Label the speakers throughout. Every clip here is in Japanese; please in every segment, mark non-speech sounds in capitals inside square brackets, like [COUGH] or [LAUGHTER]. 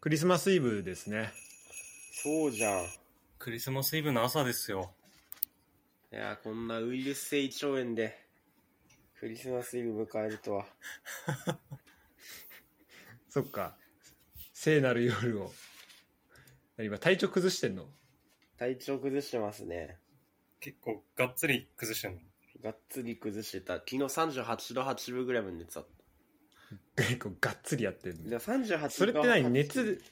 Speaker 1: クリスマスイブですね。
Speaker 2: そうじゃん。い
Speaker 3: クリスマスイブの朝ですよ。
Speaker 2: や、こんなウイルス性胃腸炎で、クリスマスイブ迎えるとは。
Speaker 1: そっか。聖なる夜を。今、体調崩してんの
Speaker 2: 体調崩してますね。
Speaker 3: 結構がっつり崩してんの。
Speaker 2: がっつり崩してた。昨日38度8分ぐらいまで寝てた。
Speaker 1: 結構がっつりやってる
Speaker 2: で38度
Speaker 1: それって何熱、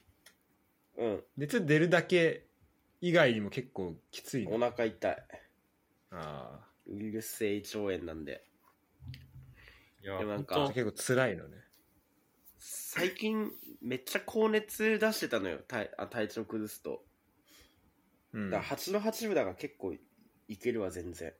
Speaker 2: うん。
Speaker 1: 熱出るだけ以外にも結構きつい
Speaker 2: お
Speaker 1: の
Speaker 2: 腹痛い。
Speaker 1: あ
Speaker 2: ウイルス性胃腸炎なんで。
Speaker 3: いや、
Speaker 2: でもな
Speaker 3: 本
Speaker 2: んか
Speaker 1: あ。
Speaker 3: 当
Speaker 1: 結構辛いのね。
Speaker 2: 最近、めっちゃ高熱出してたのよ。体あ体調崩すと。
Speaker 1: うん
Speaker 2: だから8度8分だから結構いけるわ、全然。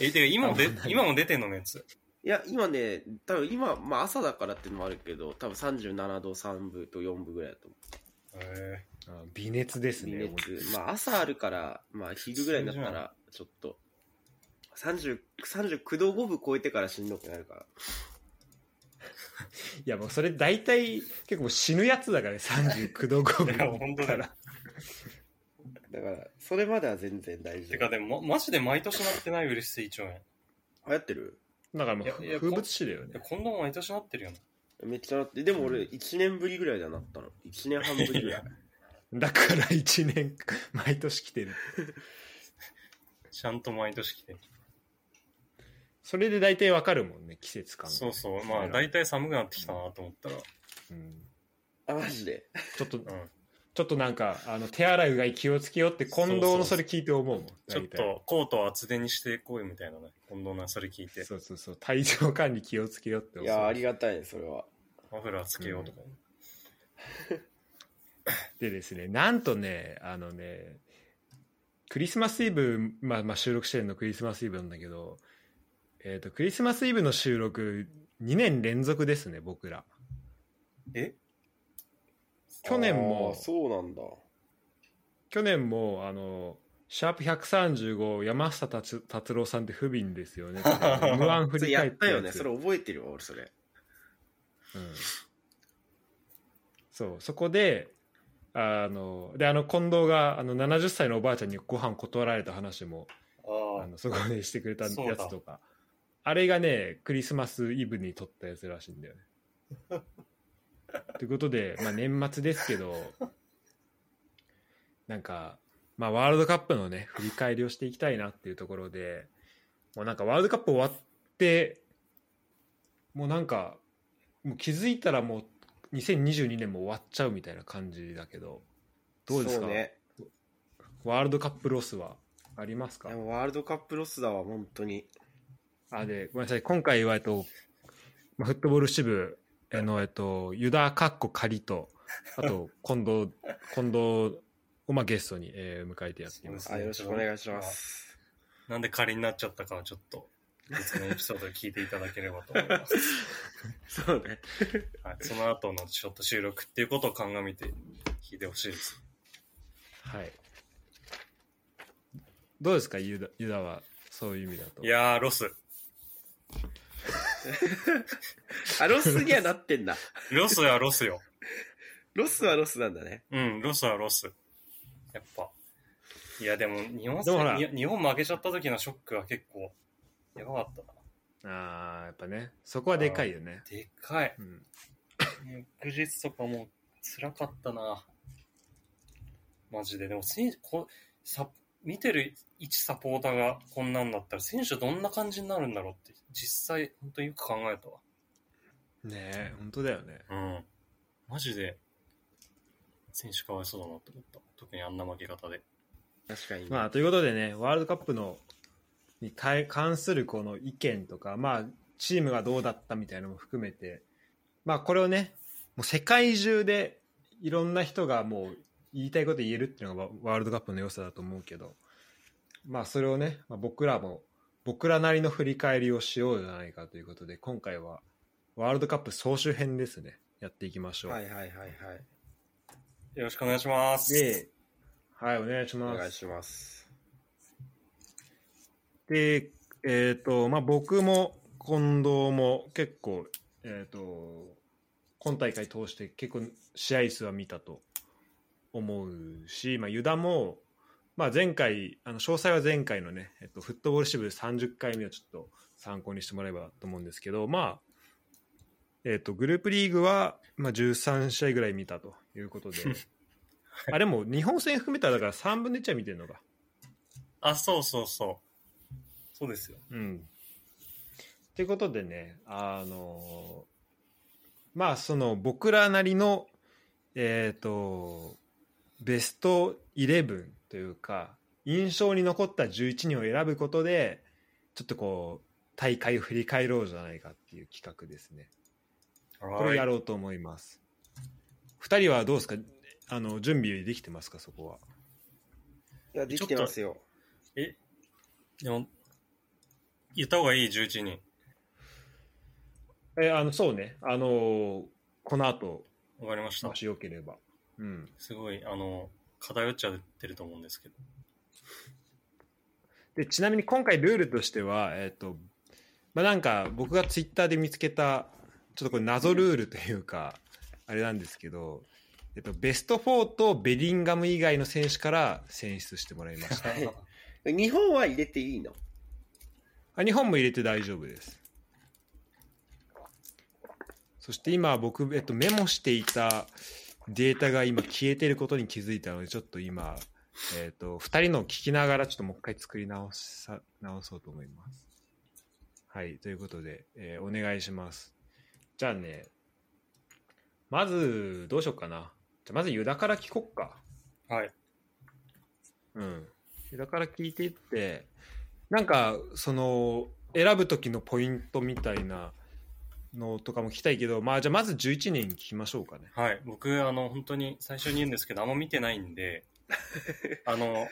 Speaker 3: え、てか今もで
Speaker 1: あんま、ない
Speaker 3: 今も出てんの熱。
Speaker 2: いや、今ね、多分今、まあ朝だからっていうのもあるけど、多分37度3分と4分ぐらいだと思う。
Speaker 3: え
Speaker 1: あ微熱ですね。
Speaker 2: 微熱。まあ朝あるから、まあ昼ぐらいになったら、ちょっと、30、39度5分超えてからしんどくなるから。
Speaker 1: いやもうそれ大体結構死ぬやつだからね、39度5
Speaker 3: いや本
Speaker 1: 分
Speaker 3: 当だ
Speaker 1: か
Speaker 3: よ
Speaker 1: ら。
Speaker 2: だから、それまでは全然大
Speaker 3: ー
Speaker 2: 丈
Speaker 3: てか
Speaker 2: 夫。
Speaker 3: でも、まマジで毎年なってないウイルス性胃腸炎。い
Speaker 2: 流行ってる
Speaker 1: だからもう
Speaker 3: いやいや
Speaker 1: 風物詩だよね
Speaker 3: や。今度も毎年なってるよね。
Speaker 2: めっちゃなって、でも俺1年ぶりぐらいだなったの。1年半ぶり
Speaker 1: [LAUGHS]
Speaker 2: ぐらい。
Speaker 1: だから1年、毎年来てる。
Speaker 3: ちゃんと毎年来てる。
Speaker 1: それで大体わかるもんね、季節感が。
Speaker 3: そうそう。まあ、大体寒くなってきたなと思ったら。
Speaker 1: うん
Speaker 2: あ、マジで。
Speaker 1: ちょっと、
Speaker 3: うん。
Speaker 1: ちょっとなんか、あの、手洗いうがい気をつけようって近藤のそれ聞いて思うもん。
Speaker 3: ちょっ
Speaker 1: 大体
Speaker 3: とコートを厚手にしてこいみたいなね。近藤のそれ聞いて。
Speaker 1: そうそうそう。体調管理気をつけようって
Speaker 2: い
Speaker 1: 思う。
Speaker 2: や、ありがたいね、それは。
Speaker 3: マフラーつけようとか。
Speaker 1: でですね、なんとね、あのね、クリスマスイブ、まあ、まあ収録してるのクリスマスイブなんだけど、えっ、と、クリスマスイブの収録、2年連続ですね、僕ら。
Speaker 3: え
Speaker 1: 去年も
Speaker 2: あーそうなんだ。
Speaker 1: 去年も、あの、シャープ135、山下達達郎さんって不憫です
Speaker 2: [LAUGHS]
Speaker 1: よね。M1 振
Speaker 2: それ
Speaker 1: り
Speaker 2: や
Speaker 1: 返っ
Speaker 2: ってたよね。それ覚えてるわ、俺それ。
Speaker 1: うんそうそこであのであの近藤があの70歳のおばあちゃんにご飯断られた話もあ
Speaker 3: あ
Speaker 1: のそこでしてくれたや
Speaker 3: そうだ
Speaker 1: つとかあれがねクリスマスイブに撮ったやつらしいんだよね。ということで、まあ、年末ですけどなんか、まあ、ワールドカップのね振り返りをしていきたいなっていうところでもうなんかワールドカップ終わってもうなんかもう気づいたらもう2022年も終わっちゃうみたいな感じだけどどうですか、
Speaker 2: そうね。
Speaker 1: ワールドカップロスはありますか
Speaker 2: でもワールドカップロスだわ、本当に。
Speaker 1: あでごめんなさい今回は、えっとまあ、フットボール支部えの、えっと、ユダかっこ仮とあと近藤近藤を、まあ、ゲストに、えー迎えてやっています
Speaker 3: そ
Speaker 2: あ、
Speaker 3: うですね
Speaker 2: よろしくお願いします。
Speaker 3: なんで仮になっちゃったかはちょっと、別のエピソードを聞いていただければと思い [LAUGHS] ます。
Speaker 2: そうね。
Speaker 3: はい、その後のちょっと収録っていうことを鑑みて聞いてほしいです。
Speaker 1: はいどうですかユダユダはそういう意味だと
Speaker 3: いやー、ロス。
Speaker 2: あ、ロスにはなってんだ。
Speaker 3: ロスはロスよ。
Speaker 2: ロスはロスなんだね。
Speaker 3: うん、ロスはロス。やっぱ。いや、でも、日本
Speaker 1: でもほら
Speaker 3: に日本負けちゃった時のショックは結構、やばかったな。
Speaker 1: あーやっぱねそこはでかいよね
Speaker 3: でかい。
Speaker 1: うん
Speaker 3: 翌日とかも、辛かったな。マジで。でも、選手、こさ見てる一サポーターがこんなんだったら、選手どんな感じになるんだろうって、実際、本当によく考えたわ。
Speaker 1: ねえ本当だよね
Speaker 3: うん。マジで、選手かわいそうだなと思った。特にあんな負け方で。
Speaker 2: 確かに、
Speaker 1: まあ、ということでね、ワールドカップのに対関するこの意見とか、まあ、チームがどうだったみたいなのも含めて、まあ、これをね、もう世界中でいろんな人がもう言いたいこと言えるっていうのがワワールドカップの良さだと思うけど、まあ、それをね、まあ、僕らも、僕らなりの振り返りをしようじゃないかということで、今回はワールドカップ総集編ですね。やっていきましょう。
Speaker 2: はいはいはいはい。
Speaker 3: よろしくお願いします。
Speaker 1: で、はい、お願いし
Speaker 2: お
Speaker 1: ます
Speaker 2: 願い。します。
Speaker 1: で、えっ、と、まあ、僕も近藤も結構、えっ、と、今大会通して結構試合数は見たと思うし、まあ、湯田も、まあ、前回あの詳細は前回のね、えっと、フットボール支部30回目をちょっと参考にしてもらえればと思うんですけど、まあえっと、グループリーグは、まあ、13試合ぐらい見たということであでも日本戦含めたらだから3分の1は見てるのか。
Speaker 3: あ、そうそうそう。そうですよ。
Speaker 1: うん。ということでね、あのまあその僕らなりの、えっ、と、ベスト11というか、印象に残った11人を選ぶことで、ちょっとこう、大会を振り返ろうじゃないかっていう企画ですね。これをやろうと思います。二人はどうですかあの、準備できてますかそこは。
Speaker 2: いや、できてますよ。
Speaker 3: えでも、言った方がいい11人。
Speaker 1: え、あの、そうね。あのこの後、
Speaker 3: わかりました
Speaker 1: も。しよければ。うん。
Speaker 3: すごい、あの、偏っちゃってると思うんですけど。
Speaker 1: でちなみに今回ルールとしては、えっとまあ、なんか僕がツイッターで見つけたちょっとこれ謎ルールというかあれなんですけど、えっと、ベスト4とベリンガム以外の選手から選出してもらいました
Speaker 2: い日本は入れていいの
Speaker 1: あ日本も入れて大丈夫ですそして今僕、えっと、メモしていたデータが今消えてることに気づいたのでちょっと今、えっと、2人のを聞きながらちょっともう一回作り直さ直そうと思いますはい、ということで、えーお願いします。じゃあね、まず、どうしようかな。じゃあまず、ユダから聞こっか。
Speaker 3: はい。
Speaker 1: うん。ユダから聞いていって、なんか、その、選ぶ時のポイントみたいなのとかも聞きたいけど、まあ、じゃあまず11人聞きましょうかね。
Speaker 3: はい。僕、あの、本当に最初に言うんですけど、あんま見てないんで、あの、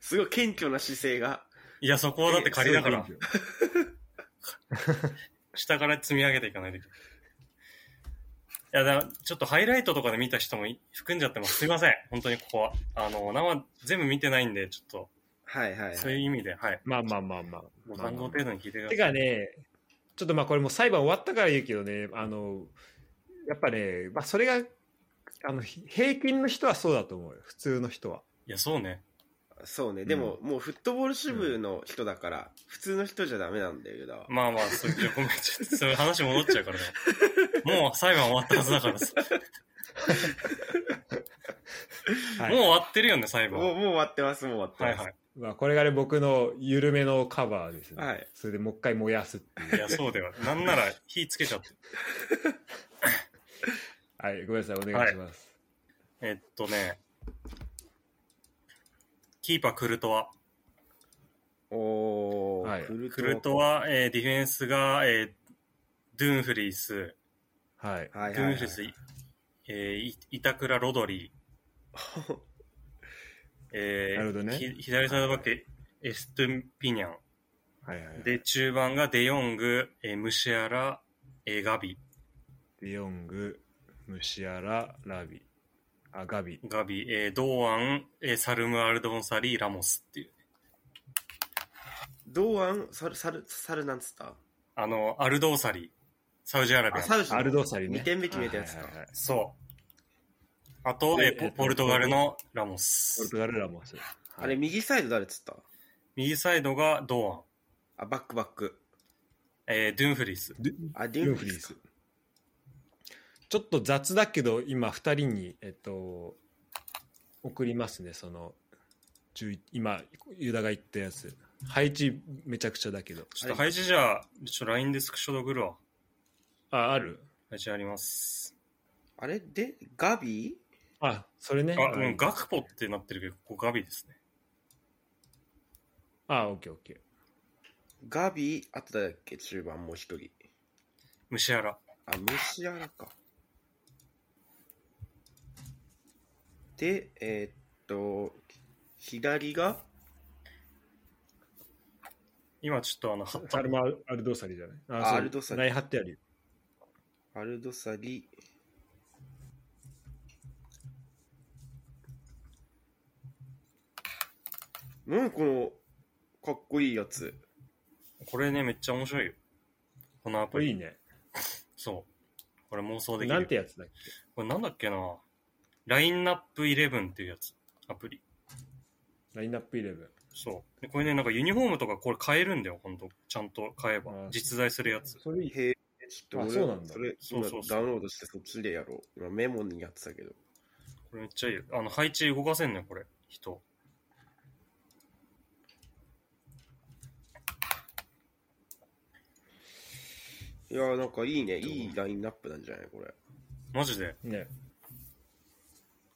Speaker 2: すごい謙虚な姿勢が。
Speaker 3: いや、そこはだって仮だから
Speaker 1: す、ごい
Speaker 3: 下から積み上げていかないといけない。いや、だちょっとハイライトとかで見た人もい含んじゃってます。すいません。本当にここは。あの、生全部見てないんで、ちょっ
Speaker 2: はいはい、
Speaker 3: と、そ
Speaker 2: は
Speaker 3: ういう
Speaker 2: い。
Speaker 3: 意味で、はい。
Speaker 1: まあまあまあまあ。
Speaker 3: ご参考程度に聞いてくださ
Speaker 1: て
Speaker 3: い。
Speaker 1: かね、ちょっとまあこれもう裁判終わったから言うけどね、あの、やっぱね、まあそれが、あの、ひ平均の人はそうだと思うよ。普通の人は。
Speaker 3: いや、そうね。
Speaker 2: そうね。でも、もうフットボール支部の人だから、普通の人じゃダメなんだよ、ユダは。
Speaker 3: まあまあ、そういう、ごめん、ちょっとそういう話戻っちゃうからね。もう裁判終わったはずだからさ。
Speaker 1: はい
Speaker 3: もう終わってるよね、裁判。
Speaker 2: もう、
Speaker 3: は
Speaker 2: もう終わってます、もう終わって
Speaker 3: い
Speaker 2: ます。
Speaker 3: はい。
Speaker 1: まあこれがね、僕の緩めのカバーですね。
Speaker 2: はい
Speaker 1: それでもう一回燃やすっていう。
Speaker 3: いや、そうでは。なんなら火つけちゃって。
Speaker 1: はい、ごめんなさい、お願いします。
Speaker 3: えっとね、キーパークルトワ。
Speaker 2: おー、
Speaker 1: はい
Speaker 2: クルト
Speaker 3: クルトワ、えーディフェンスが、えードゥンフリース、
Speaker 1: はい。
Speaker 2: はい
Speaker 3: ド
Speaker 2: はい、
Speaker 3: ゥ
Speaker 2: は
Speaker 3: ンフリース、
Speaker 2: い。
Speaker 3: いえーい板倉ロドリー、えー
Speaker 1: なるほどね
Speaker 3: ひ左サイドバック、エストゥンピニャン。
Speaker 1: はいはいはい。
Speaker 3: で、中盤がデヨング、えームシアラ、えーガビ、
Speaker 1: デヨング、ムシアラ、ラビ、あ、ガビ。
Speaker 3: ガビ、えー堂安、えーサルムアルドンサリー、ラモスっていう。
Speaker 2: 堂安、サル、サル、サルなんつった
Speaker 3: あの、アルドーサリー、サウジアラビ
Speaker 2: あ、
Speaker 3: ア。
Speaker 2: サウジの。
Speaker 1: アルドーサリね。
Speaker 2: 二点目決めたやつか
Speaker 1: はいはいはいはい
Speaker 3: そう。あと、え
Speaker 1: で
Speaker 3: ーポ
Speaker 1: えっと
Speaker 3: ポルトガルのラモ
Speaker 1: ポル
Speaker 3: ス
Speaker 1: ト。ガルラモス。はい
Speaker 2: あれ、右サイド誰つった
Speaker 3: 右サイドが堂
Speaker 2: あ、バックバック。
Speaker 3: 安、えードゥンフリース。
Speaker 1: で
Speaker 2: あ、デュンフリース。
Speaker 1: ちょっと雑だけど今2人に、えっと、送りますねその11今ユダが言ったやつ配置めちゃくちゃだけど
Speaker 3: ちょっと配置じゃあ、ちょっと LINE でスクショで送るわ。
Speaker 1: あある
Speaker 3: 配置あります。
Speaker 2: あれで、ガビ
Speaker 1: あそれね
Speaker 3: あ、うん、ガクポってなってるけど、ここガビですね。
Speaker 1: あオッケーオッケ
Speaker 2: ガビ、あと誰だっけ中盤もう一人。
Speaker 3: ムシアラ。
Speaker 2: あ、ムシアラか。で、えーっと、左が、
Speaker 3: 今ちょっとあの、貼っ
Speaker 1: ー
Speaker 3: た
Speaker 1: サルマアルドーサリじゃない
Speaker 2: あ
Speaker 1: そう
Speaker 2: アルドーサリ
Speaker 1: ライン張ってあるよ
Speaker 2: アルドサリ。なんこの、かっこいいやつ。
Speaker 3: これね、めっちゃ面白いよ。このアプ
Speaker 1: これ
Speaker 3: リ。
Speaker 1: いいね
Speaker 3: そう。これ妄想できる。
Speaker 1: なんてやつだっけ
Speaker 3: これなんだっけなラインナップ11っていうやつ。アプリ。
Speaker 1: ラインナップイレブン。
Speaker 3: そう。でこれね、なんかユニフォームとかこれ買えるんだよ、ほんと。ちゃんと買えば
Speaker 1: あ。ー
Speaker 3: 実在するやつ。
Speaker 1: それいい
Speaker 2: へえ、ちょっと俺
Speaker 1: あそうなんだ
Speaker 2: それ
Speaker 3: そうそうそう
Speaker 2: 今ダウンロードしてそっちでやろう。今メモにやってたけど。
Speaker 3: これめっちゃいいよ。あの、配置動かせんねん、これ。人。
Speaker 2: いやーなんかいいね、いいラインナップなんじゃないこれ。
Speaker 3: マジで。
Speaker 1: ね。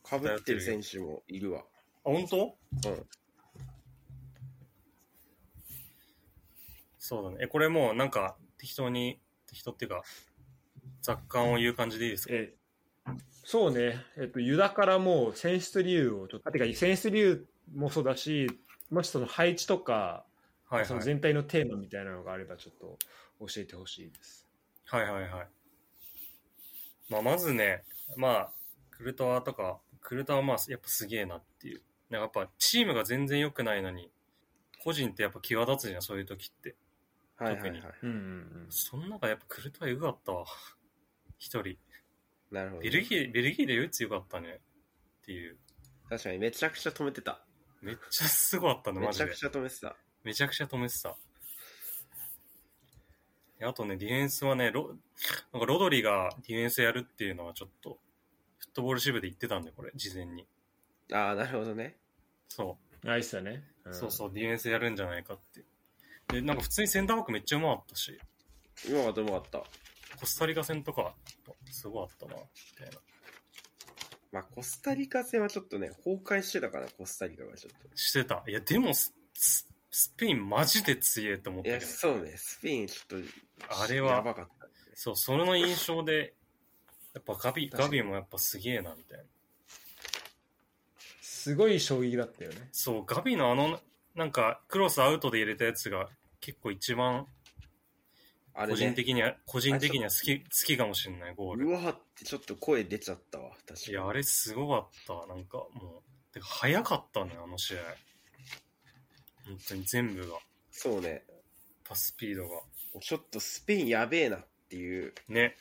Speaker 2: かぶってる選手もいるわ。
Speaker 3: あ、本当
Speaker 2: うん。
Speaker 3: そうだね。え、これもうなんか適当に、適当っていうか、雑感を言う感じでいいですか
Speaker 1: えそうね、えっと、ユダからもう選出理由をちょっと、あてか選出理由もそうだし、もしその配置とか、
Speaker 3: はい
Speaker 1: その
Speaker 3: はい。
Speaker 1: 全体のテーマみたいなのがあれば、ちょっと教えてほしいです。
Speaker 3: はいはいはい。まあ、まずね、まあ、クルトワとか、クルトワはまあ、やっぱすげえなっていう。なんかやっぱチームが全然良くないのに、個人ってやっぱ際立つじゃん、そういう時って。
Speaker 2: はいはいはい。
Speaker 1: うんうんうん、
Speaker 3: その中やっぱクルトワ良かったわ。一人。
Speaker 2: なるほどね、
Speaker 3: ベルギー、ベルギーで唯一良かったね。っていう。
Speaker 2: 確かにめちゃくちゃ止めてた。
Speaker 3: めっちゃすごかったの、
Speaker 2: め
Speaker 3: マジ
Speaker 2: ちゃ
Speaker 3: で
Speaker 2: く。ちゃ止めてた。
Speaker 3: めちゃくちゃ止めてた。であとね、ディフェンスはね、ロなんかロドリがディフェンスやるっていうのはちょっと、フットボール支部で言ってたんで、これ、事前に。
Speaker 2: ああ、なるほどね。
Speaker 3: そ
Speaker 1: ナイスだね。
Speaker 3: う、
Speaker 1: ん
Speaker 3: そうそう、ディフェンスやるんじゃないかって。で、なんか普通にセンターバックめっちゃうまかったし、
Speaker 2: 今はどうもあった。
Speaker 3: コスタリカ戦とか、すごかったな、みたいな。
Speaker 2: まあ、コスタリカ戦はちょっとね、崩壊してたから、コスタリカがちょっと。
Speaker 3: してた。いや、でもス、ススペインマジで強えと思っ
Speaker 2: い
Speaker 3: た
Speaker 2: や、
Speaker 3: けど、
Speaker 2: そうね、スペインちょっと、
Speaker 3: あれ
Speaker 2: や
Speaker 3: は、
Speaker 2: ばかった。
Speaker 3: そう、それの印象で、やっぱガビ、
Speaker 2: 確か
Speaker 3: ガ
Speaker 2: に
Speaker 3: ビもやっぱすげえな、みたいな。
Speaker 1: すごい衝撃だったよね。
Speaker 3: そう、ガビのあの、なんか、クロスアウトで入れたやつが、結構一番、
Speaker 2: あれ、
Speaker 3: 個
Speaker 2: ね、
Speaker 3: 人的には、個人的には
Speaker 2: あ
Speaker 3: 好き、好きかもしれない、ゴー
Speaker 2: う
Speaker 3: ル。
Speaker 2: わーってちょっと声出ちゃったわ、確かに。
Speaker 3: いや、あれすごかった。なんか、もう、てか早かったね、あの試合。本当に全部が、
Speaker 2: そうね、
Speaker 3: パススピードが。
Speaker 2: ちょっとスペインやべえなっていう、
Speaker 3: ね。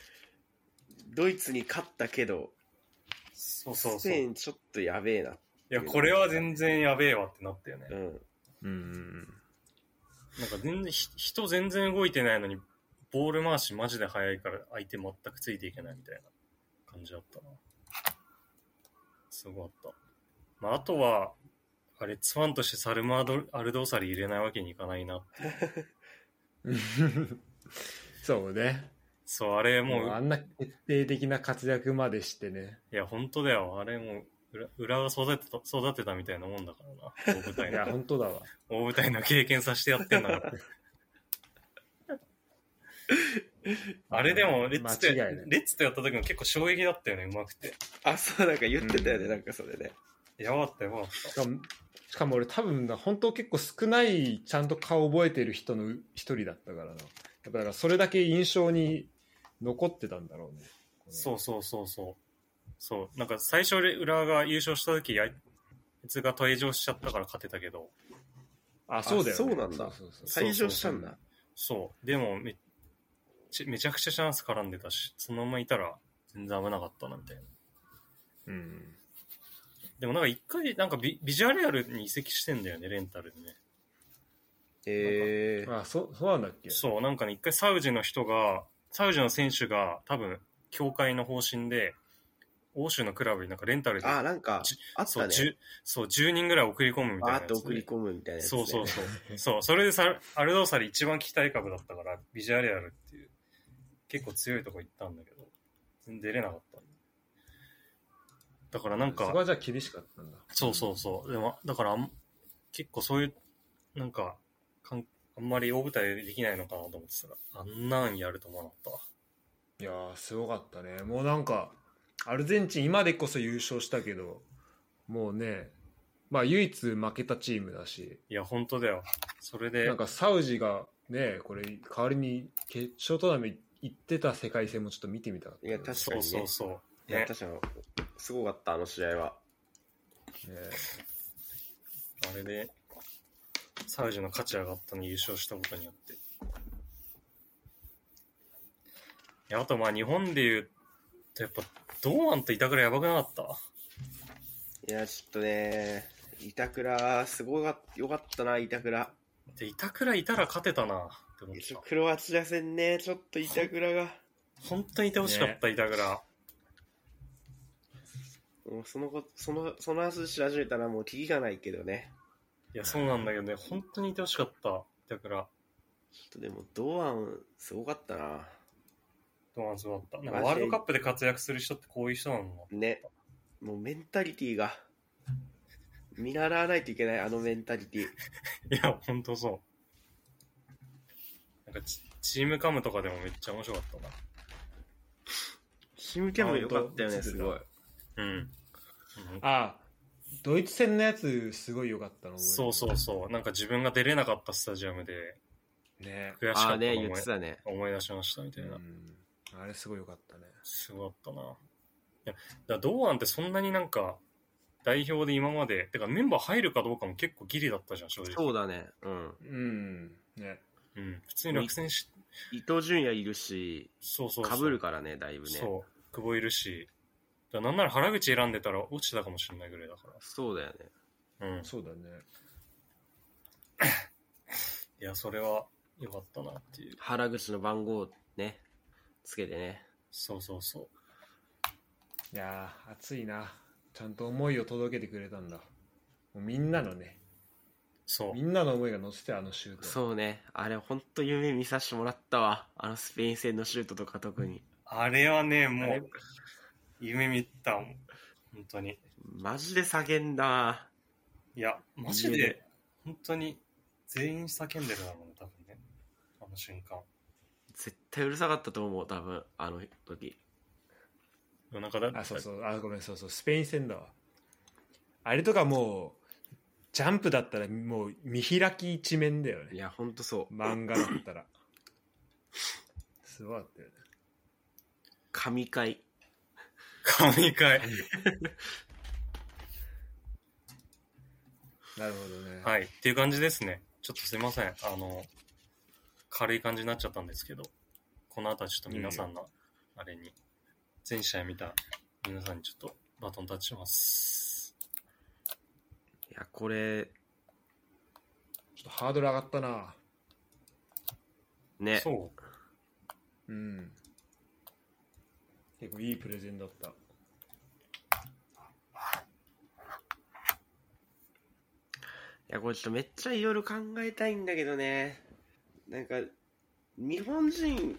Speaker 2: ドイツに勝ったけど、
Speaker 3: そうそう
Speaker 2: ス
Speaker 3: そう。
Speaker 2: ペイ
Speaker 3: い
Speaker 2: ンちょっとやべえな。
Speaker 3: や、これは全然やべえわってなったよね
Speaker 2: う。ん。
Speaker 1: うんうん
Speaker 3: なんか全然、ひ人全然動いてないのに、ボール回しマジで速いから、相手全くついていけないみたいな感じだったな。すごかった。まあ、あとは、あれ、ツワンとしてサルマードアルドーサリ入れないわけにいかないな。
Speaker 1: うん。 [LAUGHS] そうね。
Speaker 3: そう、あれ
Speaker 1: も
Speaker 3: も
Speaker 1: う
Speaker 3: う、
Speaker 1: あんな決定的な活躍までしてね。
Speaker 3: いや、本当だよ。あれもう、裏裏が育てた、育てたみたいなもんだからな。大舞
Speaker 1: い
Speaker 3: 台
Speaker 1: や、
Speaker 3: の、
Speaker 1: 本当だわ。
Speaker 3: 大舞台の経験させてやってんだ [LAUGHS] から。あれでも、レッツと、
Speaker 1: 間違いない
Speaker 3: レッツとやった時も結構衝撃だったよね、うまくて。
Speaker 2: あ、そう、なんか言ってたよね、
Speaker 1: うん
Speaker 2: なんかそれね。
Speaker 3: やばかったやばかった。
Speaker 1: しかも、しかも俺多分な、本当結構少ない、ちゃんと顔覚えてる人の一人だったからな。やっぱだからそれだけ印象に残ってたんだろうね。
Speaker 3: そうそうそうそう。そう。なんか最初で浦和が優勝した時、あいつが退場しちゃったから勝てたけど、
Speaker 1: あ、そうだよ、ね。
Speaker 2: あそうなんだ
Speaker 1: そうそうそう
Speaker 2: 退場したんだ。
Speaker 3: そう。でもめち、めちゃくちゃチャンス絡んでたし、そのままいたら全然危なかったな、みたいな。
Speaker 1: うん。
Speaker 3: でもなんか一回、なんかビビジュアレアルに移籍してんだよね、レンタルでね。
Speaker 2: えー、
Speaker 1: あ、そそうなんだっけ
Speaker 3: そう、なんかね、一回サウジの人が、サウジの選手が多分、協会の方針で、欧州のクラブになんかレンタルで、
Speaker 2: あ、なんか
Speaker 3: じ、
Speaker 2: あっ
Speaker 3: そう
Speaker 2: たね。
Speaker 3: 10そう、10人ぐらい送り込むみたいな
Speaker 2: バ
Speaker 3: や
Speaker 2: ー
Speaker 3: つ
Speaker 2: ッ
Speaker 3: で
Speaker 2: と送り込むみたいなやつ、ね。
Speaker 3: そうそ
Speaker 2: [LAUGHS]
Speaker 3: うそう。そう、それでさ、アルドーサリ一番期待株だったから、ビジュアレアルっていう、結構強いとこ行ったんだけど、全然出れなかった。だからなん
Speaker 1: そこは
Speaker 3: か、
Speaker 1: じゃあ厳しかったんだ。
Speaker 3: そうそうそう。でも、だからあん、結構そういう、なんか、かんあんまり大舞台でできないのかなと思ってたら、あんなんやると思わなかったわ。
Speaker 1: いやー、すごかったね。もうなんか、アルゼンチン今でこそ優勝したけど、もうね、まあ唯一負けたチームだし、
Speaker 3: いや、本当だよ。それで
Speaker 1: なん、かサウジがね、これ代わりに決勝トーナメント行ってた世界戦もちょっと見てみたかったな。
Speaker 2: いや確か
Speaker 3: そうそうそう。
Speaker 2: いや、
Speaker 3: ね
Speaker 2: 確かに、すごかった、あの試合は。
Speaker 1: ね
Speaker 3: あれで、サウジの価値上がったのに優勝したことによって。いやあとまあ日本で言うとやっぱ、堂安と板倉やばくなかった
Speaker 2: いや、ちょっとね、板倉、すごかよかったな、板倉。
Speaker 3: で、板倉いたら勝てたなって思っ
Speaker 2: ちょ
Speaker 3: た。
Speaker 2: クロアチア戦ね、ちょっと板倉が、
Speaker 3: 本当にいてほしかった、板倉。
Speaker 2: もうそのこその、その話し始めたらもうキリがないけどね。
Speaker 3: いや、そうなんだけどね、本当にいてほしかった、板倉。
Speaker 2: ちょっとでも、堂安、すごかったな。
Speaker 3: 堂安そうだった。なん
Speaker 2: マジ
Speaker 3: かワールドカップで活躍する人ってこういう人なの
Speaker 2: ね。もうメンタリティが、見習わないといけない、あのメンタリティ。
Speaker 3: いや、本当そう。なんかチ、チームカムとかでもめっちゃ面白かっ
Speaker 2: シムキャンも良かったよ
Speaker 1: あ
Speaker 2: ね、
Speaker 1: 本当
Speaker 2: すごい。
Speaker 3: たな。うん。
Speaker 1: ああ、ドイツ戦のやつ、すごい良かったの覚えてる
Speaker 3: そうそうそう。なんか自分が出れなかったスタジアムで
Speaker 1: ね。
Speaker 3: 悔し
Speaker 2: あ
Speaker 3: か
Speaker 2: あ
Speaker 3: った
Speaker 2: ね、
Speaker 3: の
Speaker 2: 言っ
Speaker 3: 思い
Speaker 2: てたね。
Speaker 3: 思い出しましたみた
Speaker 1: う
Speaker 3: いな。
Speaker 1: ん。あれすごい良かったね。
Speaker 3: すごかったな。いや、だから堂安ってそんなになんか、代表で今まで、てかメンバー入るかどうかも結構ギリだったじゃん、正直。
Speaker 2: そうだね。うん。
Speaker 1: うん。ね。
Speaker 3: うん。普通に落選し、
Speaker 2: 伊東純也いるし、
Speaker 3: そうそうそ
Speaker 2: か
Speaker 3: う。
Speaker 2: ぶるからね、だいぶね。そう
Speaker 3: そう。久保いるし。だからなんなら原口選んでたら落ちてたかもしれないぐらいだか
Speaker 2: だよね。
Speaker 3: ら。うん。
Speaker 1: そうだね。
Speaker 3: いや、それは良かったなっていう。
Speaker 2: 原口の番号ね、つけてね。
Speaker 3: そうそうそう。
Speaker 1: いやー、熱いな。ちゃんと思いを届けてくれたんだ。もうみんなのね、
Speaker 3: そう
Speaker 1: み。んなの思いが乗せてあのシュート。
Speaker 2: そうね。あれ、ほんと夢見させてもらったわ。あのスペイン戦のシュートとか特に。
Speaker 3: あれはね、
Speaker 1: あ
Speaker 3: も
Speaker 1: れ
Speaker 3: う、夢見たもん。本当に。
Speaker 2: マジで叫んだわ。
Speaker 3: いや、マジ
Speaker 2: 夢
Speaker 3: で、本当に、全員叫んでるだろうね、多分ね。あの瞬間。
Speaker 2: 絶対うるさかったと思う、多分、あの時。
Speaker 3: 夜中だった。
Speaker 1: あ、そうそう、あ、ごめん、そうそう、スペイン戦だわ。あれとかもう、ジャンプだったらもう見開き一面だよ
Speaker 2: い
Speaker 1: ね。
Speaker 2: や、ほんとそう。
Speaker 1: 漫画だったら。すごかったよね。
Speaker 2: 神回。
Speaker 3: 神回。
Speaker 1: なるほどね。
Speaker 3: はい。っていう感じですね。ちょっとすいません。あの、軽い感じになっちゃったんですけど、この後はちょっと皆さんの、あれに、全試合見た皆さんにちょっとバトンタッチします。
Speaker 2: いや、これ、
Speaker 1: ちょっとハードル上がったな。
Speaker 2: ね。
Speaker 3: そう。
Speaker 1: うん。結構いいプレゼンだった。
Speaker 2: いや、これちょっとめっちゃいろいろ考えたいんだけどね。なんか、日本人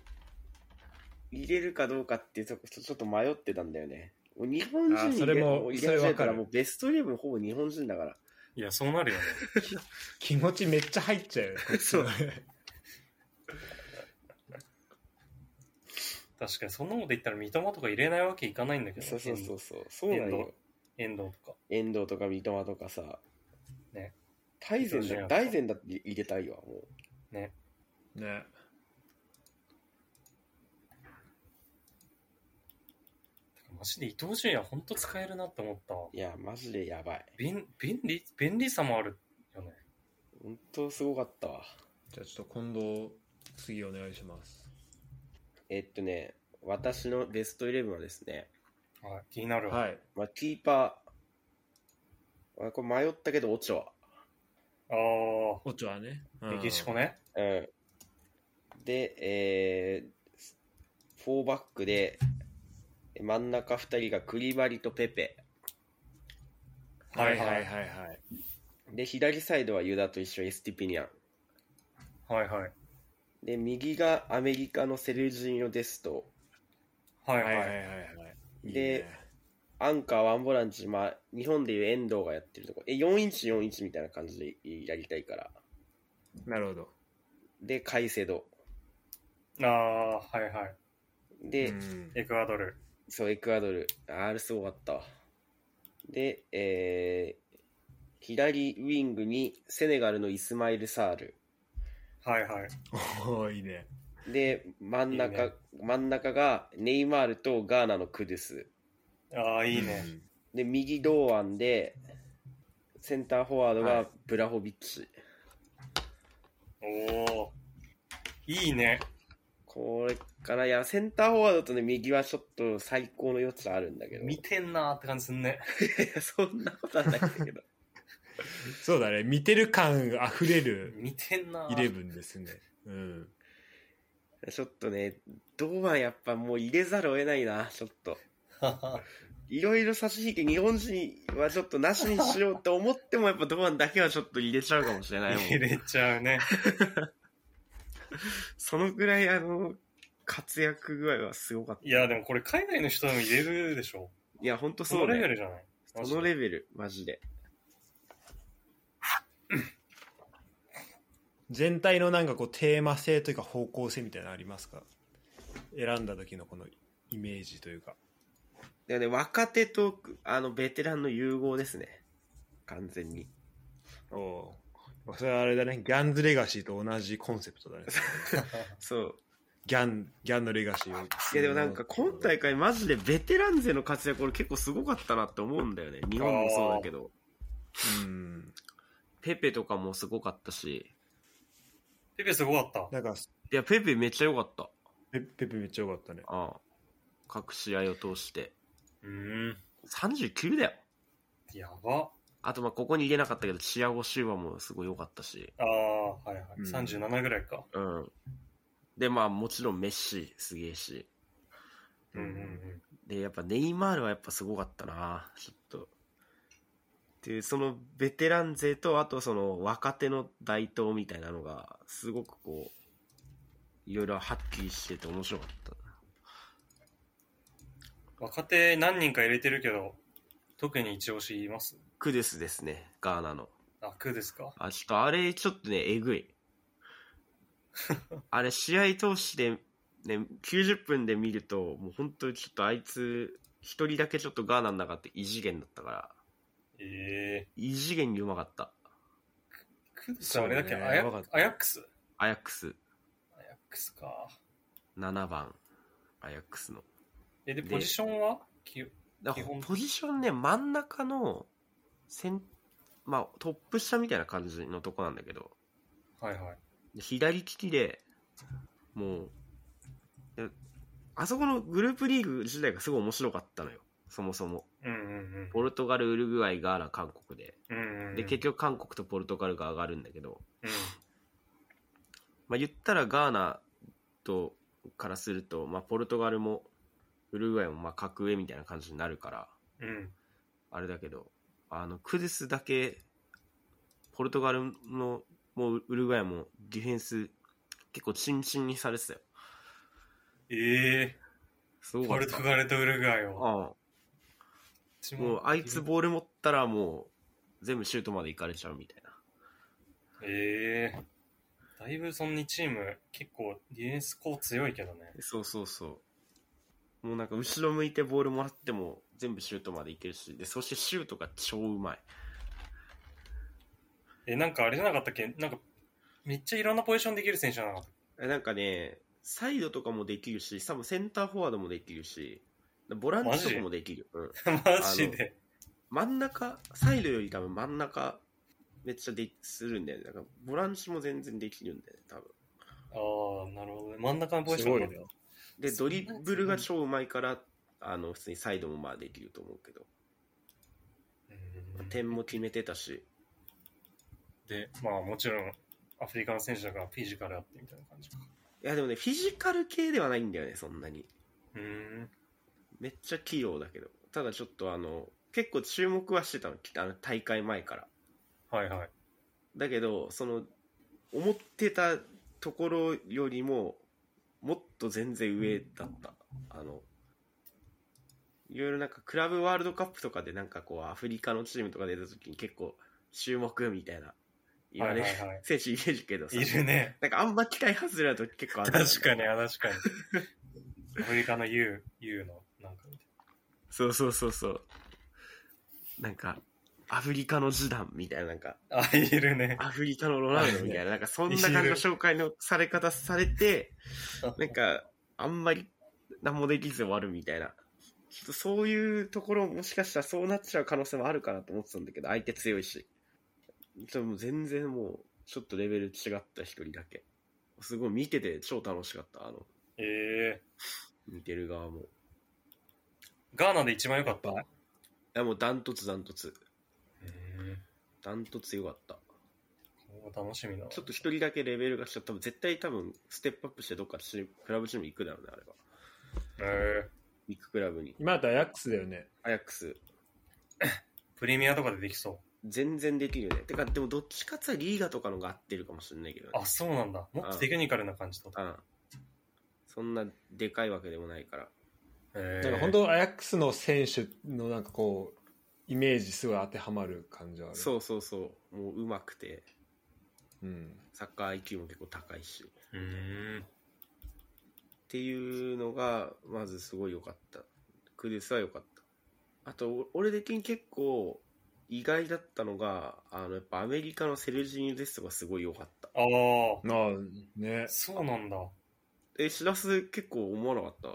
Speaker 2: 入れるかどうかっていうとこちょちょっと迷ってたんだよね。もう日本人
Speaker 1: あ
Speaker 2: 入
Speaker 1: それ
Speaker 2: れ
Speaker 1: も
Speaker 2: う入
Speaker 1: それ
Speaker 2: れ
Speaker 1: わ
Speaker 2: ちゃ
Speaker 1: かる
Speaker 2: えたらもうベストイレブンほぼ日本人だから。
Speaker 3: いや、そうなるよね。
Speaker 1: 気持ちめっちゃ入っちゃうよ。こっちの [LAUGHS] ね
Speaker 3: 確かに、そんなこと言ったら三笘とか入れないわけいかないんだけど、
Speaker 2: そうそうそうそう。そうなんよ。
Speaker 3: 遠藤とか。
Speaker 2: 遠藤とか三笘とかさ。
Speaker 3: ね。
Speaker 2: 大
Speaker 3: 伊
Speaker 2: 前
Speaker 3: 藤純
Speaker 2: だ、
Speaker 3: 也
Speaker 2: 大前だって入れたいわ、も
Speaker 3: ね。
Speaker 1: ね。
Speaker 3: てかマジで伊東純也ほんと使えるなって思ったわ
Speaker 2: う。。いや、マジでやばい。
Speaker 3: 便便利、便利さもあるよね。
Speaker 2: 本当すごかったわ。
Speaker 1: じゃあちょっと今度、次お願いします。
Speaker 2: えっとね、私のベストイレブンはですね、
Speaker 3: はい、気になるわ。
Speaker 1: はい。
Speaker 2: まあ、キーパー、あこれ迷ったけど、オチョ
Speaker 3: あ
Speaker 1: オチョはね。
Speaker 3: あ、メキシコ
Speaker 1: ね。
Speaker 3: ね。
Speaker 2: ア。うん。で、えー、フォーバックで、真ん中二人がクリバリとペペ。
Speaker 1: はいはいはいはい。
Speaker 2: で、左サイドはユダと一緒、エスティピニャン。
Speaker 3: はいはい。
Speaker 2: で、右がアメリカのセルジーノ・デスト。
Speaker 3: はい
Speaker 1: は
Speaker 3: はいい。
Speaker 1: はいはいはい。いいね
Speaker 2: でアンカー、ワンボランチ、まあ、日本でいう遠藤がやってるとこ。え、4インチ、4インチみたいな感じでやりたいから。
Speaker 1: なるほど。
Speaker 2: で、カイセド。
Speaker 3: ああ、はいはい。
Speaker 2: で、
Speaker 1: うん
Speaker 3: エクアドル。
Speaker 2: そう、エクアドル。あれすごかったわ。で、えー、左ウィングにセネガルのイスマイル・サール。
Speaker 3: はいはい。
Speaker 1: おーいいね。
Speaker 2: で、真ん中、
Speaker 3: いいね
Speaker 2: 真ん中がネイマールとガーナのクドゥス。
Speaker 3: ああ、いいね。
Speaker 2: で、右堂安で、センターフォワード
Speaker 1: は
Speaker 2: が
Speaker 1: い
Speaker 2: ブラホビッチ。
Speaker 3: おお。いいね。
Speaker 2: これから、いや、センターフォワードとね、右はちょっと最高の余地あるんだけど。
Speaker 3: 見てんなーって感じすんね。
Speaker 2: いや [LAUGHS] そんなことはないんだ
Speaker 3: [LAUGHS]
Speaker 2: けど。
Speaker 1: そうだね。見てる感あふれる
Speaker 3: 見てんなー
Speaker 1: イ
Speaker 3: [LAUGHS]
Speaker 1: レブンですね。うん。
Speaker 2: ちょっとね、堂安やっぱもう入れざるを得ないな、ちょっと。いろいろ差し引き、日本人はちょっとなしにしようって思っても、やっぱ堂安だけはちょっと入れちゃうかもしれないもん。
Speaker 3: 入れちゃうね。
Speaker 2: そのぐらい、あの、活躍具合はすごかった。
Speaker 3: いや、でもこれ海外の人でも入れるでしょ。
Speaker 2: いや、ほんと
Speaker 3: そ
Speaker 2: そ
Speaker 3: の
Speaker 2: う
Speaker 3: レベ
Speaker 2: ね。
Speaker 3: ルじゃない。
Speaker 2: そのレベル、マジで。
Speaker 1: 全体のなんかこうテーマ性というか方向性みたいなのありますか選んだ時のこのイメージというか。
Speaker 2: だからね、若手と、あの、ベテランの融合ですね。完全に。
Speaker 1: おおう。それはあれだね。ギャンズレガシーと同じコンセプトだね。
Speaker 2: そう。
Speaker 1: ギャン、ギャンのレガシーを。
Speaker 2: いやでもなんか今大
Speaker 1: 会。
Speaker 2: 会マジでベテラン勢の活躍俺結構すごかったなって思うんだよね。日本もそうだけど。
Speaker 1: うん。
Speaker 2: ペペとかもすごかったし。
Speaker 3: ペペすごかった。
Speaker 1: なんか、
Speaker 2: いや、ペペめっちゃ良かった。
Speaker 1: ペペペめっちゃ良かったね。
Speaker 2: ああ。各試合を通して。
Speaker 3: うん。
Speaker 2: 39だよ。
Speaker 3: やば。
Speaker 2: あとまあここに入れなかったけど、チアゴ・シューバもすごい良かったし。
Speaker 3: ああ、はいはい。
Speaker 1: うん
Speaker 3: 37ぐらいか。
Speaker 2: うん。でまあもちろんメッシすげえし。
Speaker 3: うんうんうん。
Speaker 2: で、やっぱネイマールはやっぱすごかったな、ちょっと。っていう、そのベテラン勢と、あとその若手の台頭みたいなのが、すごくこう、いろいろはっきりしてて面白かった。
Speaker 3: 若手何人か入れてるけど、特に一押しいます
Speaker 2: クデスですね、ガーナの。
Speaker 3: あ、クーですか
Speaker 2: あ、ちょっとあれ、ちょっとね、えぐい。あれ、試合通して、ね、90分で見ると、もう本当にちょっとあいつ、一人だけちょっとガーナの中って異次元だったから、
Speaker 3: ええ
Speaker 2: 異次元にうまかった。
Speaker 3: クーですあれだっけ、
Speaker 1: そうね
Speaker 3: アヤ
Speaker 1: やばかった
Speaker 3: アヤックス
Speaker 2: アヤックス、
Speaker 3: アヤックスか。
Speaker 2: 7番、アヤックスの。
Speaker 3: え、で、
Speaker 2: で
Speaker 3: ポジションはき
Speaker 2: だか
Speaker 3: 基
Speaker 2: ら
Speaker 3: 本
Speaker 2: ポジションね、真ん中の、せんまあ、トップ下みたいな感じのとこなんだけど、
Speaker 3: はいはい。
Speaker 2: で左利きで、もう、であそこのグループリーグ自体がすごい面白かったのよ。そもそも。
Speaker 3: うんうん
Speaker 2: ポルトガル、ウルグアイ、ガーナ、韓国で。
Speaker 3: うん。うんうん、
Speaker 2: で、結局韓国とポルトガルが上がるんだけど、
Speaker 3: うん、
Speaker 2: まあ、言ったらガーナと、からすると、まあ、ポルトガルも、ウルグアイも、まあ、格上みたいな感じになるから、
Speaker 3: うん。
Speaker 2: あれだけど、あの、クデスだけ、ポルトガルの、もうウルグアイもディフェンス、結構チンチンにされてたよ。
Speaker 3: ええ
Speaker 2: すご
Speaker 3: ポ
Speaker 2: か
Speaker 3: ル
Speaker 2: った
Speaker 3: ト。ガルとウルグアイを。
Speaker 2: ああもうあいつボール持ったらもう全部シュートまで行かれちゃうみたいな。
Speaker 3: ええだいぶそんなチーム、結構ディフェンスこう強いけどね。
Speaker 2: そうそうそう。もうなんか後ろ向いてボールもらっても全部シュートまで行けるし、で、そしてシュートが超うまい。
Speaker 3: え、なんかあれじゃなかったっけなんか、めっちゃいろんなポジションできる選手じゃなか
Speaker 2: [LAUGHS]
Speaker 3: った
Speaker 2: えなんかね、サイドとかもできるし、多分センターフォワードもできるし、ボランチとかもできる。うん。
Speaker 3: マジで。
Speaker 2: 真ん中、サイドより多分真ん中、めっちゃでするんだよね。だから、ボランチも全然できるんだよね、多分。
Speaker 3: ああ、なるほどね。真ん中のポジ
Speaker 1: す
Speaker 3: ショ
Speaker 1: ご
Speaker 3: ン
Speaker 1: い
Speaker 3: だっ
Speaker 1: ね。
Speaker 2: で、ド
Speaker 3: そんな
Speaker 2: リブルが超うまいから、あの、普通にサイドもまあできると思うけど、
Speaker 3: たうん
Speaker 2: 点も決めてたし、
Speaker 3: で、まあもちろん、アフリカの選手だからフィジカルあってみたいな感じか。
Speaker 2: いやでもね、フィジカル系ではないんだよね、そんなに。
Speaker 3: うーん。
Speaker 2: めっちゃ器用だけど。ただちょっとあの、結構注目はしてたの、きあの大会前から。
Speaker 3: はいはい。
Speaker 2: だけど、その、思ってたところよりも、もっと全然上だった。あの、いろいろなんかクラブワールドカップとかでなんかこうアフリカのチームとか出た時に結構注目みたいな言われる
Speaker 3: はいはいはい
Speaker 2: 選手いるけどさ。
Speaker 3: いるね。
Speaker 2: なんかあんま期待外れだと結構ある。
Speaker 3: 確かに、確かに。アフリカの U、U の、なんか、
Speaker 2: そうそうそうそう。なんか、アフリカのジダンみたいななんか、
Speaker 3: あ、いるね。
Speaker 2: アフリカのロナウドみたいな、なんかそんな感じの紹介のされ方されて、なんか、あんまり何もできず終わるみたいな。ちょっとそういうところもしかしたらそうなっちゃう可能性もあるかなと思ってたんだけど、相手強いし。でも全然もう、ちょっとレベル違った一人だけ。すごい見てて超楽しかった、あの、
Speaker 3: ええ
Speaker 2: 見てる側も。い
Speaker 3: ガーナで一番良かった。
Speaker 1: やっ
Speaker 2: や、もうダントツダントツ。
Speaker 3: え
Speaker 2: ダントツよかった。
Speaker 3: 楽しみだな。
Speaker 2: ちょっと一人だけレベルがしちゃった。多分絶対多分、ステップアップしてどっかチームクラブチーム行くだろうね、あれは。
Speaker 3: ええ
Speaker 2: ビッグクラブに。
Speaker 1: 今だとアヤックスだよね。
Speaker 2: アヤックス。
Speaker 3: プレミアとかでできそ
Speaker 2: 全然できるよね。てか、でもどっちかって言ったらリーガとかのが合ってるかもしれないけどね
Speaker 3: う。。あ、そうなんだ。もっとテクニカルな感じだと。
Speaker 2: うん。そんなでかいわけでもないから。
Speaker 3: ええ
Speaker 1: なんか本当アヤックスの選手のなんかこう、イメージすごい当てはまる感じはある。
Speaker 2: そうそうそう。もう上手くて、
Speaker 1: う。ん。
Speaker 2: サッカー IQ も結構高いし。っ
Speaker 3: うーん。
Speaker 2: ていうのが、まずすごい良かった。クデスは良かった。あと、お俺的に結構意外だったのが、あの、やっぱアメリカのセルジーニュ・デストがすごい良かった。
Speaker 3: ああ、
Speaker 1: ああ、ね。
Speaker 3: そうなんだ。
Speaker 2: え、しらす結構思わなかった。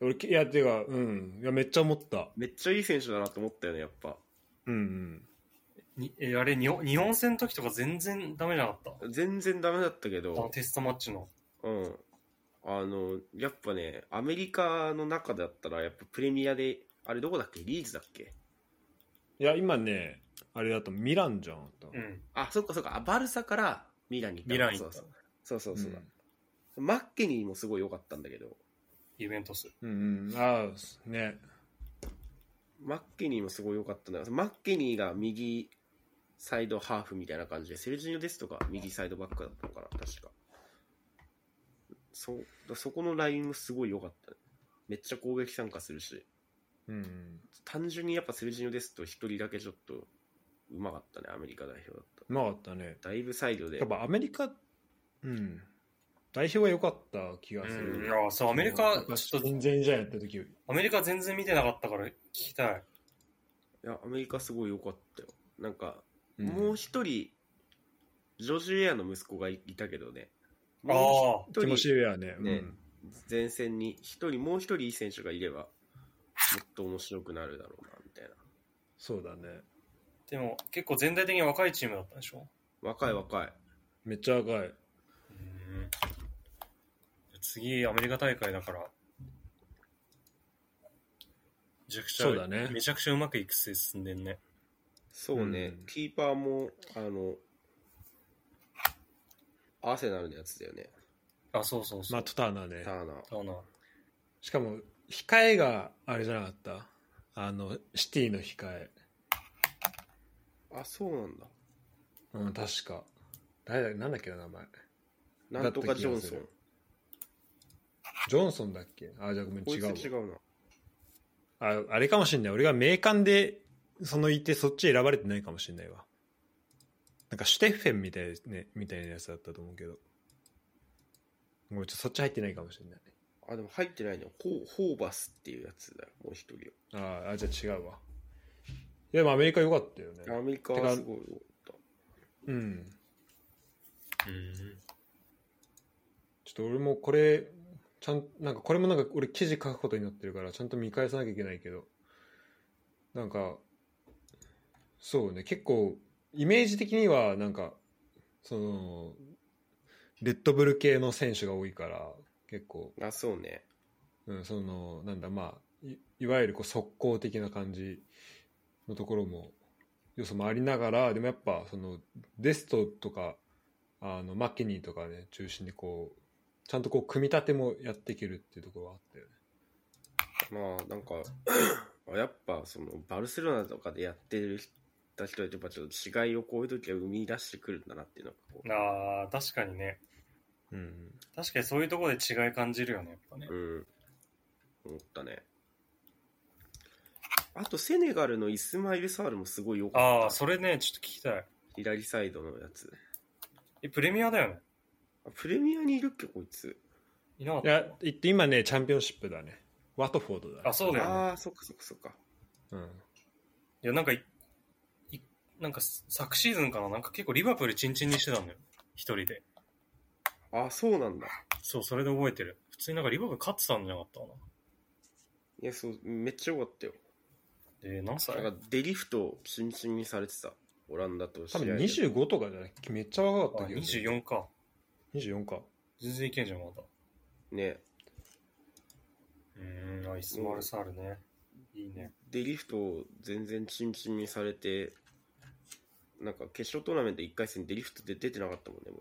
Speaker 1: 俺、いや、てか、うん。いや、めっちゃ思った。
Speaker 2: めっちゃいい選手だなと思ったよね、やっぱ。
Speaker 1: うんうん。
Speaker 3: にえあれ日本、日本戦の時とか全然ダメじゃなかった。
Speaker 2: 全然ダメだったけ
Speaker 3: あの
Speaker 2: ど、
Speaker 3: テストマッチの。
Speaker 2: うん。あの、やっぱね、アメリカの中だったら、やっぱプレミアで、あれどこだっけリーズだっけ
Speaker 1: いや、今ね、あれだとミランじゃん。
Speaker 3: うん。
Speaker 2: あ、そっかそっか、あバルサからミランに行った
Speaker 3: ミ
Speaker 2: の
Speaker 3: ラン行
Speaker 2: そう
Speaker 3: った
Speaker 2: そう。そうそうそうだ
Speaker 1: ん。
Speaker 2: マッケニーもすごい良かったんだけど、
Speaker 3: イベントス。
Speaker 1: うんうん、ああ、ね。
Speaker 2: マッケニーもすごい良かったんだけど、マッケニーが右サイドハーフみたいな感じで、セルジーニョですとか右サイドバックだったのかな、確か。そう、だそこのラインもすごい良かった、ね。めっちゃ攻撃参加するし、
Speaker 1: うんうん。
Speaker 2: 単純にやっぱセルジーニョですと一人だけちょっとうまかったね、アメリカ代表だっ
Speaker 1: うまかったね。
Speaker 2: た。だいぶサイドで
Speaker 1: やっ、ぱアメリカ、うん。代表が良かった気がす
Speaker 3: うん。い
Speaker 1: る。
Speaker 3: や、そう、アメリ
Speaker 1: や
Speaker 3: カ
Speaker 1: っ、ぱ
Speaker 3: ちょっと、
Speaker 1: 全然じゃんやった時より。
Speaker 3: アメリカ全然見てなかったから聞きたい。
Speaker 2: いや、アメリカすごい良かったよ。なんか、
Speaker 1: うん
Speaker 2: もう一人、ジョジュ・エアの息子がいいたけどね。
Speaker 3: あ
Speaker 2: も
Speaker 3: あ、
Speaker 2: う
Speaker 1: ティ
Speaker 2: 一
Speaker 1: モシー
Speaker 2: 人、
Speaker 1: ウェアね。
Speaker 2: ね前線に一人、もう一人いい選手がいれば、もっと面白くなるだろうな、みたいな。
Speaker 1: そうだね。
Speaker 3: でも結構全体的に若いチームだったでしょ
Speaker 2: 若い若い。
Speaker 1: めっちゃ赤い。
Speaker 3: うん次アメリカ大会だからめちゃくちゃ
Speaker 1: そうだね
Speaker 3: めちゃくちゃうまくいくせ進んでんね
Speaker 2: そうね、
Speaker 1: うん
Speaker 2: キーパーも、あの、アーセナルのやつだよね。
Speaker 3: あそうそうそう、
Speaker 1: マット・ターナーね
Speaker 2: タ。ーナー。
Speaker 3: だな
Speaker 1: しかも、控えがあれじゃなかったあの、シティの控え。
Speaker 2: あ、そうなんだ。
Speaker 1: うん、確か。誰だなんだっけな、名前。
Speaker 2: なんとかジョンソ
Speaker 1: だっ
Speaker 2: ン。
Speaker 1: ジョンソンだっけあ、じゃあごめん、
Speaker 2: こ
Speaker 1: 違
Speaker 2: いう
Speaker 1: わ
Speaker 2: つ違うな。
Speaker 1: あ。あれかもしんない。俺が名鑑で、そのいて、そっち選ばれてないかもしんないわ。なんか、シュテッフェンみたいですね、みたいなやつだったと思うけど。もうちょっとそっち入ってないかもしんない。
Speaker 2: あ、でも入ってないね。ホーホーバスっていうやつだよ、もう一人
Speaker 1: あーあ、じゃあ違うわ。いや、でもアメリカ良かったよね。
Speaker 2: は。アメリカはすごい良かった。
Speaker 1: うん。
Speaker 3: うん
Speaker 1: ちょっと俺もこれ、ちゃん、なんかこれもなんか俺記事書くことになってるから、ちゃんと見返さなきゃいけないけど、なんか、そうね、結構、イメージ的には、なんか、その、レッドブル系の選手が多いから、結構、
Speaker 2: あ、そうね。
Speaker 1: うん、その、なんだ、まあ、いいわゆるこう速攻的な感じのところも、要素もありながら、でもやっぱ、その、デストとか、あの、マッケニーとかね、中心でこう、ちゃんとこう、組み立てもやっていけるっていうところはあったよね。
Speaker 2: まあ、なんか、 [CLEARS THROAT] やっぱ、その、バルセロナとかでやってるた人とやっぱちょっと違いをこういう時は生み出してくるんだなっていうのがこ
Speaker 3: あー確かにね
Speaker 1: うん。
Speaker 3: 確かにそういうところで違い感じるよねやっぱね
Speaker 2: う、うん、思ったね。あと、セネガルのイスマイル・サールもすごい良
Speaker 3: あ
Speaker 2: か
Speaker 3: あ
Speaker 2: った。
Speaker 3: それねちょっと聞きたい
Speaker 2: 左サイドのやつ。
Speaker 3: えプレミアだよね
Speaker 2: あプレミアにいるっけ、こいつ。
Speaker 3: いなかっ
Speaker 1: い
Speaker 3: た
Speaker 1: や、言って今ね、チャンピオンシップだね。ワトフォードだ、ね。
Speaker 3: あそうだよね
Speaker 2: ああ、そっかそっかそっか。
Speaker 1: うん。
Speaker 3: いやなんかいいなんか昨シーズンかななんか結構リバプールチンチンにしてたんだよ一人で
Speaker 2: ああ、そうなんだ。
Speaker 3: そうそれで覚えてる普通になんかリバプール勝ってたんじゃなかったかない
Speaker 2: や、そう、めっちゃ良かったよ。
Speaker 3: えー、何歳
Speaker 2: なんか、デリフト、チンチンにされてた。オランダと試
Speaker 1: 多
Speaker 2: 合で
Speaker 1: 分25とかじゃないめっちゃ若かった
Speaker 3: あ
Speaker 1: けど、
Speaker 3: 24か。
Speaker 1: 24か。
Speaker 3: 全然いけんじゃん、まだ。
Speaker 2: ね。
Speaker 3: うん、ナイス、マルサールね。いいね。
Speaker 2: で、リフトを全然チンチンにされて、なんか決勝トーナメント1回戦でリフトで出てなかったもんね、も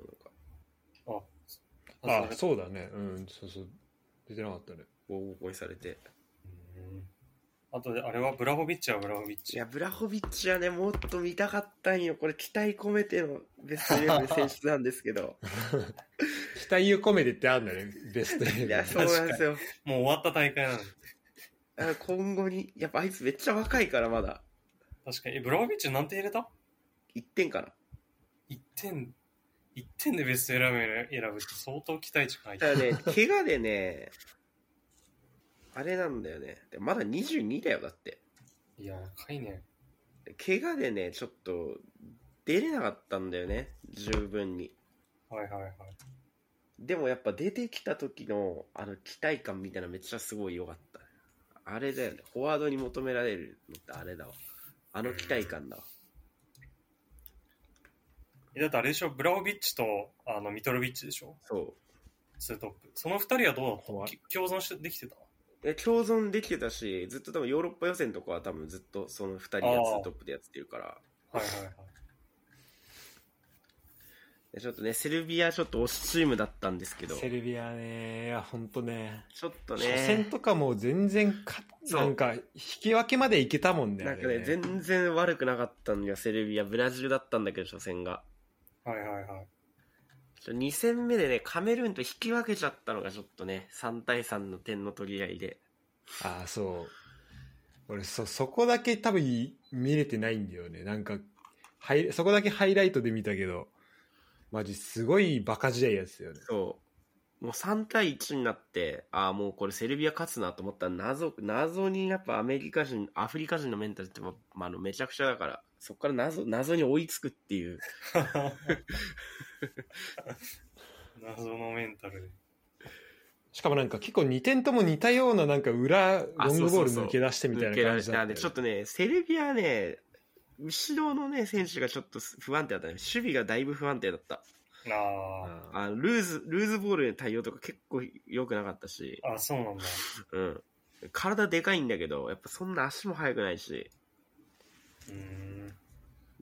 Speaker 2: うなん
Speaker 1: あ
Speaker 2: か。
Speaker 3: あ、外れた
Speaker 1: そうだねうんそうそう出てなかったね
Speaker 2: ボコボコにされて。
Speaker 3: うんあとで、あれはブラホビッチはブラホビッ
Speaker 2: い
Speaker 3: チ。
Speaker 2: や、ブラホビッチはね、もっと見たかったんよ。これ、期待込めてのベストイレブン選出なんですけ [LAUGHS] ど。
Speaker 1: 期待を込めてってあるんだねベストイレ
Speaker 2: い
Speaker 1: ブン
Speaker 2: や、そうなんですよ。
Speaker 3: もう終わった大会なのに。
Speaker 2: あ今後に、やっぱあいつめっちゃ若いから、まだ。
Speaker 3: 確かに。え、ブラホビッチなんて入れた
Speaker 2: 1点かな。
Speaker 3: ?1 点、1点でベスト選ぶ選ぶって相当期待値が入って
Speaker 2: ただね、怪我でね、あれなんだよね。でまだ22だよ、だって。
Speaker 3: いや、若いね。
Speaker 2: 怪我でね、ちょっと、出れなかったんだよね。十分に。
Speaker 3: はいはいはい。
Speaker 2: でもやっぱ出てきた時の、あの、期待感みたいなのめっちゃすごい良かった。あれだよね。フォワードに求められるのってあれだわ。あの期待感だわ。
Speaker 3: え、だってあれでしょ、ブラホビッチとあのミトロビッチでしょ、
Speaker 2: そう。
Speaker 3: ツートップ。その二人はどうだった
Speaker 1: 怖い
Speaker 3: き共存してできてた
Speaker 2: え共存できてたし、ずっと多分ヨーロッパ予選とかは多分ずっとその2人で
Speaker 3: あ
Speaker 2: や
Speaker 3: ー
Speaker 2: つトップでやってるから、
Speaker 3: はいはいはい。
Speaker 2: でちょっとね、セルビアちょっと推しチームだったんですけど、
Speaker 1: セ
Speaker 2: ち
Speaker 1: ルビアねいや本当ね
Speaker 2: ょっと
Speaker 1: 初戦
Speaker 2: ね、
Speaker 1: とかも全然か
Speaker 2: そう
Speaker 1: なんか引き分けまでいけたもんね
Speaker 2: なんか
Speaker 1: あれ
Speaker 2: ね、全然悪くなかったんだよ、セルビア。ブラジルだったんだけど、初戦が。
Speaker 3: はいはいはい。
Speaker 2: ちょ2戦目でね、カメルーンと引き分けちゃったのがちょっとね、3対3の点の取り合いで。
Speaker 1: ああそう俺そそこだけ多分い見れてないんだよねなんかはいそこだけハイライトで見たけどマジすごいバカ試合やつよね
Speaker 2: そう。もう3対1になって、ああ、もうこれセルビア勝つなと思ったら、謎、謎にやっぱアメリカ人、アフリカ人のメンタルって、ままあ、あのめちゃくちゃだから、そこから謎、謎に追いつくっていう。
Speaker 3: 謎のメンタルで。
Speaker 1: しかもなんか結構2点とも似たようななんか裏ロングボール抜け出してみたいな感じだ
Speaker 2: な
Speaker 1: った
Speaker 2: ん
Speaker 1: よ
Speaker 2: で、
Speaker 1: ね
Speaker 2: ちょっとね、セルビアね、後ろのね、選手がちょっと不安定だったね。守備がだいぶ不安定だった。
Speaker 3: あ
Speaker 1: あ
Speaker 2: あルーズ、ルーズボールへの対応とか結構良くなかったし、
Speaker 3: あ、あ、そうなんだ。
Speaker 2: うん。体でかいんだけど、やっぱそんな足も速くないし、
Speaker 3: うーん。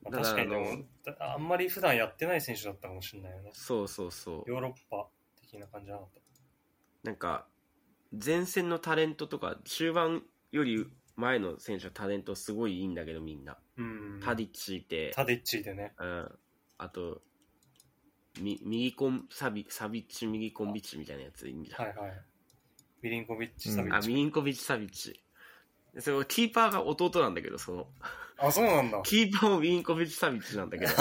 Speaker 3: ま
Speaker 2: だか
Speaker 3: あ
Speaker 2: ら
Speaker 3: 確かにで
Speaker 2: あ
Speaker 3: も
Speaker 2: の、
Speaker 3: だあんまり普段やってない選手だったかもしれないよね。
Speaker 2: そうそうそう。
Speaker 3: ヨーロッパ的な感じじゃなかっ
Speaker 2: なんか前線のタレントとか終盤より前の選手はタレントすごいいいんだけどみんな、
Speaker 3: た。うん。
Speaker 2: タディッチいて、
Speaker 3: タディッチでね。
Speaker 2: うん、あとみ右コンサビサビッチ右コンビッチみたいなやついいんじゃ
Speaker 3: は
Speaker 2: ん、
Speaker 3: いはい。ビリンコビッチ、サビ
Speaker 1: は
Speaker 3: ッ
Speaker 2: あ
Speaker 3: チ。
Speaker 2: ミリンコビッチサビッチそのキーパーが弟なんだけどその
Speaker 3: あ、そうな
Speaker 2: [LAUGHS]
Speaker 3: んだ。
Speaker 2: キーパーもミリンコビッチサビッチなん
Speaker 3: [LAUGHS]
Speaker 2: だけど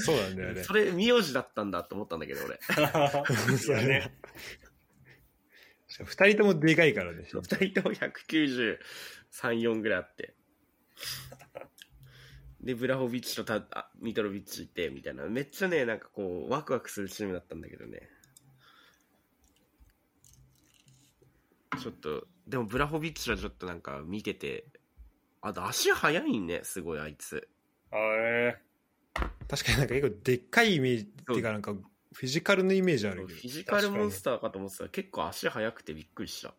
Speaker 1: そうなんだよね
Speaker 2: それ名字だったんだと思ったんだけど俺
Speaker 1: [LAUGHS]
Speaker 3: いやね。
Speaker 1: 2人ともでかいからね
Speaker 2: 2人とも1934ぐらいあってでブラホビッチとタあミトロビッチいてみたいなめっちゃねなんかこうワクワクするチームだったんだけどねちょっとでもブラホビッチはちょっとなんか見ててあと足速いねすごいあいつ
Speaker 3: あえ
Speaker 1: 確かになんか結構でっかいイメージって
Speaker 2: そう
Speaker 1: いうかなんかフィジカルのイメージあ
Speaker 2: フ
Speaker 1: るけど
Speaker 2: ィジカルモンスターかと思ってたら結構足速くてびっくりした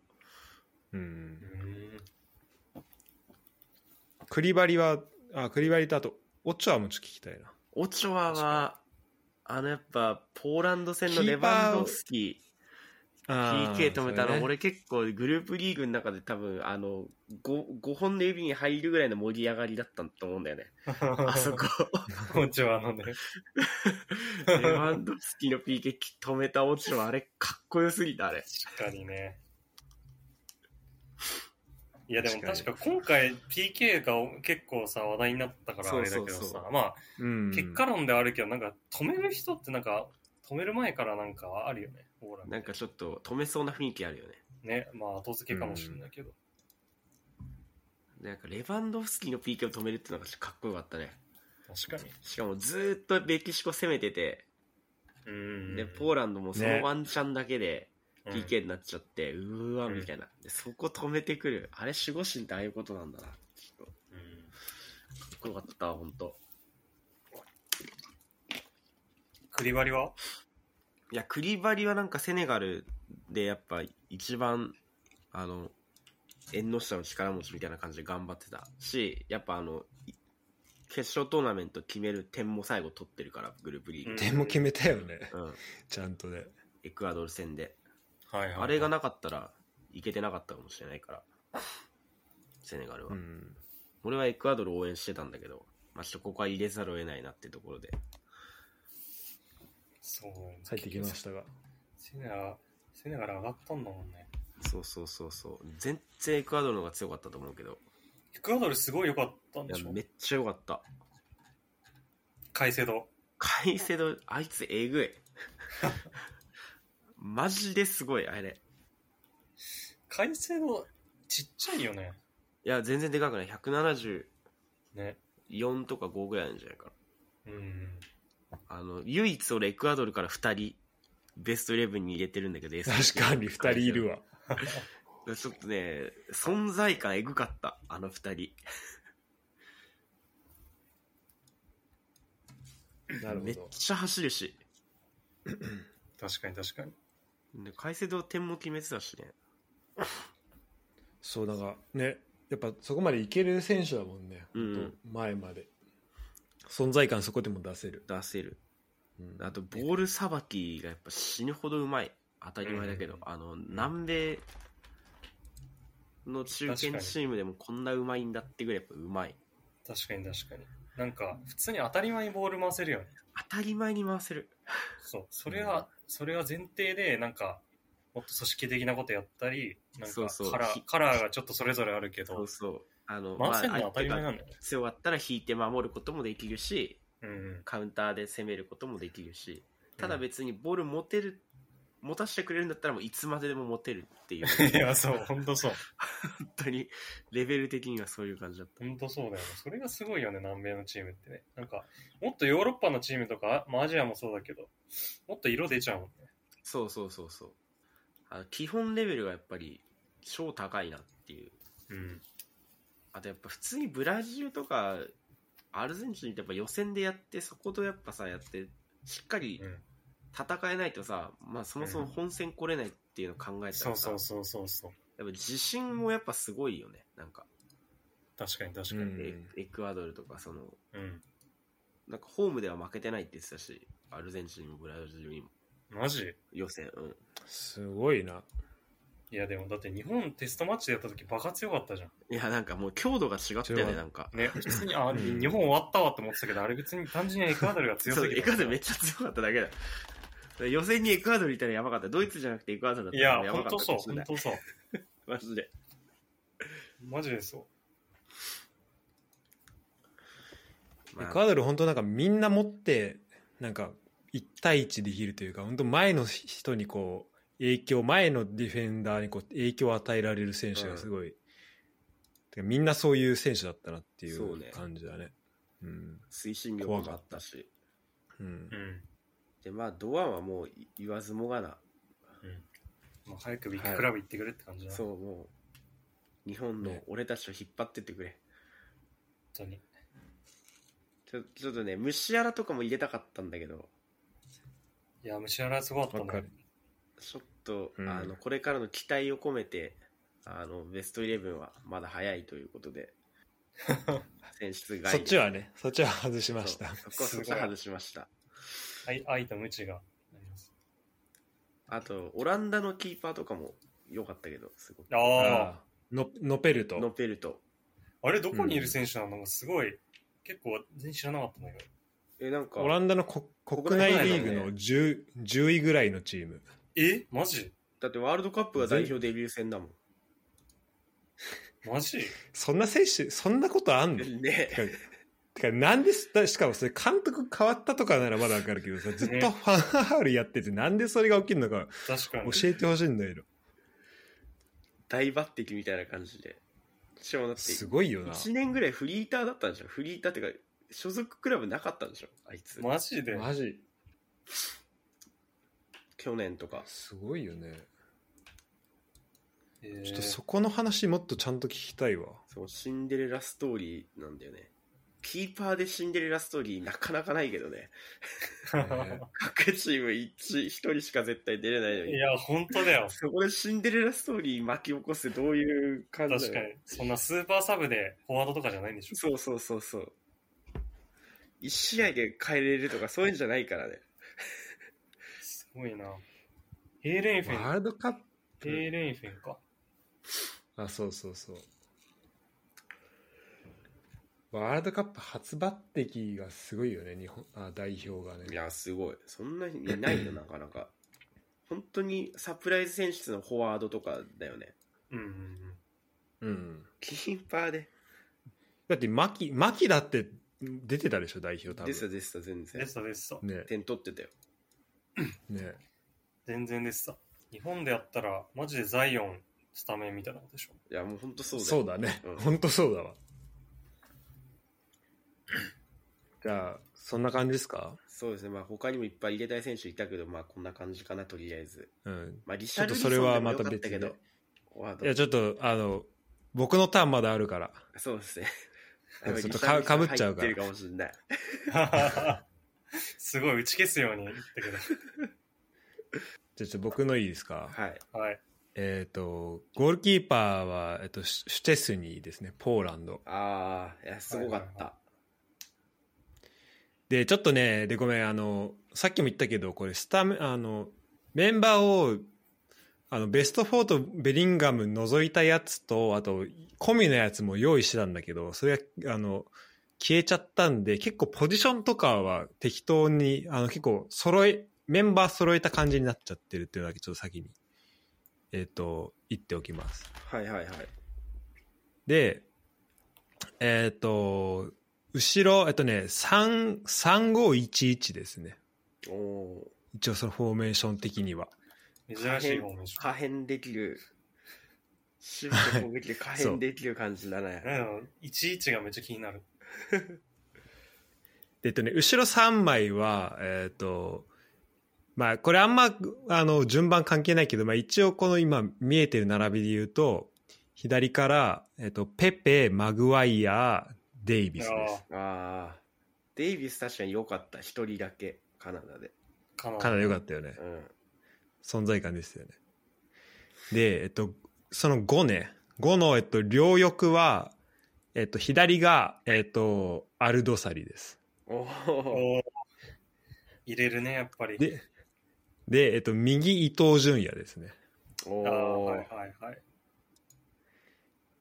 Speaker 1: うん
Speaker 3: ー。うーん
Speaker 1: クリバリはあクリバリとあとオチョアもちょっと聞きたいな
Speaker 2: オチョアはあのやっぱポーランド戦の
Speaker 1: キ
Speaker 2: レ
Speaker 1: ーパー
Speaker 2: バンドフスキー PK 止めた
Speaker 1: ら
Speaker 2: の、俺結構グループリーグの中で多分あの 5, 5本の指に入るぐらいの盛り上がりだったと思うんだよねあそこ
Speaker 3: [LAUGHS] こんにちは、あのね。
Speaker 2: レバンドフスキの PK 止めたオチはあれかっこよすぎたあれ
Speaker 3: 確かにね。いやでも
Speaker 1: 確
Speaker 3: 確か今回 PK が結構さ話題になったから
Speaker 2: そ
Speaker 3: あ
Speaker 2: う
Speaker 3: れだけ
Speaker 2: そう
Speaker 3: どさ
Speaker 2: そう
Speaker 3: まあ
Speaker 1: うん
Speaker 3: 結果論ではあるけどなんか止める人ってなんか止める前からなんかあるよねオーラみた
Speaker 2: ないんかちょっと止めそうな雰囲気あるよね
Speaker 3: ねまあ後付けかもしれないけど、
Speaker 2: なんかレバンドフスキの PK を止めるってのがかっこよかったね
Speaker 3: 確かに
Speaker 2: しかもずーっとメキシコ攻めてて、
Speaker 3: うん
Speaker 2: でポーランドもその
Speaker 1: ね
Speaker 2: ワンチャンだけで
Speaker 3: うん
Speaker 2: PK になっちゃって、うーわ
Speaker 3: うん
Speaker 2: みたいなでそこ止めてくるあれ守護神ってああいうことなんだなか
Speaker 3: うん
Speaker 2: っこよかったわほんと
Speaker 3: クリバリはい
Speaker 2: や、クリバリはなんかセネガルでやっぱ一番あの縁の下の力持ちみたいな感じで頑張ってたしやっぱあのい決勝トーナメント決める点も最後取ってるからグループリーグ、
Speaker 1: 点も決めたよね。
Speaker 2: うん
Speaker 1: ちゃんとね。
Speaker 2: エクアドル戦で
Speaker 3: はいはいはい
Speaker 2: あれがなかったらいけてなかったかもしれないからセネガルは、
Speaker 1: うん。
Speaker 2: 俺はエクアドル応援してたんだけど、まあ、ちょっとここは入れざるを得ないなってところで
Speaker 3: そうなんです
Speaker 1: 入ってきましたが。
Speaker 3: セネガルセネガル上がったんだもんね
Speaker 2: そうそうそうそう全然エクアドルの方が強かったと思うけど
Speaker 3: エクアドルすごい良かったん
Speaker 2: い
Speaker 3: で
Speaker 2: や
Speaker 3: しょ
Speaker 2: めっちゃ良かった
Speaker 3: 改正度
Speaker 2: カイセドあいつえぐい [LAUGHS] マジですごいあれ
Speaker 3: 改正度ちっちゃいよね
Speaker 2: いや全然でかくない174
Speaker 3: ね
Speaker 2: とか5ぐらいなんじゃないか
Speaker 3: うん
Speaker 2: なあの唯一俺エクアドルから2人ベストイレブンに入れてるんだけど
Speaker 1: 確かに2人いる
Speaker 2: わ
Speaker 1: わ。
Speaker 2: ちょっとね存在感えぐかったあの2人
Speaker 1: なる
Speaker 2: め
Speaker 1: ほ
Speaker 2: っ
Speaker 1: ど。
Speaker 2: ちゃ走るし
Speaker 3: 確かに確かに
Speaker 2: でカイセド点も決めてたしね
Speaker 1: そう、だからね、やっぱそこまでいける選手だもんね。
Speaker 2: うん
Speaker 1: ほと前まで。存在感そこでも出せる。
Speaker 2: 出せる
Speaker 1: うん
Speaker 2: あとボールさばきがやっぱ死ぬほどうまい当たり前だけど、
Speaker 3: うん
Speaker 2: あの南米の中堅チームでもこんなうまいんだってぐらいやっぱうまい
Speaker 3: 確かに確かになんか普通に当たり前にボール回せるよね
Speaker 2: 当たり前に回せる
Speaker 3: そうそれは、それは前提でなんかもっと組織的なことやったりなんか
Speaker 2: そうそう
Speaker 3: カラーカラーがちょっとそれぞれあるけ
Speaker 2: そ
Speaker 3: ど
Speaker 2: うそうあの
Speaker 3: 回せるの
Speaker 2: まあ
Speaker 3: は当たり前な
Speaker 2: 相
Speaker 3: ん
Speaker 2: 手が
Speaker 3: だよね、
Speaker 2: 強かったら引いて守ることもできるし
Speaker 3: うん
Speaker 2: カウンターで攻めることもできるしただ別にボール持てる持たせてくれるんだったらもういつまででも持てるって
Speaker 3: [LAUGHS]
Speaker 2: いう
Speaker 3: うん、いやそう本当そう
Speaker 2: 本当にレベル的にはそういう感じだった
Speaker 3: 本当そうだよね。それがすごいよね、南米のチームってね。なんか、もっとヨーロッパのチームとか、まあアジアもそうだけど、もっと色出ちゃうもんね。
Speaker 2: そうそうそうそうあの基本レベルがやっぱり超高いなっていう
Speaker 3: うん。
Speaker 2: あとやっぱ普通にブラジルとかアルゼンチンってやっぱ予選でやってそことやっぱさやってしっかり
Speaker 3: うん、
Speaker 2: 戦えないとさ、まあそもそも本戦来れないっていうのを考えた
Speaker 3: そ
Speaker 2: ら
Speaker 3: う
Speaker 2: さ、
Speaker 3: そうそうそうそう。
Speaker 2: やっぱ自信もやっぱすごいよねなんか、
Speaker 3: 確かに確か
Speaker 1: う
Speaker 3: に。
Speaker 1: ん
Speaker 2: エエクアドルとかその
Speaker 3: うん。
Speaker 2: なんかホームでは負けてないって言ってたしアルゼンチンにもブラジルにも
Speaker 3: マジ
Speaker 2: 予選うん
Speaker 1: すごいな。
Speaker 3: いやでもだって日本テストマッチでやった時バカ強かったじゃん。
Speaker 2: いやなんかもう強度が違ったよねなんか
Speaker 3: ね、普通に、あ、
Speaker 1: うん
Speaker 3: 日本終わったわって思ってたけど、あれ別に単純にエクアドルが強
Speaker 2: そ
Speaker 3: す
Speaker 2: う
Speaker 3: ぎ
Speaker 2: エ
Speaker 3: て
Speaker 2: クアドルめっちゃ強かっただけだ。予選にエクアドルいたらやばかった。ドイツじゃなくてエクアドルだ
Speaker 3: い
Speaker 2: った
Speaker 3: や
Speaker 2: ら、やば
Speaker 3: 本
Speaker 2: かった
Speaker 3: 当
Speaker 2: か
Speaker 3: そう、
Speaker 2: もしれな
Speaker 3: 本
Speaker 2: い
Speaker 3: 当そう。
Speaker 2: マジで。
Speaker 3: マジでそう。
Speaker 1: エ
Speaker 2: ま
Speaker 1: ク
Speaker 2: あ
Speaker 1: アドル本当なんかみんな持ってなんか1対1できるというか本当前の人にこう影響前のディフェンダーにこう影響を与えられる選手がすごい、てかみんなそういう選手だったなってい
Speaker 2: そうね
Speaker 1: う感じだねうん
Speaker 2: 推進力もあったし。
Speaker 1: うん
Speaker 3: うん。
Speaker 2: で、まあ、ドアンはもう言わずもがな。
Speaker 3: まあ、早くビッグクラブ行ってくれって感じだ、
Speaker 2: そ
Speaker 3: 本
Speaker 2: う、もう、日本の
Speaker 1: ね
Speaker 2: 俺たちを引っ張ってってくれ。
Speaker 3: 当に。
Speaker 2: ちょちょっとね、虫やらとかも入れたかったんだけど、
Speaker 3: いや、虫原すごか
Speaker 1: わ
Speaker 3: った
Speaker 1: か
Speaker 3: ね
Speaker 1: る。
Speaker 2: ちょっと、
Speaker 1: うん
Speaker 2: あの、これからの期待を込めて、あの、ベストイレブンはまだ早いというこ
Speaker 1: [LAUGHS]
Speaker 2: とで、選出外です
Speaker 1: そっちはねそっちは外しました
Speaker 2: そうそこはそっちは外しました。
Speaker 3: はい、愛と無知があります。
Speaker 2: あと、オランダのキーパーとかも良かったけど、すごく。
Speaker 3: あ
Speaker 1: あーのノペル
Speaker 2: ノ
Speaker 1: ト
Speaker 2: ペルト。
Speaker 3: あ、あれどこにいる選手なのすごい、結構全然知らなかったんだけど。
Speaker 2: え、なんか、
Speaker 1: オランダのこ国内リーグの 10, 10位ぐらいのチーム
Speaker 3: えマジ
Speaker 2: だってワールドカップが代表デビュー戦だもん。
Speaker 3: マジ
Speaker 1: そんな選手そんなことあんの
Speaker 2: ね
Speaker 1: てか、てかなんですだしかもそれ監督変わったとかならまだわかるけどさ、ずっとファンハールやってて、なんでそれが起きるのか
Speaker 3: 確かに。
Speaker 1: 教えてほしいんだけど。
Speaker 2: 大抜擢みたいな感じで。しかもだって、
Speaker 1: すごいよな。
Speaker 2: 1年ぐらいフリーターだったんでしょフリーターってか、所属クラブなかったんでしょあいつ。
Speaker 3: マジで
Speaker 1: マジ。
Speaker 2: 去年とか。
Speaker 1: すごいよね。
Speaker 3: えー
Speaker 1: ちょっとそこの話もっとちゃんと聞きたいわ。
Speaker 2: そう、シンデレラストーリーなんだよね。キーパーでシンデレラストーリーなかなかないけどね。
Speaker 1: ー
Speaker 2: 各チーム一一人しか絶対出れないの
Speaker 3: [LAUGHS] い
Speaker 2: に。
Speaker 3: や、本当だよ。
Speaker 2: そこでシンデレラストーリー巻き起こすってどういう感じ
Speaker 3: 確かに。そんなスーパーサブでフォワードとかじゃないんでしょ。
Speaker 2: そうそうそうそう。一試合で変えれるとかそういうんじゃないからね。
Speaker 3: すごいな。ヘーレンフェ
Speaker 1: [LAUGHS]
Speaker 3: ン
Speaker 1: ワ、ールドカッ
Speaker 3: ヘーレンフェンか。
Speaker 1: プ、あ、そうそうそう。ワールドカップ初抜擢がすごいよね、日本あ代表がね。
Speaker 2: いや、すごい。そんなにいないよ、なかなか。本当にサプライズ選出のフォワードとかだよね。
Speaker 3: うんうんう
Speaker 1: う
Speaker 3: ん。
Speaker 1: ん、
Speaker 2: キーパーで。
Speaker 1: だって牧、牧だって出てたでしょ、代表多
Speaker 2: でした
Speaker 1: 分。
Speaker 2: でした、全
Speaker 3: で
Speaker 2: 然。
Speaker 3: したでした。
Speaker 1: ね
Speaker 2: 点取ってたよ。
Speaker 1: ね
Speaker 3: 全然でした。日本でやったら、マジでザイオンスタメンみたいなことで [LAUGHS] しょ。
Speaker 2: いや、もう本当そうだよ。
Speaker 1: そうだね、
Speaker 2: うん
Speaker 1: ほんとそうだわ。 [COUGHS] じゃあ、そんな感じですか
Speaker 2: そうですね、まあ、他にもいっぱい入れたい選手いたけど、まあ、こんな感じかな、とりあえず。
Speaker 1: うん。
Speaker 2: まあ、リシャルリ
Speaker 1: ちょっとそ
Speaker 2: ソンで
Speaker 1: れ
Speaker 2: も
Speaker 1: は
Speaker 2: よか
Speaker 1: ま
Speaker 2: ったた
Speaker 1: 別
Speaker 2: けど
Speaker 1: で、
Speaker 2: フォワード
Speaker 1: いや、ちょっと、あの、僕のターンまだあるから。
Speaker 2: そうですね。
Speaker 1: ちょっと
Speaker 2: リシャルリソン
Speaker 1: かぶっちゃうから
Speaker 2: 入ってるかもしれない。
Speaker 3: すごい打ち消すように言ったけ
Speaker 1: じゃあ、ちょっと僕のいいですか。
Speaker 2: はい。
Speaker 3: ど。はい。
Speaker 1: えっ、と、ゴールキーパーは、えっと、シュシュチェスニーですね、ポーランド。
Speaker 2: ああ、いや、すごかった。
Speaker 1: で、ちょっとね、で、ごめん、あの、さっきも言ったけど、これ、スタメン、あの、メンバーを、あの、ベスト4とベリンガム除いたやつと、あと、コミのやつも用意してたんだけど、それが、あの、消えちゃったんで、結構ポジションとかは適当に、あの、結構揃え、メンバー揃えた感じになっちゃってるっていうのだけちょっと先に、えっ、と、言っておきます。
Speaker 2: はいはいはい。
Speaker 1: で、えっ、と、後ろ、えっとね、3、3511ですね。
Speaker 2: おお
Speaker 1: 一応そのフォーメーション的には。
Speaker 3: 珍しい方面でし
Speaker 2: ー。
Speaker 3: ょ。
Speaker 2: 可変できる。守備と攻撃で可変できる感じだね。
Speaker 3: うん、いちいちがめっちゃ気になる。
Speaker 1: で、えっとね、後ろ3枚は、えっ、と、まあ、これあんま、あの、順番関係ないけど、まあ一応この今見えてる並びで言うと、左から、えっと、ペペ、マグワイア、デイビスです。
Speaker 2: ああ。デイビス確かに良かった。一人だけ。カナダで。
Speaker 3: かな
Speaker 1: かなり良かったよね。
Speaker 2: うん。
Speaker 1: 存在感ですよね。で、えっと、その5ね、5の、えっと、両翼は、えっと、左が、えっと、アルドサリです。
Speaker 2: おお。
Speaker 3: おー入れるね、やっぱり。
Speaker 1: で、で、えっと、右伊東純也ですね。
Speaker 2: お
Speaker 3: あー
Speaker 2: おー
Speaker 3: はい。はいはい。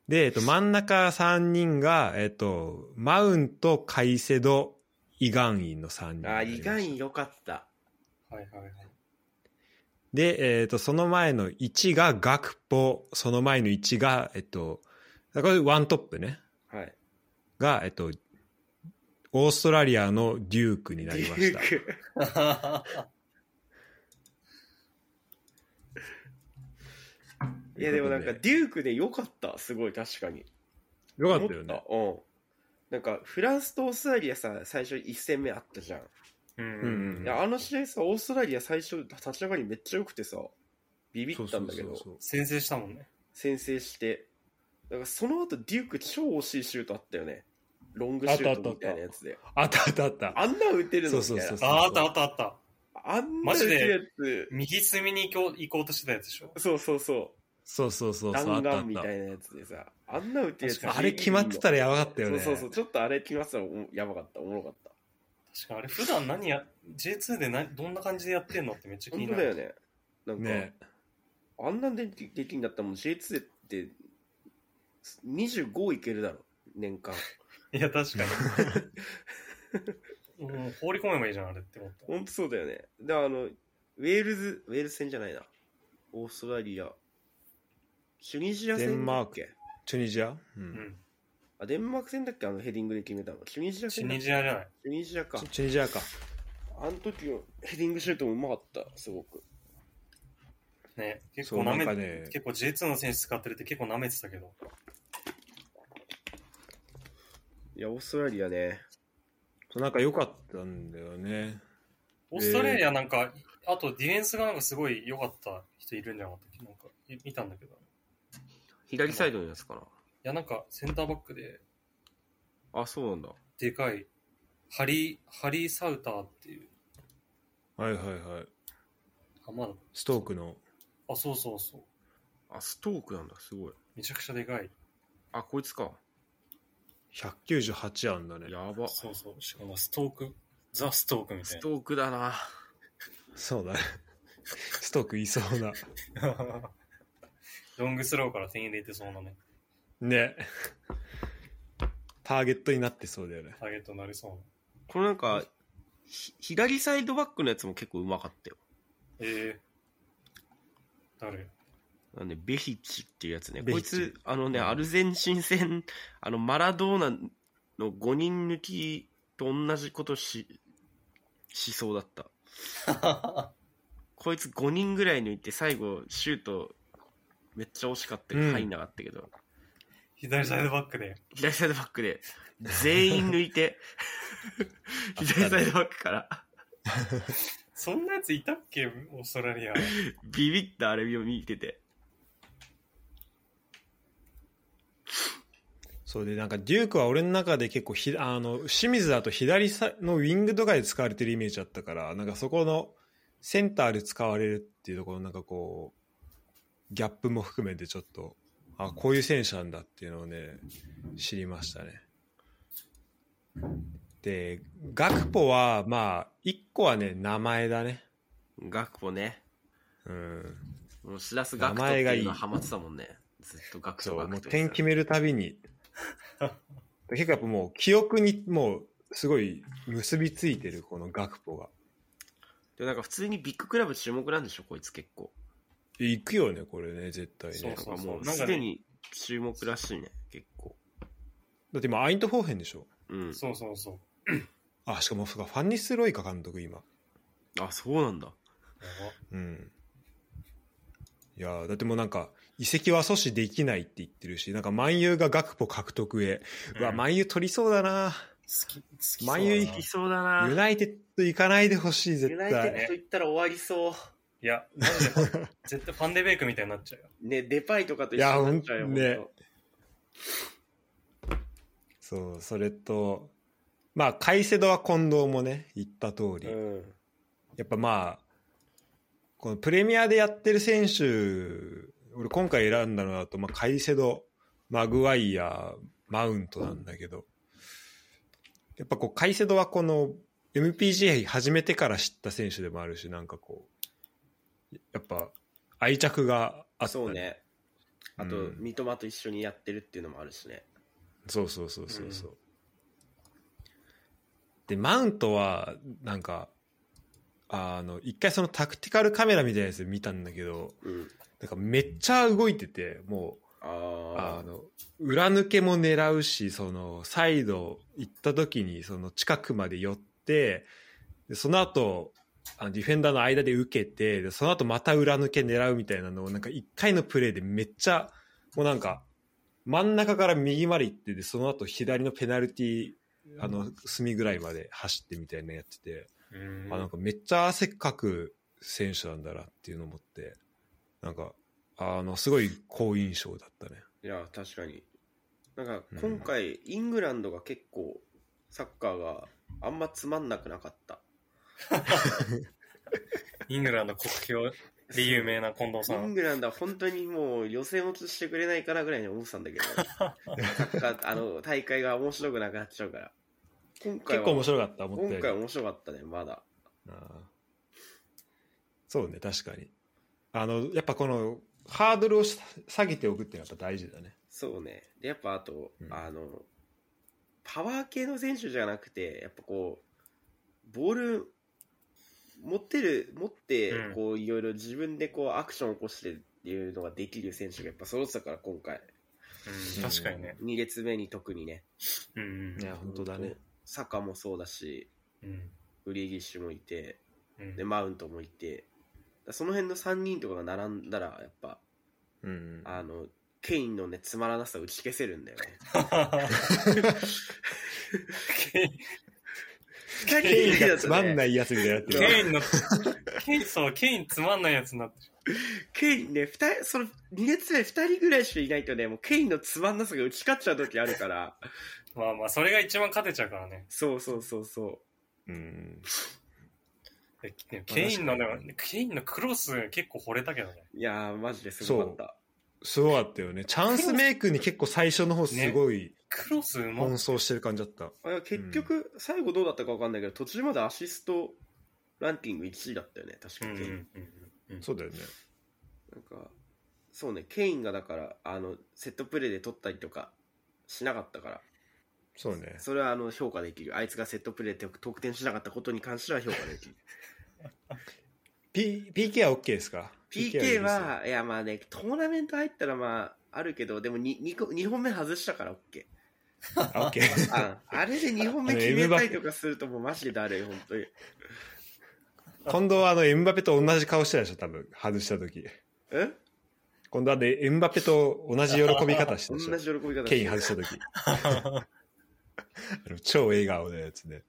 Speaker 1: で、えっと、真ん中3人が、えっと、マウント、カイセド、イガンインの3人に
Speaker 2: あ
Speaker 1: な
Speaker 2: あ、
Speaker 1: りま
Speaker 2: 意
Speaker 1: した。
Speaker 2: 外に良かった。
Speaker 3: はいはいはい。
Speaker 1: で、えっと、その前の1がガクポ、その前の1が、えっと、これワントップね。
Speaker 2: はい。
Speaker 1: が、えっと、オーストラリアのデュークになりました。
Speaker 2: デュークいやでもなんかデュークで良かった。すごい、確かに。
Speaker 1: よかったよね。
Speaker 2: 思ったうん。なんかフランスとオーストラリアさ、最初1戦目あったじゃん。
Speaker 3: うん
Speaker 1: う
Speaker 2: い
Speaker 1: ん
Speaker 2: や、あの試合さ、オーストラリア最初、立ち上がりめっちゃ良くてさ、ビビったんだけど、
Speaker 1: そう
Speaker 3: 先制したもんね。
Speaker 2: 先制して、だからその後、デューク超惜しいシュートあったよね。ロングシ
Speaker 1: あっ
Speaker 2: ュ
Speaker 1: た
Speaker 2: ートみたいなやつで。
Speaker 1: あったあったあった。
Speaker 2: あんな打てるのみたい
Speaker 1: そう
Speaker 2: な。
Speaker 1: そうそう
Speaker 3: ああったあったあった。
Speaker 2: あんな
Speaker 3: マ
Speaker 2: 打て
Speaker 3: ジで
Speaker 2: るや
Speaker 3: 右隅に行こう行こうとしてたやつでしょ。
Speaker 2: つ。そうそうそ
Speaker 1: そうそうそう
Speaker 2: う。
Speaker 1: そう、あ
Speaker 2: 弾
Speaker 1: ったあ
Speaker 2: 丸
Speaker 1: っ
Speaker 2: みた
Speaker 1: た。
Speaker 2: いなやつでさ、あんな打てるやつ。
Speaker 1: あれ決まってたらやばかったよね。
Speaker 2: そうそうそう、ちょっとあれ決まってたらおやばかった、おもろかった。
Speaker 3: 確かあれ普段何や J2 でなどんな感じでやってんのってめっちゃ気
Speaker 2: 本
Speaker 3: に
Speaker 2: 当
Speaker 3: な
Speaker 2: だ
Speaker 3: る。
Speaker 2: よね。なんか、
Speaker 1: ね。
Speaker 2: あんなできできんだったらもう J2 って25いけるだろ、年間。
Speaker 3: いや確かに。もう放り込めばいいじゃんあれって思った。
Speaker 2: ほんとそうだよね。だからあの、ウェールズ、ウェールズ戦じゃないな。オーストラリア。チュニジア戦だっ
Speaker 1: デ
Speaker 2: け
Speaker 1: チュニジアう。
Speaker 3: うんん。
Speaker 2: あ、デンマーク戦だっけあのヘディングで決めたの。チュニジア
Speaker 3: チ
Speaker 2: 戦
Speaker 3: ュ
Speaker 2: だっ
Speaker 3: ニ
Speaker 2: け
Speaker 3: ジアじゃない。
Speaker 2: チュニジアか
Speaker 1: チ。チュニジアか。
Speaker 2: あの時のヘディングシュートもうまかった、すごく。
Speaker 3: ね結
Speaker 1: そう、
Speaker 3: 構
Speaker 1: な
Speaker 3: なんめ
Speaker 1: かね、
Speaker 3: 結構 J2 の選手使ってるって結構舐めてたけど。
Speaker 2: いや、オーストラリアね。
Speaker 1: なんか良かったんだよね。
Speaker 3: オーストラリアなんか、あとディフェンスがなんかすごい良かった人いるんじゃなかったっけなんかい見たんだけど。い
Speaker 2: 左サイドのやつか
Speaker 3: やなんかセンターバックで、
Speaker 2: な。あ、そうなんだ。
Speaker 3: でかい、ハリー、ハリー・サウターっていう、
Speaker 1: はいはいはい。
Speaker 3: 浜田、
Speaker 1: ストークの。
Speaker 3: あ、そうそうそう。
Speaker 2: あ、ストークなんだ、すごい。
Speaker 3: めちゃくちゃでかい。
Speaker 2: あ、こいつか。
Speaker 1: 198案だね。
Speaker 2: やば。
Speaker 3: そうそう。しかもストーク、ザ・ストークみた
Speaker 2: ス
Speaker 3: いな。
Speaker 2: トークだな。
Speaker 1: そうだね。 [LAUGHS] ストークいそうな。
Speaker 3: [LAUGHS] ロングスローから点入れてそうなね。
Speaker 1: ね。ターゲットになってそうだよね。
Speaker 3: ターゲットになりそうな。
Speaker 2: このなんか、ひ左サイドバックのやつも結構うまかったよ。
Speaker 3: えー、誰
Speaker 2: なんで、ベヒッチっていうやつね。
Speaker 1: ベ
Speaker 2: こ
Speaker 1: ヒ
Speaker 2: い
Speaker 1: ッチ
Speaker 2: つ、あのね、
Speaker 1: うん
Speaker 2: アルゼンチン戦、あの、マラドーナの5人抜きと同じことし、しそうだった。
Speaker 1: [LAUGHS]
Speaker 2: こいつ5人ぐらい抜いて、最後、シュート、めっちゃ惜しかったけ
Speaker 1: う
Speaker 2: ど、
Speaker 1: ん
Speaker 2: 入んなかったけど、
Speaker 3: 左サイドバックで。
Speaker 2: 左サイドバックで、全員抜いて、
Speaker 1: [LAUGHS] あ
Speaker 2: [LAUGHS]
Speaker 1: ったね
Speaker 2: 左サイドバックから、
Speaker 3: そんなやついたっけオーストラリア。
Speaker 2: ビビったあれを見てて。
Speaker 1: そうで、なんかデュークは俺の中で結構ひ、あの、清水だと左さのウィングとかで使われてるイメージだったから、なんかそこのセンターで使われるっていうところのなんかこう、ギャップも含めてちょっと、あ、こういう選手なんだっていうのをね、知りましたね。で、ガクポは、まあ、一個はね、名前だね。
Speaker 2: 学校ね。
Speaker 1: うん。
Speaker 2: もうしらす学徒っていうのはハマってたもんね。ずっと学
Speaker 1: そ
Speaker 2: 徒
Speaker 1: う、も
Speaker 2: 学
Speaker 1: う
Speaker 2: 徒
Speaker 1: 点決めるたびに。 [LAUGHS] 結構やっぱもう記憶にもうすごい結びついてるこの学ポが。
Speaker 2: でもなんか普通にビッグクラブ注目なんでしょ、こいつ結構。
Speaker 1: 行くよね、これね、絶対
Speaker 3: そう
Speaker 1: ね
Speaker 2: なん。
Speaker 3: そ
Speaker 2: か
Speaker 3: うそう
Speaker 2: もう
Speaker 3: なんかね
Speaker 2: すでに注目らしいね、結構。
Speaker 1: だって今、アイント・フォーヘンでしょ。
Speaker 2: うん。
Speaker 3: そうそうそ
Speaker 1: あ、しかも、そうか、ファンニス・ロイカ監督、今。
Speaker 2: あ、そうなんだ。
Speaker 3: う。やば
Speaker 1: うん。いやーだってもうなんか、移籍は阻止できないって言ってるし、なんか、万有が学ポ獲得へ。うわ、
Speaker 3: うん
Speaker 1: 万有取りそうだな
Speaker 3: 好き、好き
Speaker 1: マユイ
Speaker 3: そうだ
Speaker 2: い
Speaker 3: な
Speaker 2: そうだな
Speaker 1: ユ。ナイテッド行かないでほしい、絶
Speaker 2: ユナイテ
Speaker 1: 対。
Speaker 2: ッド行ったら終わりそう。
Speaker 3: いや、マジで、絶対ファンデ [LAUGHS] ベイクみたいになっちゃうよ。
Speaker 2: ね、デパイとかと一緒になっちゃうよ。
Speaker 1: いや
Speaker 2: ほんと
Speaker 1: そう、それと、まあ、カイセドは近藤もね、言った通り、
Speaker 2: うん。
Speaker 1: やっぱまあ、このプレミアでやってる選手、俺今回選んだのだと、まあ、カイセド、マグワイア、マウントなんだけど、やっぱこう、カイセドはこの MPGA 始めてから知った選手でもあるし、なんかこう、やっぱ愛着があった
Speaker 2: そう。ね。あと、
Speaker 1: うん
Speaker 2: 三笘と一緒にやってるっていうのもあるしね。
Speaker 1: そうそうそうそうそう。で、マウントは、なんか、あの、一回そのタクティカルカメラみたいなやつ見たんだけど、
Speaker 2: うん。
Speaker 1: なんかめっちゃ動いてて、もう、あ
Speaker 2: あ
Speaker 1: の、裏抜けも狙うし、その、サイド行った時に、その近くまで寄って、でその後、あのディフェンダーの間で受けて、でその後また裏抜け狙うみたいなのを、なんか一回のプレーでめっちゃ、もうなんか、真ん中から右まで行って、で、その後左のペナルティー、あの、隅ぐらいまで走ってみたいなのやってて、
Speaker 3: うん
Speaker 1: あなんかめっちゃ汗かく選手なんだなっていうのを思って、なんか、あの、すごい好印象だったね。
Speaker 2: あ。いや、確かに。なんか
Speaker 1: うん、
Speaker 2: 今回、イングランドが結構、サッカーがあんまつまんなくなかった。
Speaker 3: イングランド国境で有名な近藤さ
Speaker 2: イン
Speaker 3: ん。
Speaker 2: グランドは本当にもう予選落ちしてくれないからぐらいに思ってたんだけど、サッカー
Speaker 1: [LAUGHS]
Speaker 2: あの大会が面白くなくなっちゃうから。今
Speaker 1: 結
Speaker 2: 回は
Speaker 1: 構面白かった、思った
Speaker 2: 今回
Speaker 1: より。
Speaker 2: 面白かったね、まだ。
Speaker 1: あーそうね、確かに。あの、やっぱこの、ハードルをし下げておくっていうのはやっぱ大事だね。
Speaker 2: そうね。で、やっぱあと、
Speaker 1: うん
Speaker 2: あの、パワー系の選手じゃなくて、やっぱこう、ボール、持ってる、持って
Speaker 3: う、ん
Speaker 2: こう、いろいろ自分でこう、アクションを起こしてっていうのができる選手がやっぱ揃ってたから、今回。
Speaker 3: うん、確かにね。
Speaker 2: 2列目に特にね。
Speaker 3: うんうん。
Speaker 1: いや、本当だね。。
Speaker 2: サカもそうだし、
Speaker 3: うん
Speaker 2: ウリーギッシュもいて、
Speaker 3: うん
Speaker 2: でマウントもいてだその辺の3人とかが並んだらやっぱ
Speaker 1: うん。
Speaker 2: あのケインのねつまらなさを打ち消せるんだよね
Speaker 1: [LAUGHS]
Speaker 2: 2人
Speaker 1: ケイ
Speaker 2: だ
Speaker 1: ン
Speaker 2: けだ
Speaker 1: が
Speaker 2: と
Speaker 1: つまんないいやつみたいになって
Speaker 3: [LAUGHS] ケ
Speaker 1: る。
Speaker 3: インの、ケイン、そう、ケインつまんないやつになってる。
Speaker 2: ケインね二人その2列目2人ぐらいしかいないとねもうケインのつまんなさが打ち勝っちゃう時あるから
Speaker 3: [LAUGHS] まあまあ、それが一番勝てちゃうからね。
Speaker 2: そうそうそうそう。
Speaker 1: うん。
Speaker 3: でケインのね、ケインのクロス結構惚れたけどね。
Speaker 2: いやー、マジですごかった。
Speaker 1: すごかったよね。チャンスメイクに結構最初の方すごい
Speaker 3: クロスうま
Speaker 1: 奔
Speaker 3: っ
Speaker 1: 走してる感じだった。
Speaker 2: あいや結局、最後どうだったか分かんないけど、途中までアシストランキング1位だったよね、確か
Speaker 3: うんうん
Speaker 2: ケイン。
Speaker 3: うんうん。
Speaker 1: そうだよね。
Speaker 2: なんか、そうね、ケインがだから、あの、セットプレーで取ったりとかしなかったから、
Speaker 1: そうね。
Speaker 2: それはあの評価できる。あいつがセットプレーで得点しなかったことに関しては評価できる。
Speaker 1: P、PK は OK ですか
Speaker 2: PK は、いやまあね、トーナメント入ったらまあ、あるけど、でも 2, 2, 個2本目外したから OK。
Speaker 1: あ OK。
Speaker 2: ああれで2本目決めたりとかするともうマジでだるい、本当に。
Speaker 1: 今度はあの、エムバペと同じ顔してたでしょ、多分。外した時。
Speaker 2: え
Speaker 1: 今度はで、エムバペと同じ喜び方してた
Speaker 2: 同
Speaker 1: でし
Speaker 2: じ
Speaker 1: ょ。
Speaker 2: 喜び方
Speaker 1: ケイン外した時。あの超笑顔のやつで。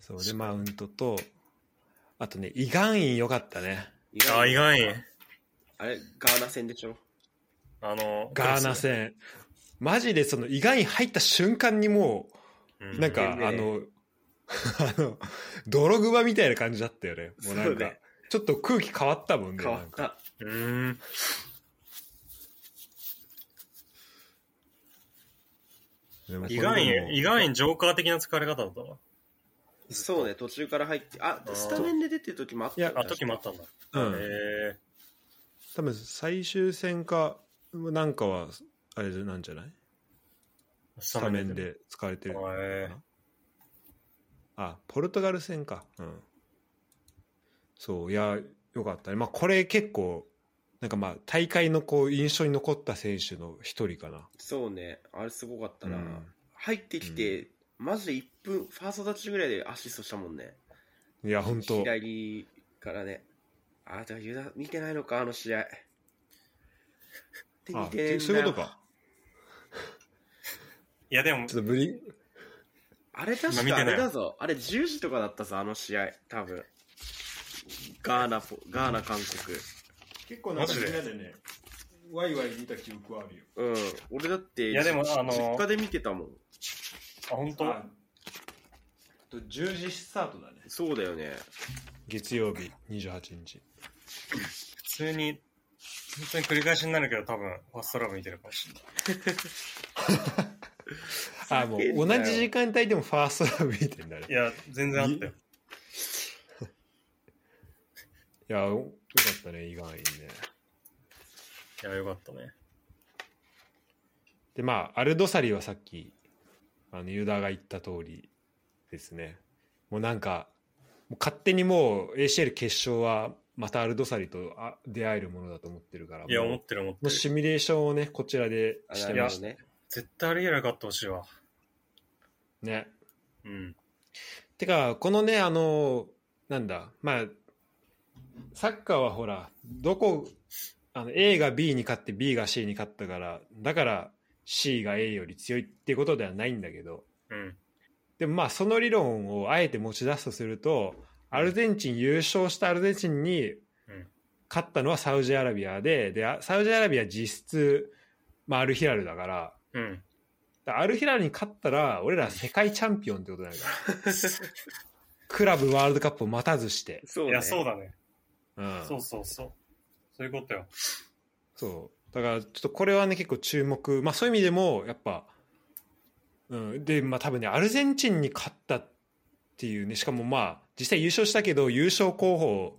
Speaker 1: そうで、マウントと、あとね、イガンイン良かったね。
Speaker 2: 意外
Speaker 3: あ、意
Speaker 2: に
Speaker 3: 外に。
Speaker 2: あれ、ガーナ戦でしょ
Speaker 3: あの、
Speaker 1: ガーナ
Speaker 3: クロ
Speaker 1: 戦。マジでその、イガンイン入った瞬間にも
Speaker 3: ス。う
Speaker 1: う、なんか、
Speaker 2: うん
Speaker 1: あの、 [LAUGHS] あの、泥熊みたいな感じだったよね。もうな
Speaker 2: そ
Speaker 1: ん
Speaker 2: う
Speaker 1: か、
Speaker 2: ね
Speaker 1: ちょっと空気変わったもんね。
Speaker 2: 変わ
Speaker 1: な
Speaker 2: っ
Speaker 1: んか
Speaker 2: た。
Speaker 3: うーん。
Speaker 1: でもこれ
Speaker 3: 意
Speaker 1: でも
Speaker 3: 外に、意外にジョーカー的な疲れ方だったわ。
Speaker 2: そうね、途中から入って、あ、
Speaker 3: ー
Speaker 2: スタメンで出てる時もあったよ
Speaker 1: い
Speaker 3: あ、時もあったんだ。
Speaker 1: うん
Speaker 3: へえ。
Speaker 1: 多分最終戦かなんかはあれなんじゃない
Speaker 3: ス
Speaker 1: スタメン。で使われてる
Speaker 3: へえ。
Speaker 1: あポルトガル戦かうんそういやよかったねまあこれ結構なんかまあ大会のこう印象に残った選手の一人かな
Speaker 2: そうね、あれすごかったな。
Speaker 1: うん
Speaker 2: 入ってきて、マジで1分、ファーストタッチぐらいでアシストしたもんね。
Speaker 1: いや本当
Speaker 2: 左からね。あ、だからユダ、見てないのか、あの試合。で
Speaker 1: あ
Speaker 2: 見てねえんだよ
Speaker 1: そういうことか
Speaker 3: いや、でも
Speaker 1: ち、ょっとブリ
Speaker 2: あれ確
Speaker 3: 今見
Speaker 2: かあ
Speaker 3: てない
Speaker 2: れだぞ。あれ10時とかだったぞ、あの試合。多分。ガーナポ、ガーナ韓国。
Speaker 1: 結構
Speaker 3: なんかみんな
Speaker 1: でねワイワイ見た記憶はあるよ
Speaker 2: うん。俺だって、
Speaker 3: いやでも
Speaker 2: じ
Speaker 3: あのー
Speaker 2: 実家で見てたもん。
Speaker 3: あ、本当
Speaker 1: と10時スタートだね
Speaker 2: そうだよね。
Speaker 1: 月曜日28日
Speaker 3: 普通に、本当に繰り返しになるけど、多分、ファーストラブ見てるかもしれない。
Speaker 1: あもう同じ時間帯でもファーストラブ見てんだね
Speaker 3: いや、全然あった
Speaker 1: い
Speaker 3: よ。
Speaker 1: や、およかったね、意外にね。
Speaker 3: いや、よかったね。
Speaker 1: で、まあ、アルドサリはさっき、あの、ユダが言った通りですね。もうなんか、もう勝手にもう ACL 決勝は、またアルドサリとあ出会えるものだと思ってるから、
Speaker 3: いや、
Speaker 1: もう
Speaker 3: 思ってる思って
Speaker 1: の
Speaker 3: る。
Speaker 1: シミュレーションをね、こちらで
Speaker 2: あ
Speaker 1: し
Speaker 2: な
Speaker 1: て
Speaker 2: る
Speaker 1: ま
Speaker 2: ほ
Speaker 1: し
Speaker 2: ど
Speaker 1: た
Speaker 2: ね。
Speaker 3: 絶対ありえなかってほしいわ。
Speaker 1: ね。
Speaker 3: うん。
Speaker 1: てか、このね、あの、なんだ、まあ、サッカーはほら、どこ、あの A が B に勝って B が C に勝ったから、だから C が A より強いっていうことではないんだけど、
Speaker 3: うん。
Speaker 1: でもまあその理論をあえて持ち出すとするとアルゼンチン優勝したアルゼンチンに
Speaker 3: うん
Speaker 1: 勝ったのはサウジアラビアでであサウジアラビア実質、まあ、アルヒラルだから
Speaker 3: うん。
Speaker 1: だからアルヒラルに勝ったら俺ら世界チャンピオンってことになるからクラブワールドカップを待たずして、
Speaker 2: そう
Speaker 3: い
Speaker 2: ね。
Speaker 3: や、そうだね。
Speaker 1: うん、
Speaker 3: そうそうそう。そういうことよ。
Speaker 1: そうだからちょっとこれはね結構注目、まあ、そういう意味でもやっぱ、うん、でまあ多分ねアルゼンチンに勝ったっていうねしかもまあ実際優勝したけど優勝候補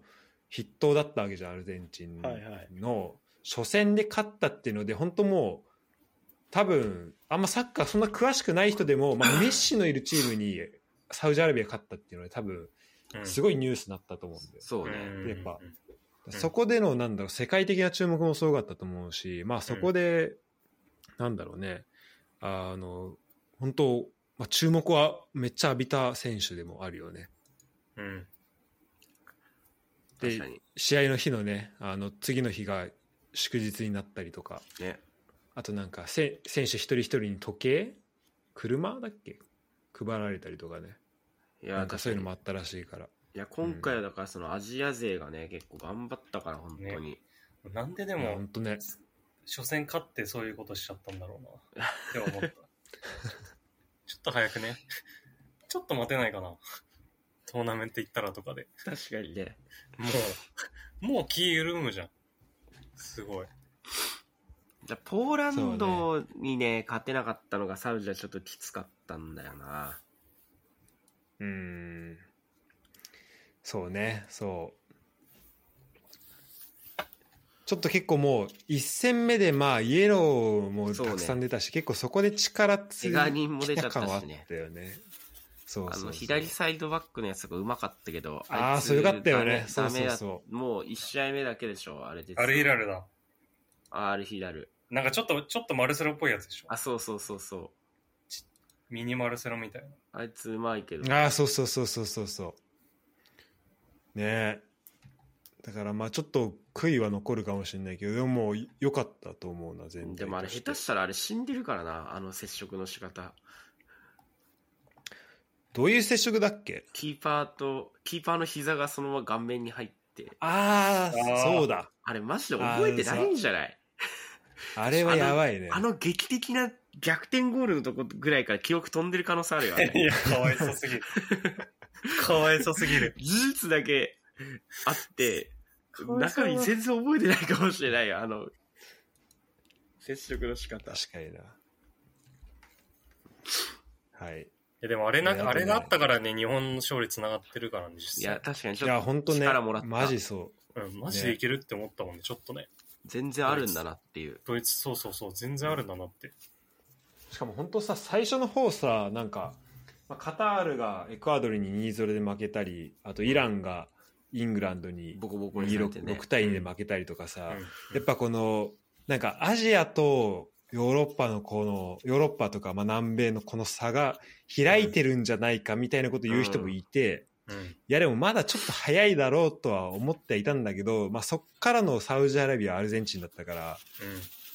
Speaker 1: 筆頭だったわけじゃんアルゼンチン
Speaker 2: はいはい
Speaker 1: の初戦で勝ったっていうので本当もう多分あんまサッカーそんな詳しくない人でも、まあ、メッシのいるチームにサウジアラビア勝ったっていうので多分
Speaker 3: うん
Speaker 1: すごいニュースになったと思うんで
Speaker 2: そうね。
Speaker 3: うん
Speaker 1: やっぱ
Speaker 3: うんん
Speaker 1: そこでのなんだろう世界的な注目もすごかったと思うし、まあ、そこで、なんだろうねあの本当、まあ、注目はめっちゃ浴びた選手でもあるよね。
Speaker 3: うん。
Speaker 1: で
Speaker 2: 確かに。
Speaker 1: 試合の日のねあの次の日が祝日になったりとか
Speaker 2: ね。
Speaker 1: あとなんかせ選手一人一人に時計車だっけ配られたりとかね
Speaker 2: い
Speaker 1: な
Speaker 2: や、
Speaker 1: んかそういうのも
Speaker 2: 確か
Speaker 1: あったらしいから
Speaker 2: にいや、今回はだからそのアジア勢がね、結構頑張ったから、本当に。
Speaker 3: なんでで
Speaker 1: いや
Speaker 3: も
Speaker 1: 本、当ね
Speaker 3: 初戦勝ってそういうことしちゃったんだろう [LAUGHS] な。って思った。ちょっと早くね。ちょっと待てないかな。トーナメント行ったらとかで。
Speaker 2: 確かにね。
Speaker 3: もう、もう気緩むじゃん。すごい。
Speaker 2: じゃあポーランドにね勝てなかったのがサウジはちょっときつかったんだよな。
Speaker 1: うーんそうねそうちょっと結構もう1戦目でまあイエローもたくさん出たし、結構そこで力つ
Speaker 2: 怪我人も出ちゃったしね
Speaker 1: 感はあったよねそうそう
Speaker 2: あ
Speaker 1: そう
Speaker 2: の左サイドバックのやつがうまかったけど、
Speaker 1: あー
Speaker 2: いつ
Speaker 1: そうよかったよね
Speaker 2: ダ
Speaker 1: そ
Speaker 2: メ
Speaker 1: うそうそう
Speaker 2: ダメだもう1試合目だけでしょ、あれで。
Speaker 3: アルヒラルだ。
Speaker 2: あー。アルヒラル。
Speaker 3: なんかちょっと、ちょっとマルセロっぽいやつでしょ。
Speaker 2: あ、そうそうそうそう。
Speaker 3: ミニマルセロみたいな。
Speaker 2: あいつうまいけど。
Speaker 1: ああそうそうそうそうそうそうねえだからまあちょっと悔いは残るかもしれないけどでももう良かったと思うな全体
Speaker 2: でもあれ
Speaker 1: として
Speaker 2: 下手したらあれ死んでるからな、あの接触の仕方。
Speaker 1: どういう接触だっけ
Speaker 2: キーパーと、キーパーの膝がそのまま顔面に入って。
Speaker 1: あ
Speaker 3: あ
Speaker 1: あ
Speaker 3: ー
Speaker 1: そうだ
Speaker 2: あれマジで覚えてないんじゃない
Speaker 1: あれはやばいね
Speaker 2: あの劇的な逆転ゴールのとこぐらいから記憶飛んでる可能性あるよ、
Speaker 1: [LAUGHS]
Speaker 2: ね。
Speaker 3: いや、かわいそうすぎる。かわいそうすぎ [LAUGHS] る。
Speaker 2: 事実だけあって、中身全然覚えてないかもしれないよ、あの、接触の仕方。
Speaker 1: 確かにな。はい。
Speaker 3: いやでもあれな、
Speaker 1: いや
Speaker 3: あれがあったからね、日本の勝利繋がってるからね、
Speaker 2: い
Speaker 3: 実
Speaker 2: や、
Speaker 3: 際。
Speaker 2: 確かにち
Speaker 1: い
Speaker 2: ょ
Speaker 1: や、
Speaker 2: っと
Speaker 1: 本当ね
Speaker 2: 力もらっ、た
Speaker 1: マジそ
Speaker 3: うん、マジでいけるって思ったもんね、ちょっとね。
Speaker 2: 全然あるんだなっていう。
Speaker 3: ドイツ、そうそうそう、全然あるんだなって。
Speaker 1: う。しかも本当さ、最初の方さ、なんか、まあ、カタールがエクアドルに2-0で負けたり、あとイランがイングランドに
Speaker 2: ボコボコにされて
Speaker 1: 6,、
Speaker 2: ね。
Speaker 1: 対2で負けたりとかさ、
Speaker 3: うん
Speaker 1: やっぱこの、なんかアジアとヨーロッパのこの、ヨーロッパとかまあ南米のこの差が開いてるんじゃないかみたいなこと言う人もいて、
Speaker 3: うん
Speaker 1: いやでもまだちょっと早いだろうとは思っていたんだけど、まあ、そっからのサウジアラビアアルゼンチンだったから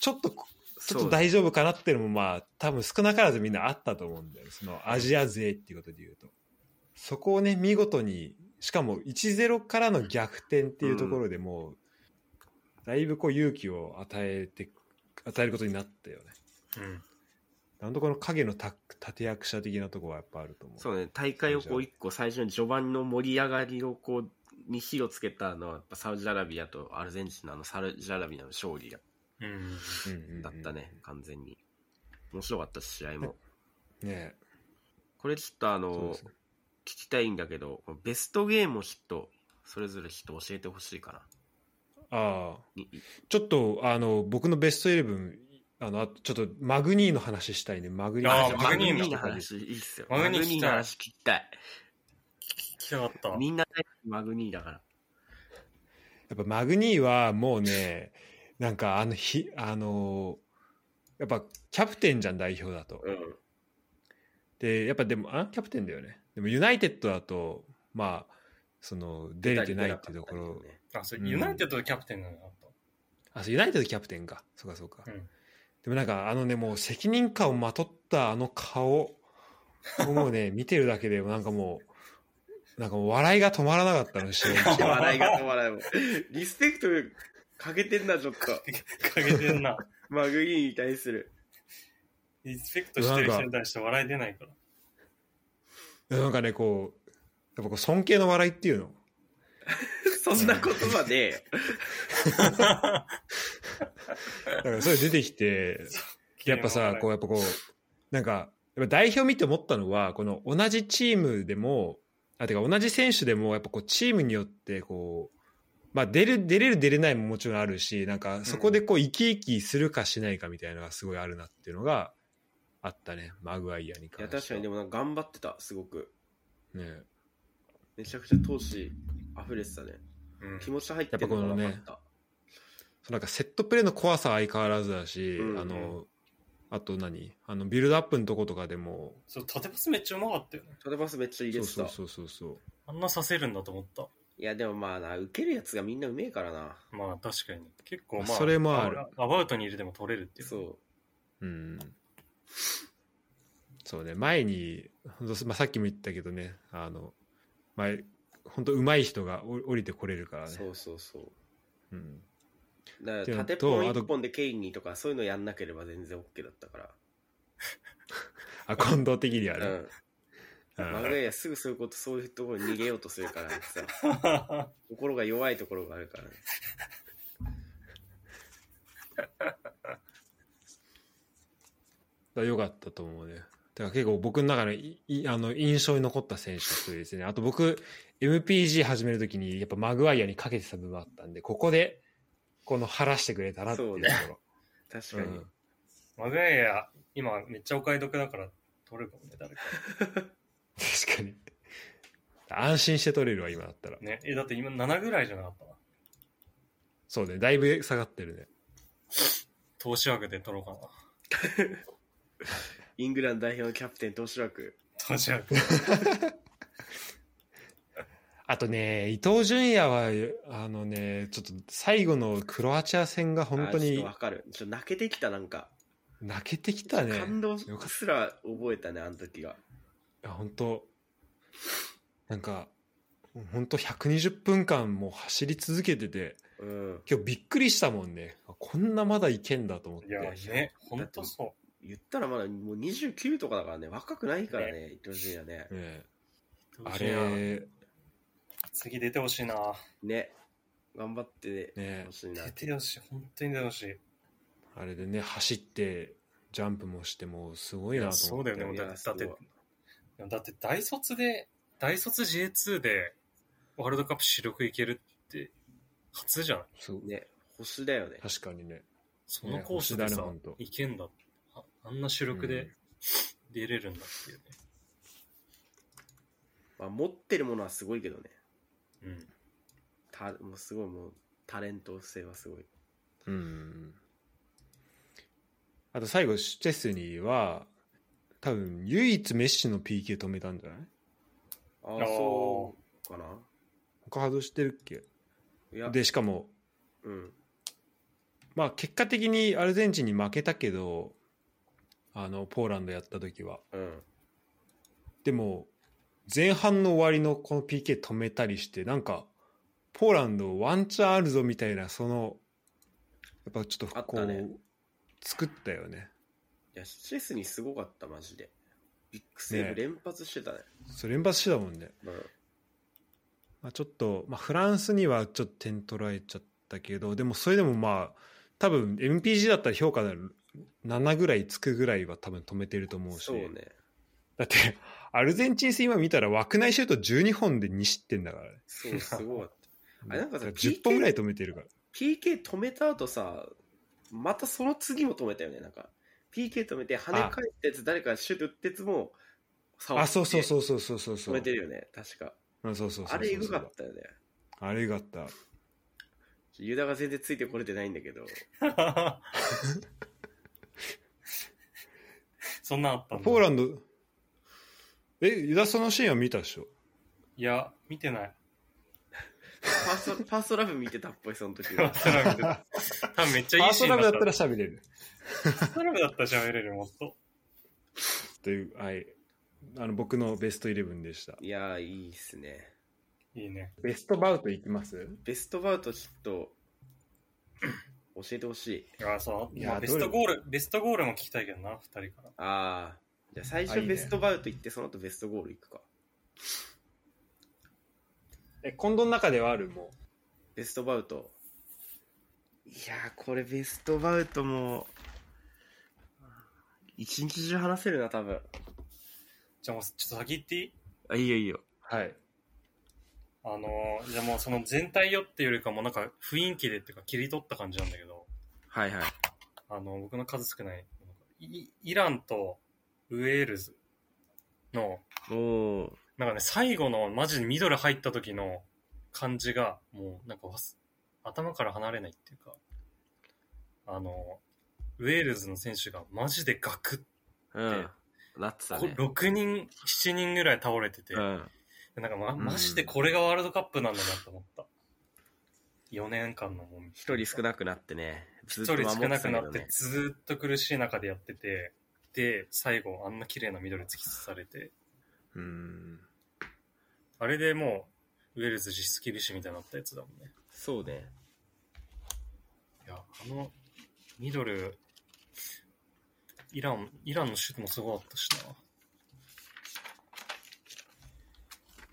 Speaker 1: ちょっとちょっ
Speaker 2: そ
Speaker 1: と
Speaker 2: うだね
Speaker 1: 大丈夫かなっていうのもまあ多分少なからずみんなあったと思うんだよねそのアジア勢っていうことで言うとそこをね見事にしかも1-0からの逆転っていうところでもう、だいぶこう勇気を与えて与えることになったよね
Speaker 3: うん。
Speaker 1: なんとこの影のた立役者的なところはやっぱあると思う
Speaker 2: そうね、大会をこう一個最初に序盤の盛り上がりをこう、に火をつけたのはやっぱサウジアラビアとアルゼンチンのあのサウジアラビアの勝利だ
Speaker 3: うん。
Speaker 1: うんうんうん
Speaker 2: だったね、完全に。面白かったし試合も。
Speaker 1: ね
Speaker 2: これちょっとあ
Speaker 1: そう
Speaker 2: の、
Speaker 1: ですね
Speaker 2: 聞きたいんだけど、ベストゲームをヒット、それぞれヒット教えてほしいかな。
Speaker 1: ああ
Speaker 2: いい
Speaker 1: ちょっとあの僕のベストイレブンあのあとちょっとマグニーの話したいねマグニー
Speaker 3: あー
Speaker 1: じゃあ
Speaker 3: マグニーの
Speaker 2: の話いいっすよ。
Speaker 3: マグニー聞きたい
Speaker 2: の話聞きたい。
Speaker 3: 聞きたかった。
Speaker 2: みんな大好きマグニーだから。
Speaker 1: やっぱマグニーはもうねなんかあのひあのやっぱキャプテンじゃん代表だと
Speaker 2: うん。
Speaker 1: でやっぱでもあキャプテンだよねでもユナイテッドだとまあその出れてないっていうところ、
Speaker 3: あ、そうれ、
Speaker 1: ん
Speaker 3: ユナイテッドのキャプテンなのよあった。
Speaker 1: あそうユナイテッドキャプテンかそうかそうか、
Speaker 3: うん
Speaker 1: でもなんかあのねもう責任感をまとったあの顔もうね [LAUGHS] 見てるだけでなんかもうなんかもう笑いが止まらなかったの試合中
Speaker 2: [LAUGHS] [LAUGHS] 笑いが止まらないもん。リスペクトかけてんな、ちょっと。
Speaker 3: かけてんな。
Speaker 2: マグニーに対する。
Speaker 3: リスペクトしてる人に対して笑い出ないから。
Speaker 1: なんかねこうやっぱこう尊敬の笑いっていうの
Speaker 2: そんな言葉で、
Speaker 1: だからそれ出てきてやっぱさこう
Speaker 3: う。
Speaker 1: やっぱこうなんかやっぱ代表見て思ったのはこの同じチームでもあてか同じ選手でもやっぱこうチームによってこうまあ出る出れる出れないももちろんあるしなんかそこでこう生き生きするかしないかみたいなのがすごいあるなっていうのがあったねマグワイアに
Speaker 2: い
Speaker 1: 関
Speaker 2: や、
Speaker 1: しては
Speaker 2: 確かにでもなんか頑張ってた、すごく。
Speaker 1: ね
Speaker 2: めちゃくちゃ闘志溢れてたね。
Speaker 3: うん
Speaker 2: 気持ち入ってるのが分かった。
Speaker 1: そうなんかセットプレーの怖さは相変わらずだし、
Speaker 2: うんうん
Speaker 1: あのあと何あのビルドアップのとことかでも
Speaker 3: そう、縦パスめっちゃうまかったよね。
Speaker 2: トレパスめっちゃ入れ
Speaker 1: そう
Speaker 2: てた。
Speaker 1: そうそうそうそう
Speaker 3: あんなさせるんだと思った。
Speaker 2: いや、でもまあな、受けるやつがみんなうめえからな。
Speaker 3: まあ確かに。結構まあ、
Speaker 1: それもある
Speaker 3: アバウトに入れても取れるっていう。
Speaker 2: そう。
Speaker 1: うんそうね前に、ほんとまあ、さっきも言ったけどねあの前本当上手い人がお降りてこれるからね
Speaker 2: そうそうそう。
Speaker 1: うん、
Speaker 2: だ
Speaker 1: ってい
Speaker 2: か
Speaker 1: う
Speaker 2: ら
Speaker 1: のと
Speaker 2: 縦ポン
Speaker 1: あと
Speaker 2: 1本でケインにとかそういうのやんなければ全然 OK だったか
Speaker 1: あ、近藤的には
Speaker 2: ら。う
Speaker 1: ね。う
Speaker 2: ん。
Speaker 1: ん
Speaker 2: マグレイヤすぐそういうこと、そういうところに逃げようとするからさ、
Speaker 3: う
Speaker 2: 心が弱いところがあるからね。
Speaker 1: だ良かったと思うね。だから結構僕の中のいいあの印象に残った選手の一人ですね。あと僕、MPG 始めるときにやっぱマグワイアにかけてた部分あったんで、ここでこの晴らしてくれたなっていうところ。
Speaker 2: 確かに。
Speaker 1: うん
Speaker 3: マグエア、今めっちゃお買い得だから取るかもね、誰か。
Speaker 1: 確かに。安心して取れるわ、今だったら。
Speaker 3: ね、え、だって今7ぐらいじゃなかったな。
Speaker 1: そうね、だいぶ下がってるね。
Speaker 3: 投資枠で取ろうかな。
Speaker 2: イングランド代表のキャプテン、投手枠。
Speaker 3: 投資枠。
Speaker 1: あとね、伊東純也は、あのね、ちょっと最後のクロアチア戦が本当
Speaker 2: あーちょっ
Speaker 1: に
Speaker 2: とわかる。ちょっと泣けてきた、なんか。
Speaker 1: 泣けてきたね。
Speaker 2: 感動
Speaker 1: よかっ
Speaker 2: すら覚えたね、あの時が。
Speaker 1: いや本当なんか本当120分間もう走り続けてて
Speaker 2: うん。
Speaker 1: 今日びっくりしたもんねあこんなまだいけんだと思って
Speaker 3: いや、ね、ほんとそ
Speaker 2: 言ったらまだもう29とかだからね、若くないからね、伊藤純也ね。
Speaker 1: ね
Speaker 3: う。
Speaker 1: あ
Speaker 3: 投資枠
Speaker 1: れ
Speaker 3: 次出てほしいな。
Speaker 2: ね。頑張って
Speaker 1: ね
Speaker 2: ほしいな
Speaker 3: 出。てほしい、本当に出てほしい。
Speaker 1: あれでね走ってジャンプもしてもうすごいなと思って
Speaker 3: そうだよね、もうだ
Speaker 2: いや
Speaker 3: だって、だ
Speaker 2: すごい
Speaker 3: ってだって大卒で、大卒 J2 でワールドカップ主力いけるって初じゃない
Speaker 1: すごい
Speaker 2: ね。星だよね。
Speaker 1: 確かにね
Speaker 3: そのコース
Speaker 1: ね
Speaker 3: で
Speaker 1: 星だ
Speaker 3: さ、
Speaker 1: ねほんと
Speaker 3: いけんだあ。あんな主力
Speaker 1: う
Speaker 3: で
Speaker 1: ん
Speaker 3: 出れるんだっていうね。
Speaker 2: まあ、持ってるものはすごいけどね。
Speaker 3: うん。
Speaker 2: たもうすごいもう、タレント性はすごい。
Speaker 1: うんあと最後シュチェスニーは多分唯一メッシの PK 止めたんじゃない
Speaker 2: あ
Speaker 3: あー
Speaker 2: あ、そうかな。
Speaker 1: 他外してるっけ
Speaker 2: いや、
Speaker 1: でしかも
Speaker 2: うん。
Speaker 1: まあ結果的にアルゼンチンに負けたけどあのポーランドやった時は
Speaker 2: うん。
Speaker 1: でも前半の終わりのこの PK 止めたりしてなんかポーランドワンチャンあるぞみたいなそのやっぱちょっ
Speaker 2: あ
Speaker 1: と
Speaker 2: っ
Speaker 1: こう、
Speaker 2: たね
Speaker 1: 作ったよね
Speaker 2: いや、シェスにすごかった、マジで。ビッグセー
Speaker 1: ね
Speaker 2: ブ連発してたね。
Speaker 1: それ連発してたもんね、
Speaker 2: うん
Speaker 1: まあ、ちょっと、まあ、フランスにはちょっと点取られちゃったけどでもそれでもまあ多分 MPG だったら評価7ぐらいつくぐらいは多分止めてると思うし
Speaker 2: そうね。
Speaker 1: だって、アルゼンチン戦今見たら枠内シュート12本で2失点だからね。
Speaker 2: そう、すごかった。 [LAUGHS] あれなんかさ
Speaker 1: だら
Speaker 2: PK
Speaker 1: 10本ぐらい止めてるから。
Speaker 2: PK 止めた後さ、またその次も止めたよね、なんか。PK 止めて、跳ね返ったやつ、誰かシュート打ったやつも、触
Speaker 1: あ、そうそう
Speaker 2: う。
Speaker 1: そうそうそうそうそ
Speaker 2: 止
Speaker 1: う。
Speaker 2: めてるよね、確か。
Speaker 1: うんそうそうそうそう
Speaker 2: あれ、エグかったよね。
Speaker 1: た。あれエグかった。
Speaker 2: ユダが全然ついてこれてないんだけど。
Speaker 3: そんなんあったんだ。
Speaker 1: ポーランド、え、ユダそのシーンは見たでしょ
Speaker 3: いや、見てない。
Speaker 2: パーソパーソラブ見てたっぽい、その時
Speaker 3: ファ
Speaker 2: は
Speaker 3: ー。ストラ [LAUGHS] ブで多分めっち
Speaker 1: パ
Speaker 3: ゃい
Speaker 1: ー
Speaker 3: いシ
Speaker 1: ソ
Speaker 3: ー
Speaker 1: ナ
Speaker 3: ン
Speaker 1: ブ
Speaker 3: だ
Speaker 1: だ
Speaker 3: っ
Speaker 1: ったた。ら喋れる。
Speaker 3: ファーストラブだったら喋れるよ、もっと。
Speaker 1: という、はい。あの、僕のベストイレブンでした。
Speaker 2: いやー、いいっすね。
Speaker 3: いいね。
Speaker 1: ベストバウトいきます
Speaker 2: ベストバウトちょっと、 [CLEARS THROAT] 教えてほしい。
Speaker 3: あそう、
Speaker 1: いや
Speaker 3: まあベストゴール、ベストゴールも聞きたいけどな、二人から。
Speaker 2: あー。じゃあ最
Speaker 1: あ
Speaker 2: 初
Speaker 1: いいね
Speaker 2: ベストバウト行って、その後ベストゴール行くか。
Speaker 1: え、近藤の中ではあるも
Speaker 2: ベストバウト。いやー、これベストバウトも、一日中話せるな、多分。
Speaker 3: じゃあもう、ちょっと先言っていい
Speaker 2: あ、いいよいいよ。
Speaker 1: はい。
Speaker 3: あのー、じゃあもうその全体よっていうよりかもなんか雰囲気でっていうか切り取った感じなんだけど、
Speaker 2: はいはい。
Speaker 3: あの、僕の数少ない、イイランとウェールズの、
Speaker 2: おー。
Speaker 3: なんかね、最後のマジでミドル入った時の感じが、もうなんかわす頭から離れないっていうか、あの、ウェールズの選手がマジでガク
Speaker 2: うん。なってた
Speaker 3: ッ、
Speaker 2: ね。
Speaker 3: 6人、7人ぐらい倒れてて、
Speaker 2: うん。
Speaker 3: なんかま、
Speaker 1: ん
Speaker 3: マジでこれがワールドカップなんだなと思った。4年間のもん。
Speaker 2: 一人少なくなってね。ず
Speaker 3: 一
Speaker 2: っと
Speaker 3: 人
Speaker 2: 守っ
Speaker 3: 少
Speaker 2: て
Speaker 3: な
Speaker 2: た
Speaker 3: く
Speaker 2: け
Speaker 3: な
Speaker 2: ど
Speaker 3: って
Speaker 2: ね。
Speaker 3: ずーっと苦しい中でやっててで最後あんな綺麗な緑突き刺されて
Speaker 1: うん。
Speaker 3: あれでもうウェールズ実質厳しいみたいになったやつだもんね
Speaker 2: そうね。
Speaker 3: いや、あの、ミドル、イラン、イランのシュートもすごかったしな。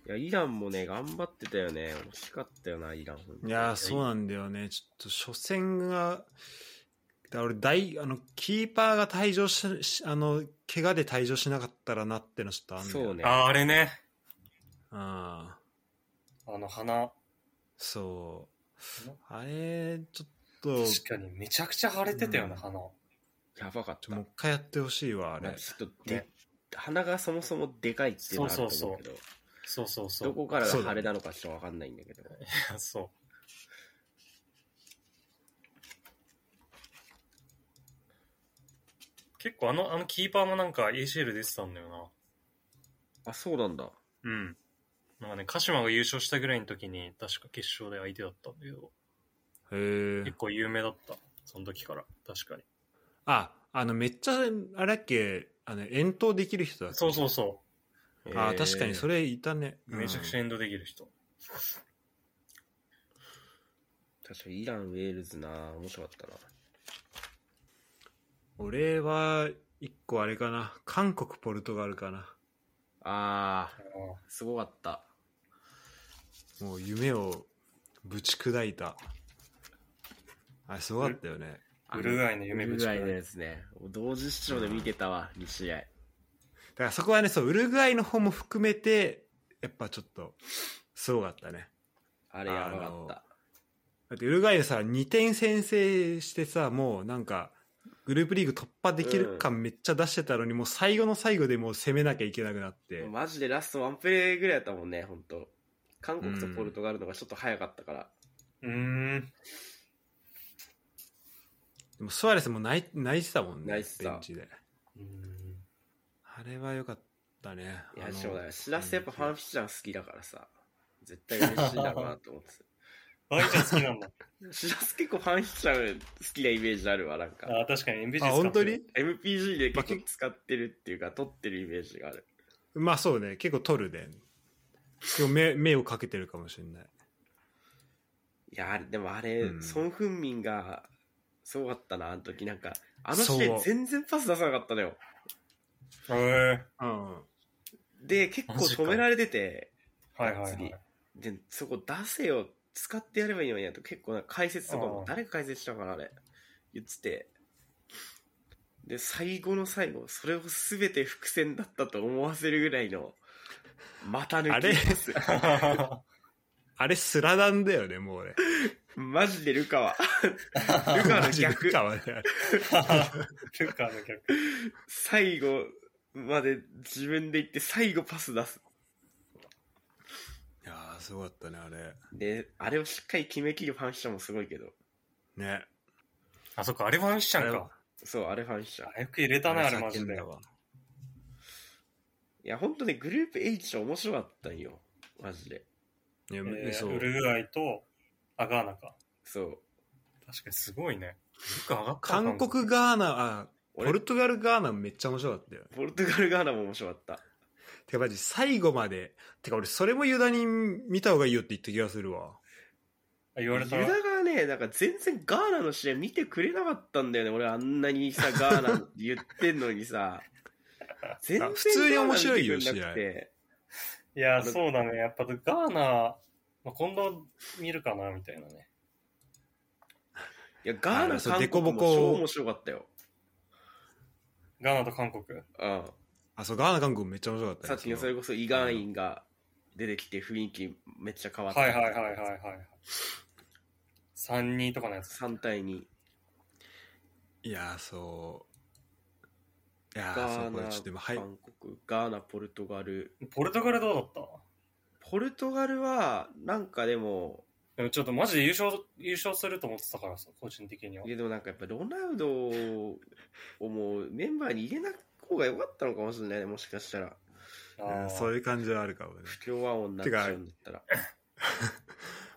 Speaker 2: いや、イランもね、頑張ってたよね。惜しかったよな、イラン。
Speaker 1: いやー、そうなんだよね。ちょっと初戦が、だ俺大、あの、キーパーが退場し、しあの、怪我で退場しなかったらなってのちょっとあんだよ
Speaker 2: そうね。
Speaker 3: あ、あれね。
Speaker 1: ああ、
Speaker 3: あの、鼻。
Speaker 1: そう。あれ、ちょっと、
Speaker 3: 確かに、めちゃくちゃ腫れてたよね、
Speaker 1: うん
Speaker 3: 鼻。
Speaker 2: やばかっ
Speaker 1: ち
Speaker 2: た。
Speaker 1: ょもう一回やってほしいわ、あ
Speaker 2: まあ
Speaker 1: れ。
Speaker 2: ちょっとで、
Speaker 3: ね
Speaker 2: 鼻がそもそもでかいっていうのはあると思うけど、
Speaker 3: そうそうそう。
Speaker 2: どこからが腫れなのかちょっとわかんないんだけど。
Speaker 3: いや [LAUGHS] そう。結構あの、あのキーパーもなんか ACL 出てたんだよな。
Speaker 2: あ、そうなんだ。
Speaker 3: うん。なんかね、鹿島が優勝したぐらいの時に、確か決勝で相手だったんだけど、
Speaker 1: へえ
Speaker 3: 結。構有名だった。その時から、確かに。
Speaker 1: あ、あの、めっちゃ、あれだっけ、あの、遠投できる人だっけ
Speaker 3: そうそうそ
Speaker 1: あー確かにそ
Speaker 2: れ。
Speaker 1: れいたね。
Speaker 3: う。めちゃくちゃエンドできる人。
Speaker 2: 確かにイラン、ウェールズな、面白かったな。
Speaker 1: うん俺は、一個あれかな。韓国、ポルトガルかな。
Speaker 2: あ
Speaker 3: あ
Speaker 2: ー、
Speaker 3: の
Speaker 2: すごかった。
Speaker 1: もう夢をぶち砕いた。あれ、すごかったよね。
Speaker 2: あの
Speaker 3: ウルグアイの夢
Speaker 2: ウ
Speaker 3: ぶ
Speaker 2: ルグ
Speaker 3: ちか
Speaker 2: アイの
Speaker 3: ら
Speaker 2: やつね。同時視聴で見てたわ、2試合。
Speaker 1: だからそこはね、そう、ウルグアイの方も含めて、やっぱちょっと、すごかったね。
Speaker 2: あれやばかった。
Speaker 1: だってウルグアイでさ、2点先制してさ、もうなんか、グループリーグ突破できる感めっちゃ出してたのに、もう最後の最後でもう攻めなきゃいけなくなって。
Speaker 2: マジでラストワンプレーぐらいだったもんね、本当韓国とポルトガルのがちょっと早かったから。
Speaker 3: うーん。
Speaker 1: でもスアレスも泣い泣いてたもんね、
Speaker 2: 泣いてた
Speaker 1: ベンチで。
Speaker 3: うん
Speaker 1: あれは良かったね。
Speaker 2: いや、
Speaker 1: あの
Speaker 2: しょうがない。しらすやっぱファンフィちゃん好きだからさ、絶対嬉しいだろうなと思って
Speaker 1: [LAUGHS]
Speaker 3: あいちゃん好きなんだ。
Speaker 2: た。しらす結構ファンフィちゃん好きなイメージあるわ、なんか。
Speaker 3: あ確かに MBG
Speaker 1: あ、本当に
Speaker 2: MPG で結構使ってるっていうか、撮ってるイメージがある。
Speaker 1: まあそうね、結構取るで。でも目目をかけてるかもしれない。
Speaker 2: いや、あれでもあれ、
Speaker 1: うん
Speaker 2: ソン・フンミンが、すごかったな、あの時。なんか、あの
Speaker 1: そう
Speaker 2: 試合全然パス出さなかったのよ。
Speaker 3: へえ
Speaker 1: うん。
Speaker 2: で、結構
Speaker 3: マジか
Speaker 2: 止められてて、
Speaker 3: はいはいは
Speaker 2: 次
Speaker 3: い。
Speaker 2: で、そこ出せよ、使ってやればいいのにやと、結構なんか解説とか
Speaker 3: あ
Speaker 2: も
Speaker 3: あ、
Speaker 2: 誰が解説したのかな、あれ。言ってて。で、最後の最後、それを全て伏線だったと思わせるぐらいの、股抜
Speaker 1: あれ
Speaker 2: き
Speaker 1: [LAUGHS]
Speaker 2: パス。
Speaker 1: あれスラダンだよね、もうね。
Speaker 2: マジでルカ
Speaker 1: [LAUGHS]
Speaker 2: は。ルカの逆
Speaker 1: ル。カはねあれ
Speaker 3: ルカの逆。
Speaker 2: 最後まで自分で行って最後パス出す。
Speaker 1: いやー、すごかったね、あれ。
Speaker 2: で、あれをしっかり決めきるファンヒシャもすごいけど。
Speaker 1: ね。
Speaker 3: [LAUGHS] あ、そっか、あれファンフィッシャン
Speaker 1: あれ
Speaker 3: か
Speaker 1: は。
Speaker 2: そう、あれファンヒシャ。い
Speaker 3: あよく入れたな、あれマ
Speaker 1: 叫
Speaker 3: ジ
Speaker 1: ん
Speaker 3: で
Speaker 1: だ。わ
Speaker 2: や、ほんとね、グループ H 面白かったんよ。マジで。
Speaker 1: いや、
Speaker 3: えー
Speaker 1: そう
Speaker 3: ウルグアイとアガーナか。
Speaker 2: そう。
Speaker 3: 確かにすごいね。よく上がった
Speaker 1: 韓国ガーナ、あ、ポ
Speaker 2: 俺
Speaker 1: ルトガルガーナめっちゃ面白かったよ。
Speaker 2: ポルトガルガーナも面白かった。
Speaker 1: てかマジ最後まで、てか俺それもユダに見た方がいいよって言った気がするわ。
Speaker 3: あ言われた
Speaker 2: ユ
Speaker 3: ら
Speaker 2: ダがね、なんか全然ガーナの試合見てくれなかったんだよね。俺あんなにさ、ガーナって言ってんの
Speaker 1: [LAUGHS]
Speaker 2: にさ。全然
Speaker 1: あ普通に面白いよ
Speaker 2: ガーナ見てくれなくて
Speaker 3: いや、そうだね。やっぱガーナ、まあ、今度見るかな、みたいなね。
Speaker 2: いや、ガー
Speaker 1: あ
Speaker 2: ナ、
Speaker 1: そう
Speaker 2: 韓国も
Speaker 1: 凸凹
Speaker 2: 超
Speaker 1: を
Speaker 2: 面白かったよ。
Speaker 3: ガーナと韓国。
Speaker 2: うん。
Speaker 1: あ、そう、ガーナ韓国めっちゃ面白かった、ね。
Speaker 2: さっきのそれこそイガーインが出てきて雰囲気めっちゃ変わった。
Speaker 3: はいはいはいはいはい。3、2とかのやつ。
Speaker 2: 3対2。
Speaker 1: いやー、そう。いやー、そ
Speaker 2: ガ
Speaker 1: う、これちょっと
Speaker 2: ー
Speaker 1: 今、
Speaker 2: ナ、
Speaker 1: はい。
Speaker 2: 韓国、ガーナ、ポルトガル。
Speaker 3: ポルトガルどうだった
Speaker 2: ポルトガルは、なんかでも、。
Speaker 3: でもちょっとマジで優勝、優勝すると思ってたからさ、個人的にはい
Speaker 2: やでもなんかやっぱロナウドをもうメンバーに入れない方が良かったのかもしれないね、もしかしたら。
Speaker 3: あ
Speaker 1: うん
Speaker 3: ー
Speaker 1: そういう感じはあるかもね。
Speaker 2: 不協和音になっちゃうんだったら。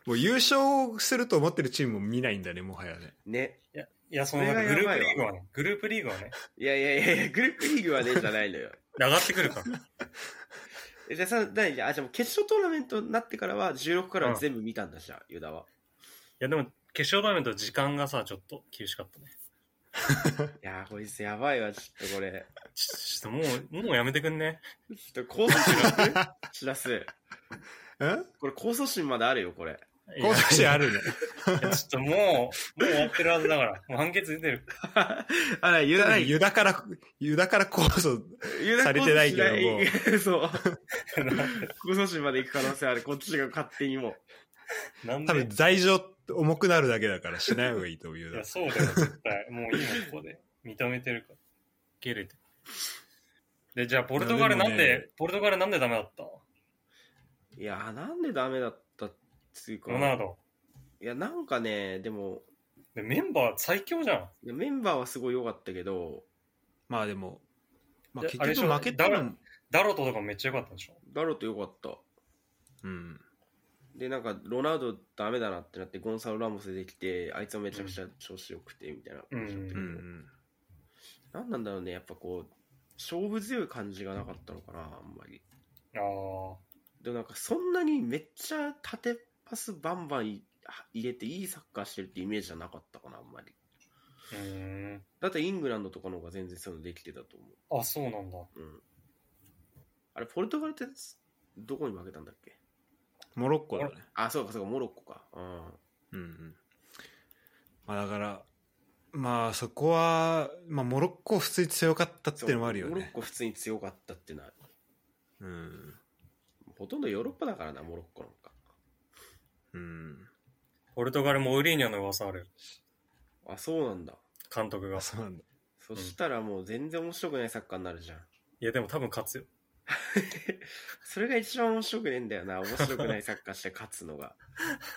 Speaker 1: もう優勝すると思ってるチームも見ないんだね、もはやね。
Speaker 2: ね。
Speaker 3: いや、いや、その
Speaker 2: そ
Speaker 3: な
Speaker 2: れが
Speaker 3: んかグルー
Speaker 2: やばいわ
Speaker 3: プリーグはね、グループリーグはね、
Speaker 2: いやいやいやいや、グループリーグはね、じゃないのよ。 [LAUGHS]
Speaker 3: 上がってくるから。
Speaker 2: えじゃあさ、何じゃあ、あじゃあもう決勝トーナメントになってからは、16からは全部見たんだじゃあ、ユダは。
Speaker 3: いやでも決勝トーナメント時間がさ、ちょっと厳しかったね。
Speaker 2: やー、こいつやばいわ、ちょっとこれ。
Speaker 3: ちちょっともう、もうやめてくんね。
Speaker 2: ちょっと控訴し
Speaker 1: [LAUGHS]
Speaker 2: なくしらす。
Speaker 1: うん
Speaker 2: これ控訴審まであるよ、これ。
Speaker 1: 高速
Speaker 3: い
Speaker 1: 心
Speaker 3: や
Speaker 1: あるね。
Speaker 3: いやちょっともう、もう終わってるはずだから。もう判決出てる。
Speaker 2: あら、言うない。
Speaker 1: ユダから、ユダからこそ、
Speaker 2: 油断
Speaker 1: されてないけども
Speaker 2: も。 [LAUGHS] そう。
Speaker 1: [LAUGHS]
Speaker 2: [LAUGHS] 控訴審まで行く可能性ある。こっちが勝手にもう。
Speaker 3: なん
Speaker 1: 多分
Speaker 3: で
Speaker 1: 罪状重くなるだけだからしない方がいいと思うよ
Speaker 3: いや、そうだよ、絶対。もういいもん、ここで。認めてるから。受け入れて。で、じゃあ、ポルトガル
Speaker 1: いや
Speaker 3: な
Speaker 1: でも
Speaker 3: んで
Speaker 1: ね
Speaker 3: ポルトガルなんでダメだった
Speaker 2: いやー、なんでダメだったっつうか。
Speaker 3: ロナウド。
Speaker 2: いや、なんかね、でも、
Speaker 3: で、メンバー最強じゃん。
Speaker 2: いやメンバーはすごい良かったけど、
Speaker 1: まあでも、まあ
Speaker 3: で
Speaker 1: 結
Speaker 3: あれでしょ
Speaker 1: 局負けた
Speaker 3: ダ
Speaker 1: ら、
Speaker 3: ダロトとかめっちゃ良かったでしょ。
Speaker 2: ダロト良かった。
Speaker 1: うん。
Speaker 2: で、なんか、ロナウドダメだなってなって、ゴンサロ・ラモス出てきて、あいつはめちゃくちゃ調子良くて、みたいな感じだったけ
Speaker 1: う
Speaker 2: ど、
Speaker 1: ん。
Speaker 2: なんなんだろうね、やっぱこう、勝負強い感じがなかったのかな、あんまり。
Speaker 3: ああ。
Speaker 2: でもなんか、そんなにめっちゃ縦パスバンバンい入れて、いいサッカーしてるってイメージじゃなかったかな、あんまり。
Speaker 3: うーん。
Speaker 2: だってイングランドとかの方が全然そういうのできてたと思
Speaker 3: あ、そうなんだ。
Speaker 2: う。うん。あれ、ポルトガルって、どこに負けたんだっけ
Speaker 1: モロッコだね。
Speaker 2: あ、そうか、そうか、モロッコか。うん。
Speaker 1: うんうん。まあだから、まあそこは、まあモロッコ普通に強かったっていうのもあるよ
Speaker 2: モロッ
Speaker 1: ね。
Speaker 2: コ普通に強かったっていうのは
Speaker 1: うん。
Speaker 2: ほとんどヨーロッパだからな、モロッコなんか。
Speaker 1: うん。
Speaker 3: ポルトガルもウリーニャの噂ある。
Speaker 2: あ、そうなんだ。
Speaker 3: 監督が
Speaker 1: あ、。そうなんだ。
Speaker 2: そしたらもう全然面白くないサッカーになるじゃ
Speaker 1: [LAUGHS]
Speaker 2: ん。
Speaker 3: いや、でも多分勝つよ。
Speaker 2: それが一番面白くねえんだよな。面白くないサッカーして勝つのが。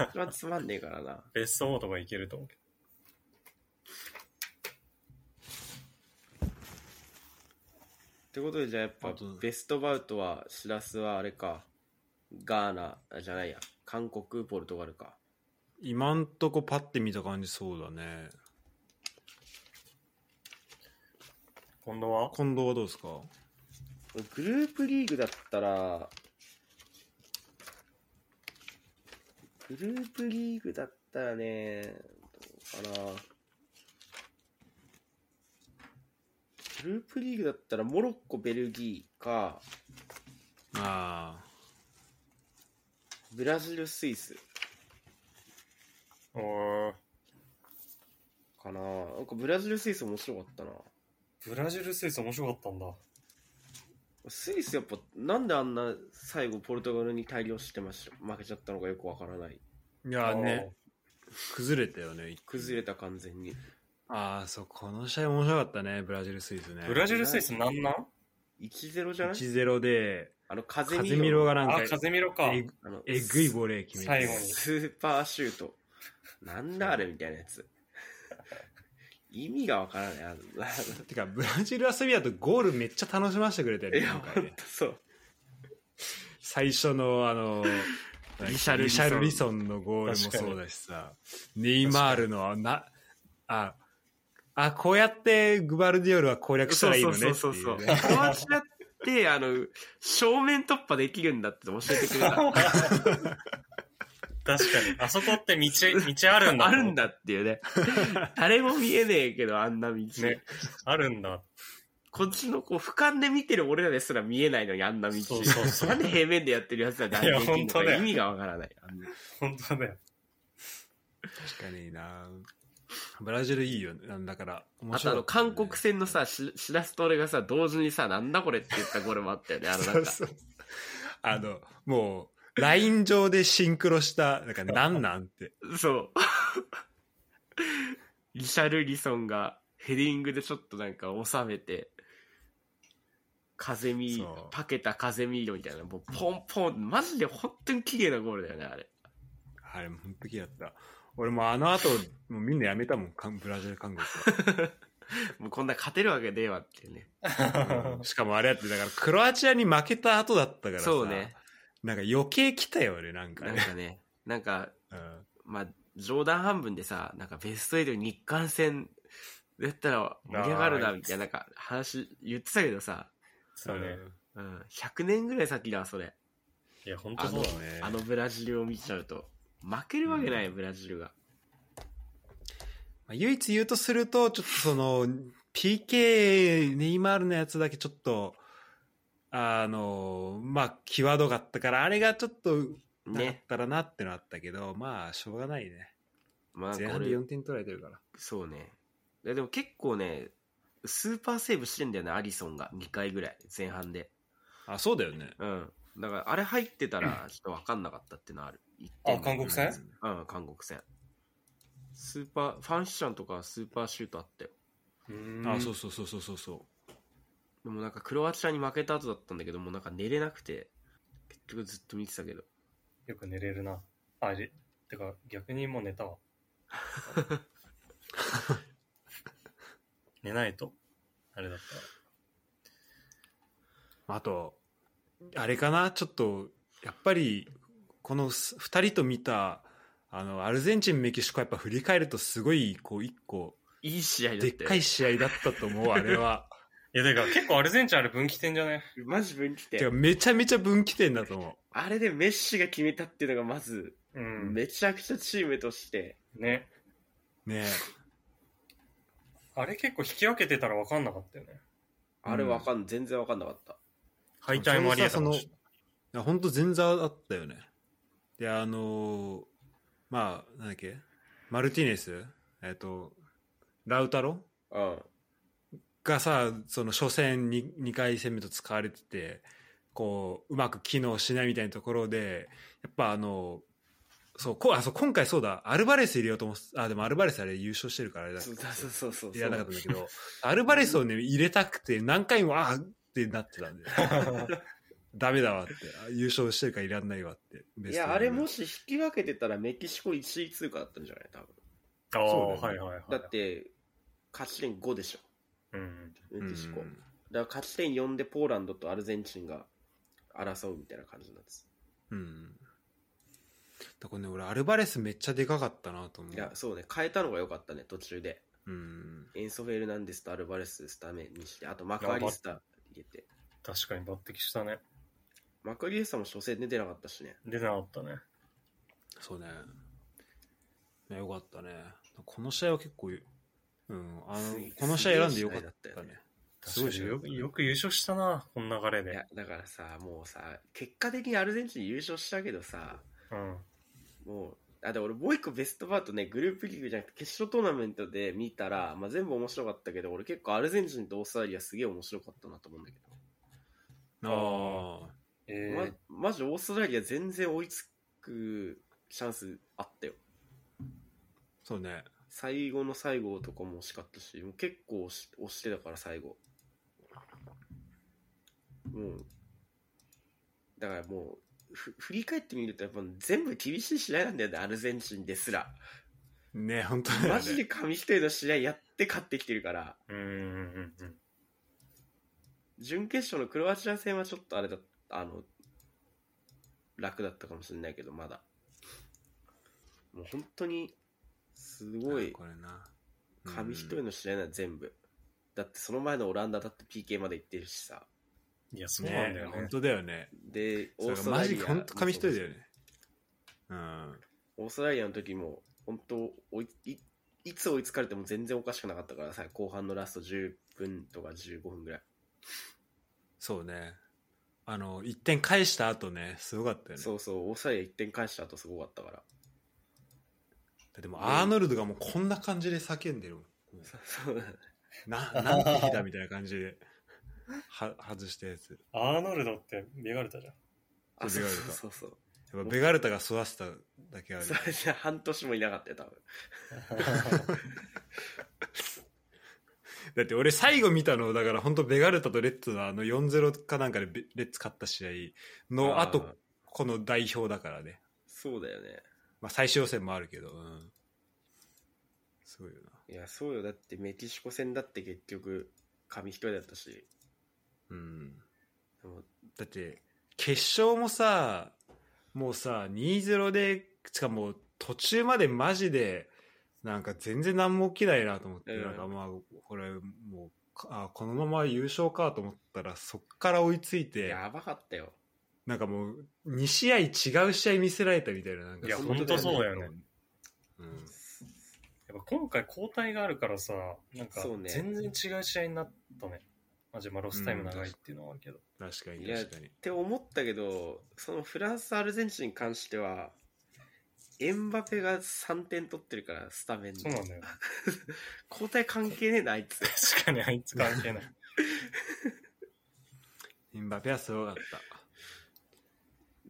Speaker 2: 一番つまんねえからな。
Speaker 3: ベスト4とかいけると思うけ
Speaker 2: ってことで、じゃあやっぱ
Speaker 1: あと、
Speaker 2: ベストバウトは、シラスはあれか、ガーナ、あじゃないや、韓国、ポルトガルか。
Speaker 1: 今んとこパッて見た感じそうだね。
Speaker 3: ど。今度は
Speaker 1: 近藤はどうですか
Speaker 2: グループリーグだったら、グループリーグだったらね、どうかな。グループリーグだったら、モロッコ、ベルギーか、
Speaker 1: ああ。
Speaker 2: ブラジル、スイス
Speaker 3: おー
Speaker 2: かな。なんかブラジル、スイス面白かったな。
Speaker 3: ブラジル、スイス面白かったんだ。
Speaker 2: スイスやっぱ、なんであんな最後ポルトガルに大量してました負けちゃったのかよくわからない。
Speaker 1: いやね、崩れたよね。
Speaker 2: 崩れた完全に。
Speaker 1: ああ、そう、この試合面白かったね、ブラジル、スイスね。
Speaker 3: ブラジル、スイスなんなん
Speaker 2: 1-0じゃない
Speaker 1: 1-0で、
Speaker 2: あの、風
Speaker 1: カゼミロがなん
Speaker 3: あ
Speaker 1: か、、
Speaker 3: カゼミロか。
Speaker 1: えぐ
Speaker 2: あの
Speaker 1: えぐいボレー決め
Speaker 3: 最
Speaker 1: て
Speaker 3: 後に
Speaker 2: スーパーシュート。なんだあれみたいなやつ。意味がわからない。あの [LAUGHS] あ
Speaker 1: てかブラジル遊びだとゴールめっちゃ楽しませてくれたよ
Speaker 2: のい
Speaker 1: ね
Speaker 2: や、
Speaker 1: 今
Speaker 2: ほ
Speaker 1: 回
Speaker 2: ん
Speaker 1: ね
Speaker 2: とそう。
Speaker 1: 最初のあの
Speaker 2: [LAUGHS] リシャルリ
Speaker 1: リ
Speaker 2: ソン
Speaker 1: シャルリソンのゴールもそうだしさネイマールのなああこうやってグバルディオルは攻略したらいいのねっていうね
Speaker 2: そうそうそうそう。クロアチアって、あの、正面突破できるんだって教えてくれ
Speaker 3: [LAUGHS]
Speaker 2: た。
Speaker 3: 確かに。あそこって道、道あるんだ。
Speaker 2: あるん。だっていうね。誰も見えねえけど、あんな道。
Speaker 3: ねあるんだ。
Speaker 2: こっちのこう、俯瞰で見てる俺らですら見えないのに、あんな道。
Speaker 3: そうそうそう
Speaker 2: なんで平面でやってるやつらであん
Speaker 3: いや
Speaker 2: なできんの
Speaker 3: ほんと
Speaker 2: か
Speaker 3: だよ
Speaker 2: 意味がわからない。あの
Speaker 3: [LAUGHS] 本当だよ。
Speaker 1: 確かになブラジルいいよねなんだから面
Speaker 2: あと
Speaker 1: 白
Speaker 2: あ
Speaker 1: い
Speaker 2: の、韓国戦のさ、ししらすと俺がさ、同時にさ、なんだこれって言ったゴールもあったよね。あの、なんか、
Speaker 1: そうそうあのもうライン上でシンクロしたなんかなんなんって
Speaker 2: そう。 [LAUGHS] リシャルリソンがヘディングでちょっとなんか収めて、風見
Speaker 1: そう、
Speaker 2: パケた風見色みたいな、もうポンポン、マジで本当に綺麗なゴールだよね、あれ。
Speaker 1: あれ、ほんと嫌だった。俺もうあの後、もうみんなやめたもん、韓ブラジル、韓国
Speaker 2: もうこんな勝てるわけねえわっていうね。 [LAUGHS]
Speaker 1: は。うんしかもあれやって、だからクロアチアに負けた後だったからさ。
Speaker 2: そうね。
Speaker 1: なんか余計来たよ、俺、なんか
Speaker 2: なん
Speaker 1: ね。
Speaker 2: かね、なんか、
Speaker 1: うん
Speaker 2: まあ、冗談半分でさ、なんかベスト8日韓戦だったら盛り上がるな、みたいな、なんか話言ってたけどさ、
Speaker 3: そうね。
Speaker 2: うん、100年ぐらい先だわ、それ。
Speaker 3: いや、本当
Speaker 2: あ
Speaker 3: そ
Speaker 2: の
Speaker 3: うだ。
Speaker 1: ね
Speaker 2: あのブラジルを見ちゃうと。負けるわけないよ、ブラジルが。
Speaker 1: まあ唯一言うとすると、ちょっとその、PK、ネイマールのやつだけちょっと、あの、まあ、際どかったから、あれがちょっと、なかっ
Speaker 2: ね。
Speaker 1: たらなってのあったけど、まあ、しょうがないね。
Speaker 2: まあ、
Speaker 1: 前
Speaker 2: こ
Speaker 1: 半で
Speaker 2: れ
Speaker 1: 4、点取られてるから。
Speaker 2: そうね。いやでも結構ね、スーパーセーブしてんだよね、アリソンが。2回ぐらい、前半で。
Speaker 1: あ、そうだよね。
Speaker 2: うん。だから、あれ入ってたら、ちょっと分かんなかったってのはある。一
Speaker 3: あ
Speaker 2: 点
Speaker 3: 韓国戦
Speaker 2: うん、韓国戦。スーパー、ファンシャンとかスーパーシュートあったよ。
Speaker 3: う
Speaker 1: あ、そう
Speaker 3: そ
Speaker 1: そうそうそうそうそう。
Speaker 2: でもなんかクロアチアに負けた後だったんだけど、もうなんか寝れなくて、結局ずっと見てたけど。
Speaker 3: う。よく寝れるな。あれ、てか逆にもう
Speaker 1: [LAUGHS]
Speaker 3: 寝たわ。寝ないと。あれだったら。
Speaker 1: あと、あれかな、ちょっと、やっぱり、このす二人と見た、あの、アルゼンチン、メキシコ、やっぱ振り返ると、すごい、こう、一個、
Speaker 2: いい試合だった
Speaker 1: で
Speaker 2: よ
Speaker 1: っかい試合だったと思う、あれは。
Speaker 3: いや、てか結構アルゼンチンあれ分岐点じゃない
Speaker 2: マジ分岐
Speaker 1: てか、
Speaker 2: 点。
Speaker 1: めちゃめちゃ分岐点だと思
Speaker 2: あれでメッシが決めたっていうのがまず、
Speaker 3: うん。
Speaker 2: めちゃくちゃチームとして、
Speaker 3: ね。
Speaker 1: う。ね
Speaker 3: あれ結構引き分けてたら分かんなかったよね。
Speaker 2: あれわかん、全然わかんなかった。
Speaker 3: 敗退もありえたかも
Speaker 1: そ
Speaker 3: し
Speaker 1: のえ。本当全然あったよね。で、あのーまあ、なんだっけ、マルティネス、えっと、ラウタロ
Speaker 2: うん。
Speaker 1: がさその初戦に2回戦目と使われててこううまく機能しないみたいなところでやっぱあのそうこあそう今回そうだアルバレス入れようと思ってあでもアルバレスあれ優勝してるからあれだ
Speaker 2: そうそうそうそうそう。
Speaker 1: やらなかったんだけどアルバレスをね入れたくて何回もあーってなってたんで
Speaker 2: [LAUGHS]
Speaker 1: ダメだわってあ優勝してるからいらんないわって
Speaker 2: いや、あれも
Speaker 1: し
Speaker 2: し引き分けてたらメキシコ1位通過だったんじゃない多分。
Speaker 3: れない。ああ、
Speaker 1: そうだ
Speaker 3: はい
Speaker 1: よ
Speaker 3: はいはい。
Speaker 2: だって、勝ち点5でしょ。
Speaker 3: うん。
Speaker 2: メキシコ。だから勝ち点4でポーランドとアルゼンチンが争うみたいな感じなんです。
Speaker 1: うんだからね俺アルバレスめっちゃでかかったなと思う
Speaker 2: いや、そうね、変えたのが良かったね、途中で。
Speaker 1: うん
Speaker 2: エンソフェルナンデスとアルバレススタメンにして、あとマクアリスター入れて。
Speaker 3: 確かに抜擢したね。
Speaker 2: マクアリスターも初戦出てなかったしね。
Speaker 3: 出なかったね。
Speaker 1: そうね。ね、よかったね。この試合は結構よ、うん、あの
Speaker 2: すげ、
Speaker 1: この試合選んでよかっ
Speaker 2: すげえ試合だ
Speaker 1: た
Speaker 2: ったよね
Speaker 1: ね。す
Speaker 3: 確
Speaker 1: ご
Speaker 3: か
Speaker 1: い試
Speaker 3: に
Speaker 1: 合だっ
Speaker 3: よ
Speaker 1: た
Speaker 3: く
Speaker 1: ね
Speaker 3: よく優勝したな、この流れ
Speaker 2: いや
Speaker 3: で。、
Speaker 2: だからさ、もうさ、結果的にアルゼンチン優勝したけどさ、
Speaker 3: うん。
Speaker 2: もう、あ、で俺もう一個ベストパートね、グループリーグじゃなくて決勝トーナメントで見たら、まあ、全部面白かったけど、俺結構アルゼンチンとオーストラリアすげえ面白かったなと思うんだけ
Speaker 1: ああ。
Speaker 2: ど、
Speaker 3: え
Speaker 2: ま
Speaker 3: ー、
Speaker 2: マジオーストラリア全然追いつくチャンスあったよ。
Speaker 1: そうね。
Speaker 2: 最後の最後とかも惜しかったし、もう結構押し押してたから最後。もう、だからもう、ふ振り返ってみるとやっぱ全部厳しい試合なんだよね、アルゼンチンですら。
Speaker 1: ね、本当
Speaker 2: マジで紙一重の試合やって勝ってきてるから、
Speaker 3: うんうんうん
Speaker 2: 準決勝のクロアチア戦はちょっとあれだあの、楽だったかもしれないけど、まだ。もう本当に、すごい
Speaker 1: これな。
Speaker 2: 紙一
Speaker 1: う
Speaker 2: 重
Speaker 1: ん
Speaker 2: の試合なの全部。だってその前のオランダだって PK まで行ってるしさ。
Speaker 3: うん。いや、そうなん
Speaker 1: ね
Speaker 3: だよ、ね
Speaker 1: 本。当だよね。
Speaker 2: で、
Speaker 1: そ
Speaker 2: オー
Speaker 1: れ
Speaker 2: ス
Speaker 1: が
Speaker 2: トラ
Speaker 1: マ
Speaker 2: リ
Speaker 1: ジ
Speaker 2: ア。
Speaker 1: で本当紙一重だよね。うん。
Speaker 2: オーストラリアの時も、本当追い、いいつ追いつかれても全然おかしくなかったからさ、後半のラスト10分とか15分ぐらい。
Speaker 1: そうね。あの、1点返した後ね、すごかったよね。
Speaker 2: そうそう、オーストラリア1点返した後すごかった
Speaker 1: [LAUGHS]
Speaker 2: から。
Speaker 1: でも、アーノルドがもうこんな感じで叫んでるもん。
Speaker 2: そうだね
Speaker 1: な、なんて日だみたいな感じで、 [LAUGHS] は、外したやつ。
Speaker 3: アーノルドってベガルタじゃん。
Speaker 2: [LAUGHS] あ、
Speaker 1: そ
Speaker 2: そう
Speaker 1: ベ
Speaker 2: う
Speaker 1: ガルタ
Speaker 2: そうそう。
Speaker 1: やっぱベガルタが育てただけある。
Speaker 2: それじゃ半年もいなかったよ、多分。
Speaker 1: だって俺最後見たのだから本当ベガルタとレッツのあの4-0かなんかでベレッツ勝った試合のあと
Speaker 2: ー
Speaker 1: この代表だからね、
Speaker 2: そうだよね。
Speaker 1: まあ、最終予選もあるけど、うん、すごいよない
Speaker 2: や、そうよ。だってメキシコ戦だって結局、紙一人だったし。
Speaker 1: うん
Speaker 2: でも
Speaker 1: だって決勝もさもうさ2-0でしかも途中までマジでなんか全然何も起きないなと思って、
Speaker 2: うん
Speaker 1: なんかまあこれもうかあこのまま優勝かと思ったらそっから追いついて
Speaker 2: やばかったよ。
Speaker 1: なんかもう、2試合違う試合見せられたみたいな、なんか
Speaker 3: いや
Speaker 1: んな
Speaker 2: ほんとそう
Speaker 3: だよね。
Speaker 1: うん。
Speaker 3: やっぱ今回交代があるからさ、なんか
Speaker 2: そうね
Speaker 3: 全然違う試合になったね。マジまあロスタイム長いっていうのはあるけど。
Speaker 1: 確かに
Speaker 2: いや
Speaker 1: 確かに
Speaker 2: って思ったけど、そのフランス、アルゼンチンに関しては、エンバペが3点取ってるから、スタメンで
Speaker 3: そうなんだよ。
Speaker 2: 交代関係ねえな、あいつ。
Speaker 3: [LAUGHS] 確かにあいつ関係ない。
Speaker 1: エンバペはすごかった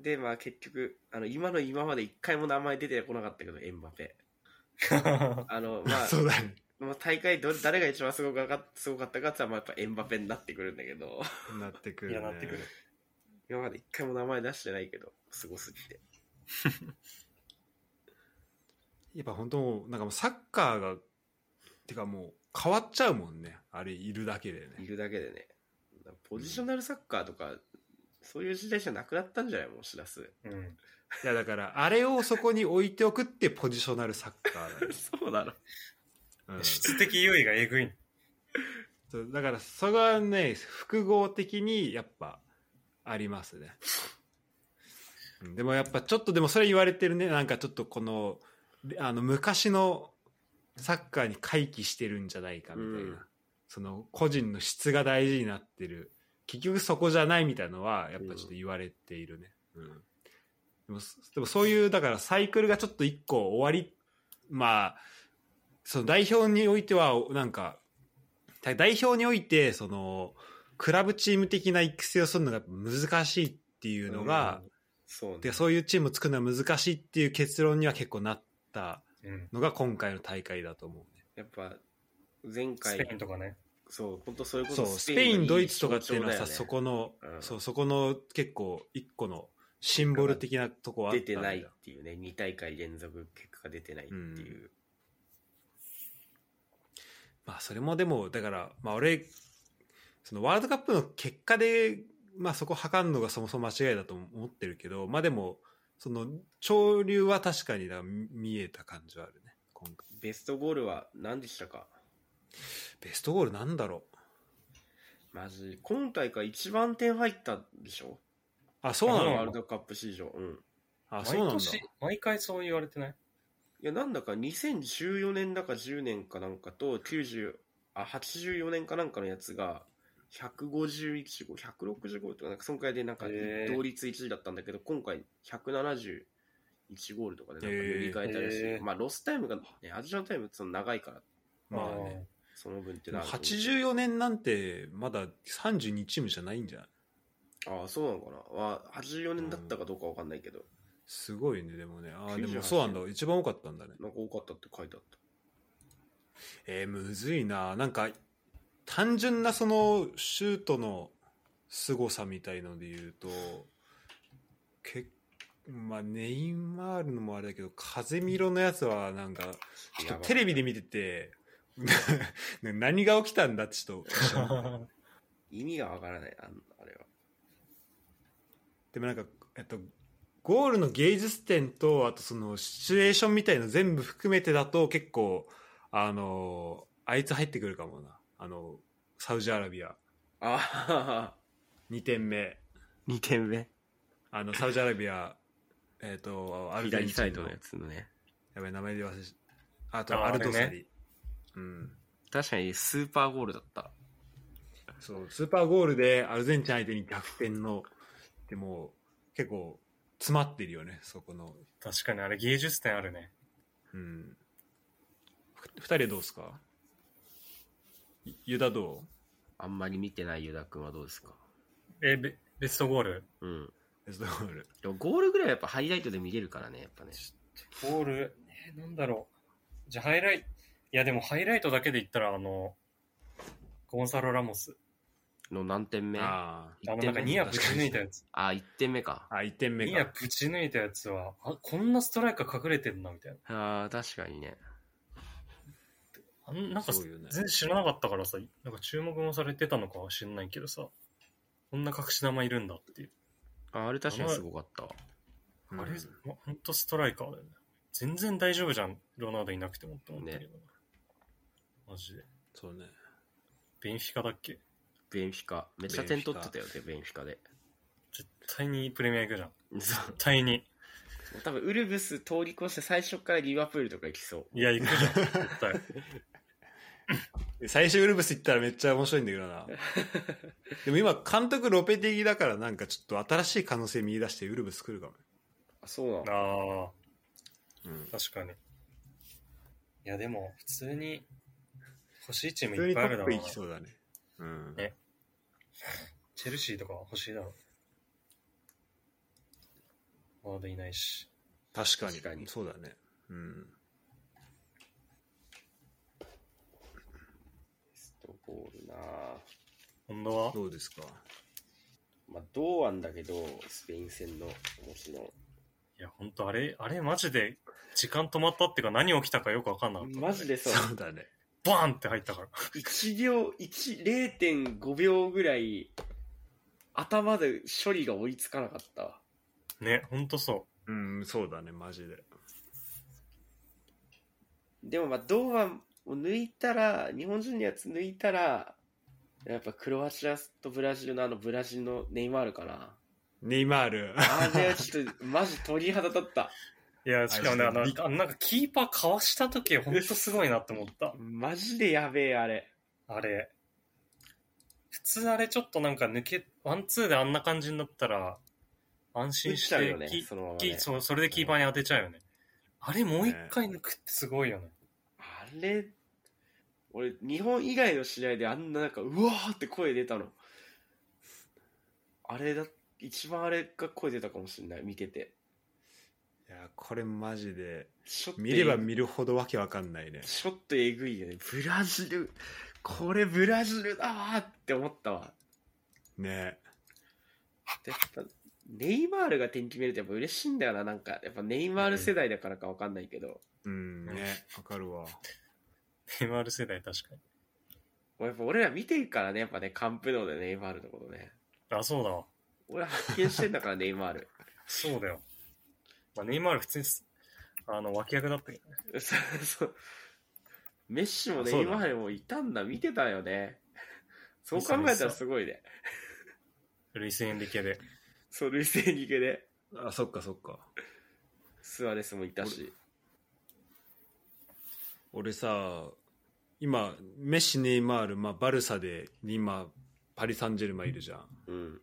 Speaker 2: で、まあ結局、あの、今の今まで一回も名前出てこなかったけど、エンバペ。あの、ま
Speaker 1: [LAUGHS]
Speaker 2: あ、
Speaker 1: そうだね
Speaker 2: まあ、大会ど、誰が一番すごかかすごかったかって言ったら、まあやっぱエンバペになってくるんだけど、
Speaker 1: なってく
Speaker 3: い
Speaker 1: る、ね、
Speaker 3: や、なってくる。
Speaker 2: 今まで一回も名前出してないけど、すごすぎて。
Speaker 1: やっぱ本当もうなんかもうサッカーがてかもう変わっちゃうもんねあれいるだけで
Speaker 2: い
Speaker 1: ね
Speaker 2: るだけでね。ポジショナルサッカーとか、そういう時代じゃなくなったんじゃないもうしらす。
Speaker 3: [LAUGHS] うん。
Speaker 1: いやだからあれをそこに置いておくってポジショナルサッカーだね、
Speaker 2: そうなの。
Speaker 1: うん
Speaker 3: 質的優位がえぐいの。
Speaker 1: そうだからそれはね複合的にやっぱありますねうんでもやっぱちょっとでもそれ言われてるねなんかちょっとこのであの昔のサッカーに回帰してるんじゃないかみたいな、
Speaker 2: うん
Speaker 1: その個人の質が大事になってる結局そこじゃないみたいのはやっぱちょっと言われているね、うんでもそでもそういうだからサイクルがちょっと一個終わりまあその代表においてはなんかた代表においてそのクラブチーム的な育成をするのがやっぱ難しいっていうのが、
Speaker 2: そうね。
Speaker 1: でそういうチームを作るのは難しいっていう結論には結構なった
Speaker 3: うん。
Speaker 1: のが今回の大会だと思うね。
Speaker 2: やっぱ、前
Speaker 3: スペイン
Speaker 2: 回、
Speaker 3: とかね。
Speaker 2: そう、本当そういうこ
Speaker 1: そ
Speaker 2: と
Speaker 1: うスペイン、ドイツとかっていうのはさ、そ
Speaker 2: そこ
Speaker 1: この、
Speaker 2: うん
Speaker 1: そうそこの結構一個のシンボル的なとこはあっ
Speaker 2: 出
Speaker 1: たんだ
Speaker 2: てないっていうね、2大会連続結果が出てないっていう。
Speaker 1: まあそれもでもだからまあ俺そのワールドカップの結果でまあそこ測るのがそもそも間違いだと思ってるけどまあでもその潮流は確かにだから見えた感じはあるね今回
Speaker 2: ベストゴールは何でしたか
Speaker 1: ベストゴールなんだろう
Speaker 2: マジ、今大会一番点入ったでしょ
Speaker 1: あそうな
Speaker 3: う
Speaker 2: ワ
Speaker 3: ん
Speaker 2: ー
Speaker 1: の
Speaker 2: ルドカップ史上。うん。
Speaker 1: あそう
Speaker 3: 毎
Speaker 1: なんだ
Speaker 3: 年、毎回そう言われてない
Speaker 2: いや、なんだか2014年だか10年かなんかと、90、あ、84年かなんかのやつが、151号、165とか、なんか、そんくらいでなんか
Speaker 3: へ、ー
Speaker 2: 同率1位だったんだけど、今回、171ゴールとかでなんか
Speaker 1: へー
Speaker 2: 塗り替えたらしい。
Speaker 3: へー
Speaker 2: まあ、ロスタイムが、ね、アディショナルタイムその長いから、
Speaker 1: まあね
Speaker 2: その分って
Speaker 1: でも
Speaker 2: なると思う
Speaker 1: 84年なんてまだ32チームじゃないんじゃない
Speaker 2: ああ、そうなのかな。まあ、84年だったかどうかわかんないけど、
Speaker 1: すごいねでもねあー
Speaker 2: 98
Speaker 1: でもそうなんだ一番多かったんだね
Speaker 2: なんか多かったって書いてあった。
Speaker 1: えー、むずいななんか単純なそのシュートの凄さみたいので言うとけまあネイマールのもあれだけど風見ろのやつはなんかちょっとテレビで見てて [LAUGHS] ね何が起きたんだってちょっと
Speaker 3: [LAUGHS] やば
Speaker 2: 意味がわからない、あんあれは。
Speaker 1: でもなんか、えっと、ゴールの芸術点とあとそのシチュエーションみたいの全部含めてだと結構あのあいつ入ってくるかもなあのサウジアラビア
Speaker 2: ああ、
Speaker 1: 2点目。
Speaker 2: 2点目。
Speaker 1: あの、サウジアラビア、えっ、と、アルゼン
Speaker 2: 左
Speaker 1: チ
Speaker 2: サイ
Speaker 1: ン
Speaker 2: ド
Speaker 1: の
Speaker 2: のや、つのね。
Speaker 1: やべ、名前で忘れしあ
Speaker 3: あ
Speaker 1: と、
Speaker 3: ー
Speaker 1: アルドサ
Speaker 3: あれ
Speaker 1: リ。うん。
Speaker 2: 確かにスーパーゴールだった。
Speaker 1: そう、スーパーゴールでアルゼンチン相手に逆転の、でも、結構、詰まってるよね、そこの。
Speaker 3: 確かにあれ芸術点あるね。
Speaker 1: うん。ふ二人どうですかいユダど
Speaker 2: あんまり見てないユダ君はどうですか
Speaker 3: え、ベベストゴール
Speaker 2: うん。
Speaker 1: うベストゴール。
Speaker 2: でもゴールぐらいはやっぱハイライトで見れるからね、やっぱね。
Speaker 3: ゴール、えーなんだろう。じゃあハイライト、いやでもハイライトだけで言ったら、あの、ゴンサロ・ラモス。
Speaker 2: の何点目あ
Speaker 1: あ
Speaker 3: あの、なんかニアぶち抜いたやつ。
Speaker 2: あ、1点目か。
Speaker 1: あ。あ、1点目
Speaker 3: ニア
Speaker 1: か。
Speaker 3: ぶち抜いたやつは、あ、こんなストライカー隠れてんな、みたいな。
Speaker 2: ああ、確かにね。
Speaker 3: あんなんか、
Speaker 1: そうよね
Speaker 3: 全然知らなかったからさ、なんか注目もされてたのかは知んないけどさ、こんな隠し玉いるんだっていう。
Speaker 2: ああれ確かにすごかったわ。
Speaker 1: うん
Speaker 3: あれ、まほんとストライカーだよね。全然大丈夫じゃん、ロナウドいなくてもって思ったけどな、マジで。
Speaker 1: そうね。
Speaker 3: ベンフィカだっけ
Speaker 2: ベンフィカ。めっちゃ点取ってたよね、ベンフィカで。
Speaker 3: 絶対にプレミア行くじゃん。
Speaker 2: そ
Speaker 3: 絶対に。
Speaker 2: 多分ウルブス通り越して最初からリバプールとか行きそう。
Speaker 3: いや、行くじゃん、絶対。
Speaker 1: 最初ウルブス行ったらめっちゃ面白いんだけどな。でも今、監督ロペティだからなんかちょっと新しい可能性見出してウルブス来るかも。
Speaker 2: あ、そうなの。
Speaker 3: あ
Speaker 1: うん
Speaker 3: あ、確かに。いや、でも、普通に、欲しいチーム
Speaker 1: 普
Speaker 3: い
Speaker 1: 通
Speaker 3: っ
Speaker 1: にト
Speaker 3: ぱいある
Speaker 1: ッ
Speaker 3: だ
Speaker 1: プ
Speaker 3: ろう
Speaker 1: 行
Speaker 3: な。
Speaker 1: き
Speaker 3: チ
Speaker 1: そうだね。うん。
Speaker 3: ねェルシーとか欲しいだろう。ワードいないし。
Speaker 1: 確かに。
Speaker 2: 確かに
Speaker 1: そうだね。うん。
Speaker 2: ストボールなぁ
Speaker 3: 今度は
Speaker 1: どうですか
Speaker 2: まあ、堂安だけど、スペイン戦の、もちろ
Speaker 3: いや、ほんと、あれ、あれ、マジで、時間止まったっていうか、何起きたかよくわかんなかった、
Speaker 2: ん。マジでそう。
Speaker 1: そうだね。
Speaker 3: バーンって入ったから。
Speaker 2: 1秒、一0.5秒ぐらい、頭で処理が追いつかなかったわ。
Speaker 3: ね、ほんとそ
Speaker 1: うん、そうだね、マジで。
Speaker 2: でもまあ、堂安を抜いたら、日本人のやつ抜いたら、やっぱクロアチアとブラジルのあのブラジルのネイマールかな。
Speaker 1: ネイマ
Speaker 3: [LAUGHS]
Speaker 1: ール。
Speaker 2: あれはちょっと、マジ鳥肌立った。
Speaker 3: う。いや、しかもね、
Speaker 1: あ
Speaker 3: あの、
Speaker 1: びっ
Speaker 3: あのなんかキーパーかわした時、ほんとすごいなって思った。
Speaker 2: マジでやべえ、あれ。
Speaker 3: あれ。普通あれちょっとなんか抜け、ワンツーであんな感じになったら、
Speaker 2: 打
Speaker 3: 安
Speaker 2: っ
Speaker 3: 心し
Speaker 2: ちゃう
Speaker 3: て、
Speaker 2: よね
Speaker 3: き、
Speaker 2: そのまま
Speaker 3: き
Speaker 2: ね。
Speaker 3: そう、それでキーパーに当てちゃうよね。あれもう一回抜くってすごいよね。
Speaker 2: あれ、俺、日本以外の試合であんななんか、うわーって声出たの。あれだ、一番あれが声出たかもしれない、見てて。
Speaker 1: いや、これマジで、
Speaker 2: ちょっと
Speaker 1: 見れば見るほどわけわかんないね。
Speaker 2: ちょっとえぐいよね。ブラジル、これブラジルだわーって思ったわ。
Speaker 1: ね
Speaker 2: でやっぱ、ネイマールが点決めるとやっぱ嬉しいんだよな、なんか。やっぱネイマール世代だからかわかんないけど。
Speaker 1: うん、ねわかるわ。
Speaker 3: ネイマール世代確かに。
Speaker 2: もうやっぱ俺ら見てるからね、やっぱね、カンプノーでネイマールのことね。
Speaker 3: あ、そうだわ。
Speaker 2: 俺ら発見してんだから、ネ [LAUGHS] イマール。
Speaker 3: そうだよ。まあ、ネイマール普通にす、あの、脇役だったけど
Speaker 2: [LAUGHS]
Speaker 3: ね。
Speaker 2: そうそう。メッシも
Speaker 1: あ
Speaker 2: ね、
Speaker 1: そうだ
Speaker 2: 今でもいたんだ、見てた
Speaker 1: [LAUGHS]
Speaker 2: よね。そう
Speaker 3: 見
Speaker 2: 考
Speaker 3: た
Speaker 2: えたらすごいね。
Speaker 3: ルイス・エンリケで。
Speaker 2: そう、ルイス・エニケで、
Speaker 1: あ、そっかそっか。
Speaker 2: スアレスもいたし。
Speaker 1: 俺さ今メッシネイマール、まあ、バルサで今パリ・サンジェルマンいるじゃん
Speaker 2: うん。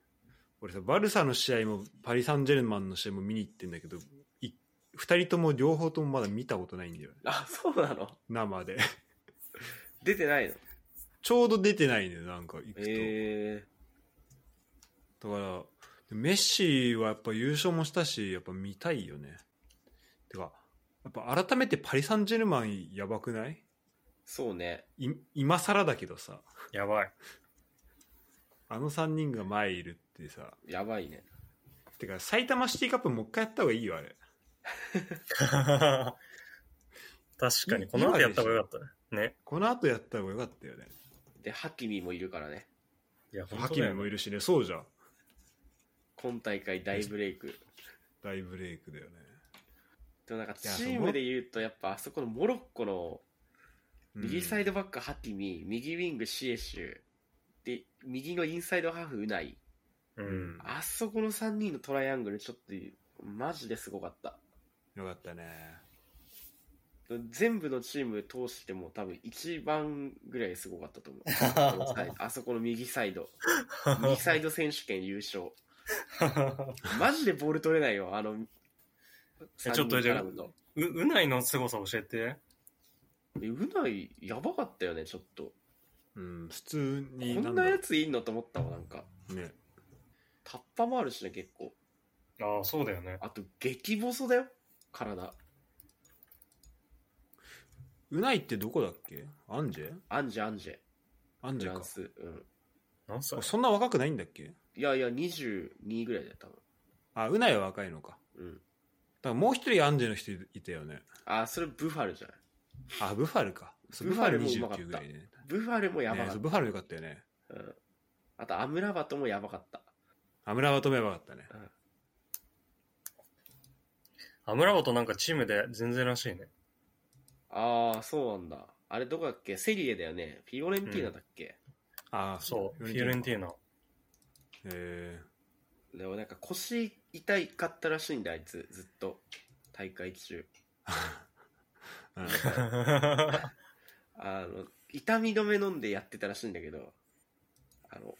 Speaker 1: 俺さバルサの試合もパリ・サンジェルマンの試合も見に行ってんだけどい2人とも両方ともまだ見たことないんだよ
Speaker 2: あ、そうなの
Speaker 1: 生で [LAUGHS]
Speaker 2: 出てないの
Speaker 1: ちょうど出てないねなんか行くと、
Speaker 2: え
Speaker 1: だからメッシはやっぱ優勝もしたしやっぱ見たいよねてかやっぱ改めてパリ・サンジェルマンやばくない
Speaker 2: ー、そうね。
Speaker 1: い今更だけどさ
Speaker 3: やばい。 [LAUGHS]
Speaker 1: あの3人が前いるってさ
Speaker 2: やばいね。
Speaker 1: てか埼玉シティカップもう一回やった方がいいよあれ
Speaker 3: 確かに、この後やった方がよかったね。ね。
Speaker 1: この後やった方がよかったよね
Speaker 2: で、ハキミもいるからね。
Speaker 3: いや、本
Speaker 1: ハ
Speaker 3: 当
Speaker 1: キ
Speaker 3: だ
Speaker 1: ミ
Speaker 3: よ、
Speaker 1: も
Speaker 3: ね。
Speaker 1: いるしねそうじゃん
Speaker 2: 今大会大ブレイク。
Speaker 1: 大ブレイクだよね、
Speaker 2: でもなんかチ
Speaker 1: いやそう
Speaker 2: ームで言うと、やっぱあそこのモロッコの
Speaker 1: うん
Speaker 2: 右サイドバックハキミ、右ウィングシエシュ、で、右のインサイドハーフウナイ。
Speaker 3: う
Speaker 1: うん [LAUGHS] ん。
Speaker 2: あそこの3人のトライアングル、ちょっと、マジですごかった。
Speaker 1: よかったね
Speaker 2: 全部のチーム通しても多分一番ぐらいすごかったと思うこのサイド。あそこの右サイド。右サイド選手権優勝。マジでボール取れないよ、あの、
Speaker 3: えちょっとじゃあ
Speaker 2: 3人絡むの
Speaker 3: う、うないの凄さ教えて。
Speaker 2: えうない、やばかったよね、ちょっと。
Speaker 1: うん普通に
Speaker 2: こん
Speaker 1: だ
Speaker 2: な
Speaker 1: ろ
Speaker 2: やついんのと思ったわ、なんか。
Speaker 1: うね
Speaker 2: タッパもあるしね、結構。
Speaker 3: ああ、そうだよね。
Speaker 2: あと、激細だよ、体。
Speaker 1: うないってどこだっけアンジェ
Speaker 2: アンジェ、アンジェ。
Speaker 1: アン
Speaker 2: フ
Speaker 1: ジェ
Speaker 2: ラ
Speaker 1: か
Speaker 2: ンス。うん。
Speaker 3: 何歳
Speaker 1: あそんな若くないんだっけ
Speaker 2: いやいや、22ぐらいだよ、多分。
Speaker 1: あうないは若いのか
Speaker 2: うん。
Speaker 1: だからもう一人アンジェの人いたよね
Speaker 2: あ、それブファルじゃない。
Speaker 1: あブファルかそう
Speaker 2: ブ
Speaker 1: ブ
Speaker 2: フ
Speaker 1: フ
Speaker 2: ァ
Speaker 1: ァ
Speaker 2: ル
Speaker 1: ル
Speaker 2: もうまかった
Speaker 1: 29ぐらいね
Speaker 2: ブファルもやば
Speaker 1: ね
Speaker 2: か
Speaker 1: そ
Speaker 2: っ
Speaker 1: うブファルよかったよね
Speaker 2: た。うん、あと、アムラバトもやばかった。
Speaker 1: アムラバトもやばかったね
Speaker 3: アムラボとなんかチームで全然らしいね。
Speaker 2: ああ、そうなんだ。あれ、どこだっけセリエだよね。フィオレンティーナだっけ、
Speaker 1: ああ
Speaker 3: そう、フィオレンティーナ。
Speaker 1: へえ
Speaker 2: でもなんか腰痛いかったらしいんだあいつずっと大会
Speaker 1: [LAUGHS]
Speaker 2: 中
Speaker 1: うん
Speaker 3: [LAUGHS]
Speaker 2: あの痛み止め飲んでやってたらしいんだけどあの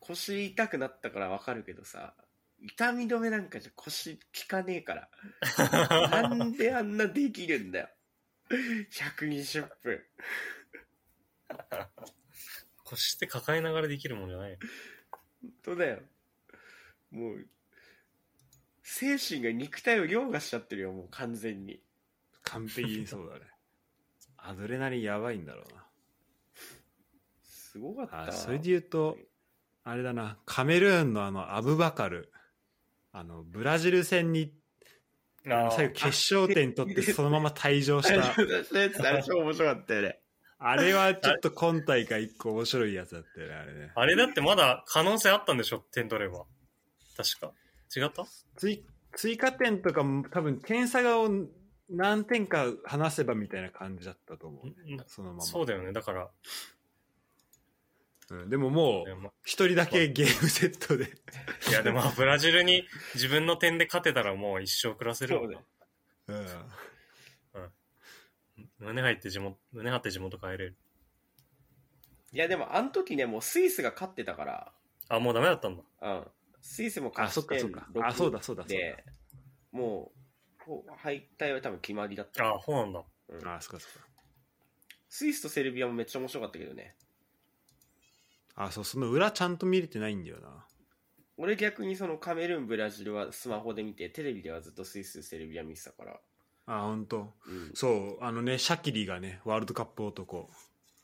Speaker 2: 腰痛くなったからわかるけどさ痛み止めなんかじゃ腰効かねえか
Speaker 1: [LAUGHS]
Speaker 2: らなんであんなできるんだよ。120分。
Speaker 3: 腰って抱えながらできるもんじゃない。
Speaker 2: 本当だよ。もう、精神が肉体を凌駕しちゃってるよ、もう完全に。
Speaker 1: 完璧にそうだね。アドレナリンやばいんだろうな。
Speaker 2: すごかった
Speaker 1: あ
Speaker 2: な。
Speaker 1: それで言うとあれだなカメルーンのあのアブバカルあのブラジル戦に
Speaker 3: あ
Speaker 1: 最後決勝点取ってそのまま退場し
Speaker 2: 最
Speaker 1: た [LAUGHS]
Speaker 2: 初出したやつ、最初面白かったよね。
Speaker 1: あれはちょっと今大会一個面白いやつだったよねあれね
Speaker 3: あれだってまだ可能性あったんでしょ点取れば。確か。違った
Speaker 1: 追追加点とかも多分点差が何点か離せばみたいな感じだったと思う、そのまま
Speaker 3: そうだよね。だから、
Speaker 1: うんでもも
Speaker 3: いうやま
Speaker 1: 一人だけゲームセットで
Speaker 3: いやでも [LAUGHS] ブラジルに自分の点で勝てたらもう一生暮らせる
Speaker 2: そ
Speaker 3: も
Speaker 2: うんだ
Speaker 3: な
Speaker 2: よ。
Speaker 1: うん
Speaker 3: 胸入って地元、胸張って地元帰れる。
Speaker 2: いや、でもあの時ね、もうスイスが勝ってたから、
Speaker 3: あ、もうダメだったんだ。
Speaker 2: うん。スイスも
Speaker 1: あそ
Speaker 2: 勝
Speaker 1: っ
Speaker 2: ち
Speaker 1: か
Speaker 2: 点
Speaker 1: そっか
Speaker 2: 6
Speaker 1: あそうだそうだそう
Speaker 2: で、もう、こう敗退は多分決まりだった。
Speaker 3: あ、そうなんだ。
Speaker 2: うん
Speaker 1: だあそっかそっか
Speaker 2: スイスとセルビアもめっちゃ面白かったけどね。
Speaker 1: あそうその裏ちゃんと見れてないんだよな
Speaker 2: 俺逆にそのカメルーンブラジルはスマホで見てテレビではずっとスイスセルビア見てたから、
Speaker 1: あ本当。
Speaker 2: うん、
Speaker 1: そうあのねシャキリがねワールドカップ男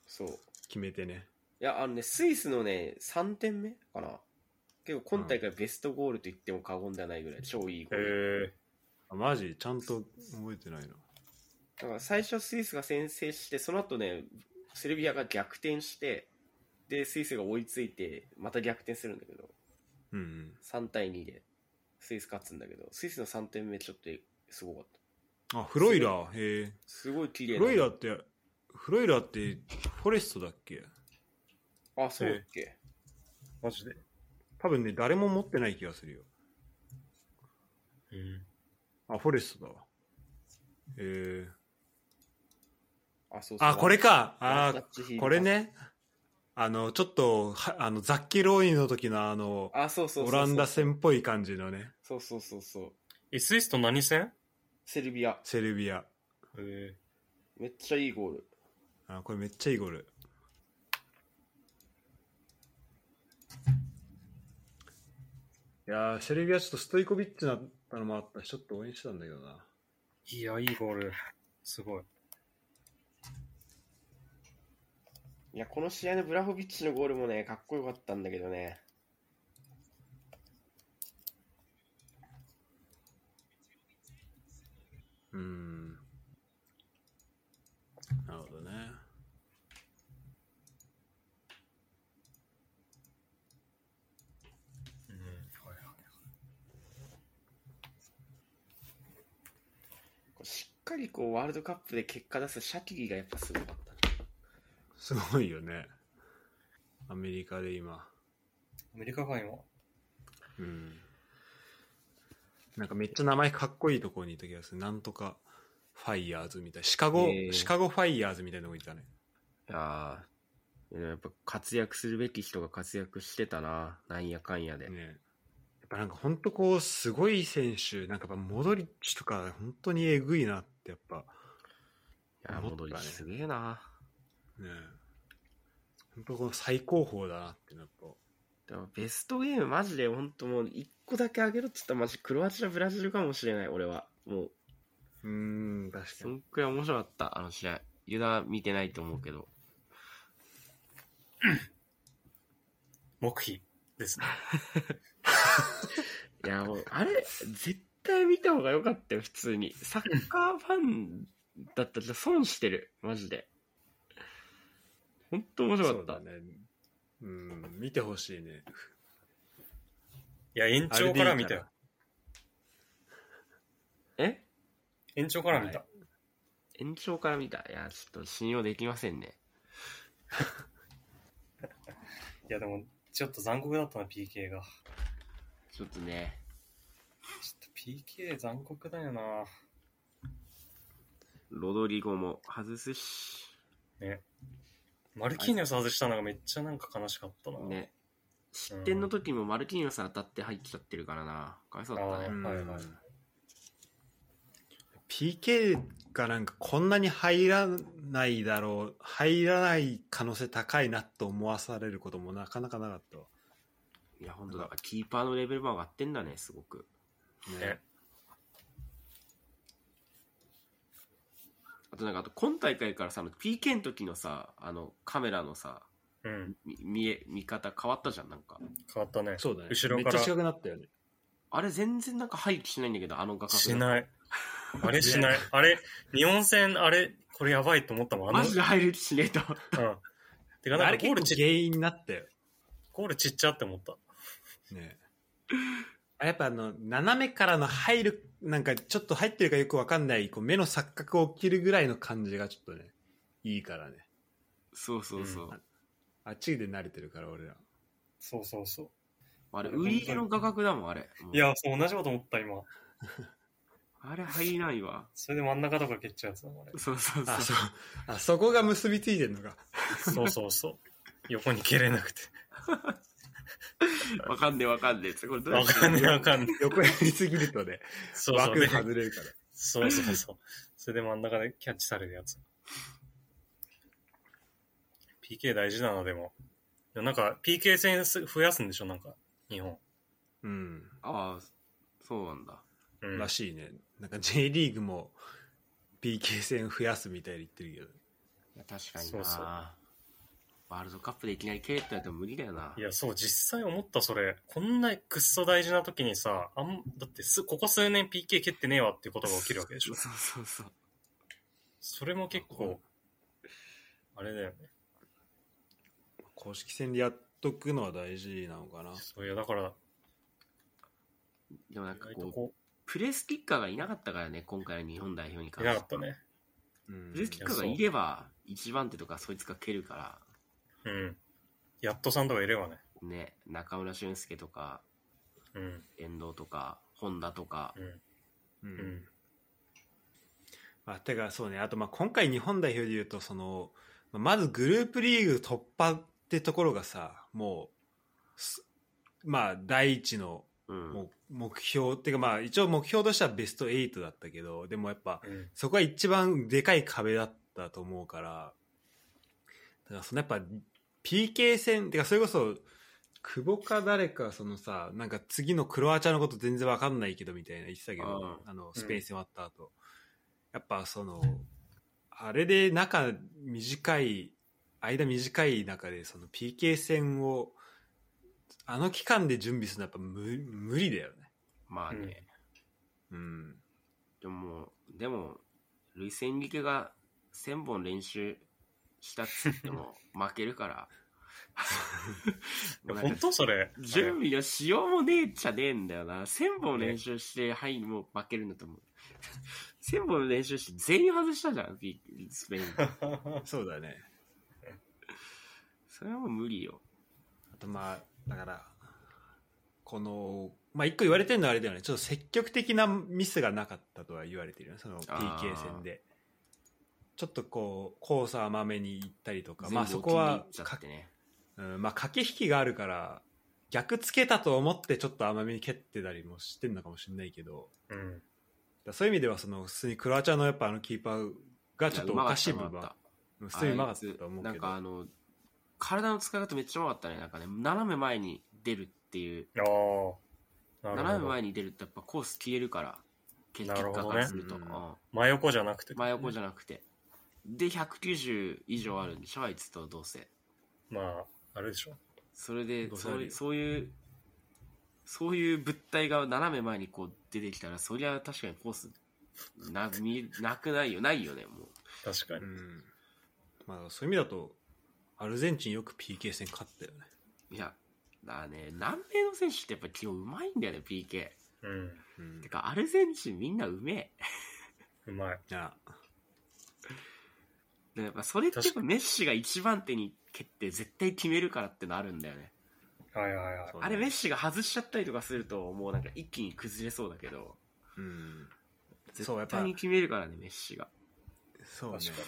Speaker 2: そうい
Speaker 1: 決めてね
Speaker 2: やあのねスイスのね3点目かな結構今大会ベストゴールと言っても過言ではないぐらい超いいゴ
Speaker 3: へ
Speaker 2: ール、
Speaker 3: え。
Speaker 1: あマジちゃんと覚えてないな
Speaker 2: だから最初スイスが先制してその後ねセルビアが逆転してでスイスが追いついてまた逆転するんだけど
Speaker 1: うん、うん、
Speaker 2: 3対2でスイス勝つんだけどスイスの3点目ちょっとすごかった
Speaker 1: あフロイラーへえ
Speaker 2: すごい綺麗
Speaker 1: フ
Speaker 2: な
Speaker 1: ロイラーってフロイラーってフォレストだっけ
Speaker 2: あそうだっけ、
Speaker 3: マジで。
Speaker 1: 多分ね誰も持ってない気がするよ
Speaker 3: うん。
Speaker 1: あフォレストだわえ
Speaker 2: あそうそう
Speaker 1: あこれか
Speaker 2: ラ
Speaker 1: あ
Speaker 2: ッチヒール
Speaker 1: これねあのちょっとはあのザッキーローニの時のあの
Speaker 2: あ、そうそうそう
Speaker 1: オ
Speaker 2: そう。
Speaker 1: ランダ戦っぽい感じのね
Speaker 2: そうそうそうそう。
Speaker 3: え、スイスと何戦
Speaker 2: セルビア。
Speaker 1: セルビア
Speaker 3: へえ。
Speaker 2: めっちゃいいゴール。
Speaker 1: あこれめっちゃいいゴールいやーセルビアちょっとストイコビッチだったのもあったしちょっと応援してたんだけどない
Speaker 3: や、いいゴール。すごい。
Speaker 2: いや、この試合のブラホビッチのゴールもね、かっこよかったんだけどね。
Speaker 1: うーんなるほどね
Speaker 3: うん。
Speaker 2: こうしっかりこう、ワールドカップで結果出すシャキリがやっぱすごかったね。
Speaker 1: すごいよねアメリカで今
Speaker 3: アメリカが今、
Speaker 1: うんなんかめっちゃ名前かっこいいところにいた気がするなんとかファイヤーズみたいシカゴ、
Speaker 2: へー
Speaker 1: シカゴファイヤーズみたいなとこいたね
Speaker 2: ああ。やっぱ活躍するべき人が活躍してたな。なんやかんやで
Speaker 1: ね、やっぱなんか本当こうすごい選手なんかやっぱモドリッチとか本当にえぐいなってやっぱ
Speaker 2: い
Speaker 1: 思
Speaker 2: や、
Speaker 1: ったね
Speaker 2: モドリッチすげえな。
Speaker 1: ね本当この最高峰だなってなと
Speaker 2: でもベストゲームマジで本当もう一個だけあげろっつったらマジクロアチアブラジルかもしれない俺はもう
Speaker 1: うーん確か
Speaker 2: そ
Speaker 1: に
Speaker 2: んくらい面白かったあの試合ユダ見てないと思うけど
Speaker 3: 黙秘ですね。
Speaker 2: いや、もう、あれ、絶対見た方が良かったよ、普通に。サッカーファンだったら損してる、マジで。ほんと面白か
Speaker 1: そう
Speaker 2: った。
Speaker 1: だねうん見てほしいね
Speaker 3: いや、延長から見たよ。
Speaker 2: え
Speaker 3: 延長から見た。
Speaker 2: 延長から見た。いや、ちょっと信用できませんね。
Speaker 3: いや、でも、ちょっと残酷だったな、PK が。
Speaker 2: ちちょっとね、
Speaker 3: ちょっと PK 残酷だよな。
Speaker 2: ロドリゴも外すし、
Speaker 3: ね。マルキーニョス外したのがめっちゃなんか悲しかったな。
Speaker 2: ね。失点の時もマルキーニョス当たって入っちゃってるからな。かわいそうだった
Speaker 3: あ
Speaker 2: ね。
Speaker 3: ーはいはい
Speaker 1: PK がなんかこんなに入らないだろう入らない可能性高いなと思わされることもなかなかなかったわ
Speaker 2: いや、本当だからキーパーのレベルも上がってんだね、すごく。
Speaker 1: ね
Speaker 3: ね
Speaker 2: あとなんか、あと今大会からさ、あの PK の時のさ、あの、カメラのさ、
Speaker 3: うん。
Speaker 2: み見え、見方変わったじゃん、なんか。
Speaker 3: 変わったね。
Speaker 1: そうだね
Speaker 3: 後ろから
Speaker 1: めっちゃ近くなったよね
Speaker 2: あれ全然なんか廃棄しないんだけど、あの画角。
Speaker 3: し [LAUGHS] ない。あれしない。あれ、日本戦、あれ、これやばいと思ったもん。あの、
Speaker 2: マジで入るしねえ
Speaker 3: [LAUGHS]
Speaker 2: と。
Speaker 3: うん。てか、
Speaker 1: あ
Speaker 3: なん
Speaker 1: れ
Speaker 3: かゴ
Speaker 1: 結
Speaker 3: ール
Speaker 1: 構
Speaker 3: ち、
Speaker 1: 原因になったよ
Speaker 3: ゴールちっちゃって思った。
Speaker 1: ね [LAUGHS] あやっぱあの斜めからの入るなんかちょっと入ってるかよくわかんないこう目の錯覚起きるぐらいの感じがちょっとねいいからね
Speaker 2: そうそうそう。
Speaker 1: うんあっちで慣れてるから俺ら
Speaker 3: そうそうそう。
Speaker 2: あれ、ウィーゲの画角だもん、あれ。もう
Speaker 3: い、や、そう、同じこと思った、今。
Speaker 2: あれ入りないわ。
Speaker 3: それで真ん中とか蹴っちゃうやつだもん、あれ。
Speaker 2: そうそうそう。
Speaker 1: あそうあそこが結びついてんのか [LAUGHS]
Speaker 3: そうそうそう。横に蹴れなく [LAUGHS] て。
Speaker 2: わかんねえわかんねえって。これどうや
Speaker 3: わ
Speaker 2: って
Speaker 3: かんねえ、わかんねえ。
Speaker 1: 横やりすぎるとね [LAUGHS]
Speaker 3: そうそう。
Speaker 1: 枠
Speaker 3: で
Speaker 1: で外れるから
Speaker 3: そうそうそう。それで真ん中でキャッチされるやつ。PK 大事なのでも。でもなんか PK 戦す増やすんでしょなんか、日本。
Speaker 1: うん
Speaker 2: ああ、そうなんだ。
Speaker 3: うん。
Speaker 1: らしいねなんか J リーグも PK 戦増やすみたいに言ってるけど
Speaker 2: いや確かにな
Speaker 3: そうそう
Speaker 2: ワールドカップでいきなり蹴れってやっても無理だよない
Speaker 3: や、そう、実際思った、それ。こんなくっそ大事な時にさ、あん、だってす、ここ数年 PK 蹴ってねえわっていうことが起きるわけでしょ。
Speaker 2: そうそうそう
Speaker 3: それも結構、あれだよね。
Speaker 1: 公式戦でやっとくのは大事なのかな
Speaker 3: そういや、だから、
Speaker 2: でもなん
Speaker 3: 意
Speaker 2: か
Speaker 3: 外と
Speaker 2: こう
Speaker 3: こ
Speaker 2: プレースキッカーがいなかったからね今回の日本代表に
Speaker 3: う、い
Speaker 2: 関
Speaker 3: な
Speaker 2: し
Speaker 3: か
Speaker 2: て
Speaker 3: ったね。
Speaker 1: うん
Speaker 2: プレースキッカーがいれば一番手とかそいつが蹴るか
Speaker 3: うん。やっとさんとかいればね。
Speaker 2: らね中村俊輔とか
Speaker 3: うん。
Speaker 2: 遠藤とか本田とか
Speaker 3: うん。
Speaker 1: う
Speaker 3: うんん。
Speaker 1: まあ、てかそうねあとまあ今回日本代表でいうとそのまあまずグループリーグ突破ってところがさもうすまあ第一の
Speaker 2: うん
Speaker 1: もう目標っていうかまあ一応目標としてはベスト8だったけどでもやっぱ
Speaker 3: うん。
Speaker 1: そこは一番でかい壁だったと思うからだからそのやっぱ PK 戦ってかそれこそ久保か誰かそのさなんか次のクロアチアのこと全然わかんないけどみたいな言ってたけどあのスペイン戦終わった後、やっぱそのあれで中短い間短い中でその PK 戦をあの期間で準備するのはやっぱ無無理だよね。
Speaker 2: まあね、
Speaker 3: うん
Speaker 1: うん、
Speaker 2: でももうでもルイス・エンリケが1000本練習したっつっ
Speaker 1: [LAUGHS]
Speaker 2: ても負けるから
Speaker 3: いや
Speaker 2: もうなん
Speaker 3: 本
Speaker 2: か
Speaker 3: 当それ。
Speaker 2: 準備のしようもねえじゃねえんだよな。1000本練習して、はい、もう負けるんだと
Speaker 1: [LAUGHS]
Speaker 2: 思う。1000本練習して全員外したじゃん、ビスペイン。
Speaker 1: そうだね
Speaker 2: それはもう無理よ。
Speaker 1: あとまあだからこのまあ一個言われてるのはあれだよねちょっと積極的なミスがなかったとは言われてるよねその
Speaker 2: あ
Speaker 1: PK
Speaker 2: ー
Speaker 1: 戦でちょっとこうコース甘めに行ったりとか
Speaker 2: 全部
Speaker 1: まあそこは
Speaker 2: 置きに行っちゃってね。
Speaker 1: かうんまあ、駆け引きがあるから逆つけたと思ってちょっと甘めに蹴ってたりもしてるのかもしれないけど
Speaker 3: うん。
Speaker 1: だからそういう意味ではその普通にクロアチアのやっぱあのキーパーがちょっとおかしい部
Speaker 2: うま
Speaker 1: 分
Speaker 2: かっ
Speaker 1: うん普
Speaker 2: た
Speaker 1: 通にうまか
Speaker 2: あ
Speaker 1: った
Speaker 2: いつ
Speaker 1: と思う
Speaker 2: な
Speaker 1: け
Speaker 2: ん
Speaker 1: ど
Speaker 2: かあの、体の使い方めっちゃうまかったね。なんかね、斜め前に出るっていう、
Speaker 3: ああ。
Speaker 2: 斜
Speaker 3: なる
Speaker 2: め
Speaker 3: ほど
Speaker 2: 前。に出るってやっぱコース消えるから、結
Speaker 3: なるほどね
Speaker 2: 果からすると。
Speaker 1: うん
Speaker 2: うん
Speaker 3: 真横じゃなくて。
Speaker 2: 真横じゃなくて。で、190以上あるんでしょ、あいつとどうせ。
Speaker 3: まあ、あれでしょ。
Speaker 2: それで
Speaker 1: どうせ
Speaker 2: そ
Speaker 1: あ
Speaker 2: う
Speaker 1: る
Speaker 2: い
Speaker 1: よ
Speaker 2: そういうそういう物体が斜め前にこう出てきたらそりゃ確かにコースな見なくないよないよねもう
Speaker 3: 確か
Speaker 1: う
Speaker 3: に。
Speaker 1: んまあ、そういう意味だとアルゼンチンよく PK 戦勝ったよね
Speaker 2: いやだからね南米の選手ってやっぱ基本うまいんだよね PK
Speaker 3: うん。
Speaker 1: うん
Speaker 2: てかアルゼンチンみんなうめえ
Speaker 3: うまい。
Speaker 1: あ
Speaker 2: でやっぱそれってやっ
Speaker 3: 確
Speaker 2: ぱメッシが一番手に蹴って絶対決めるからってのあるんだよね
Speaker 3: はいはいはい。
Speaker 1: そうね
Speaker 2: あれ、メッシが外しちゃったりとかすると、もうなんか一気に崩れそうだけど、
Speaker 1: うん、そうやっ
Speaker 2: 絶
Speaker 1: ぱ
Speaker 2: 対に決めるからね、メッシが。
Speaker 1: そうね
Speaker 3: 確かに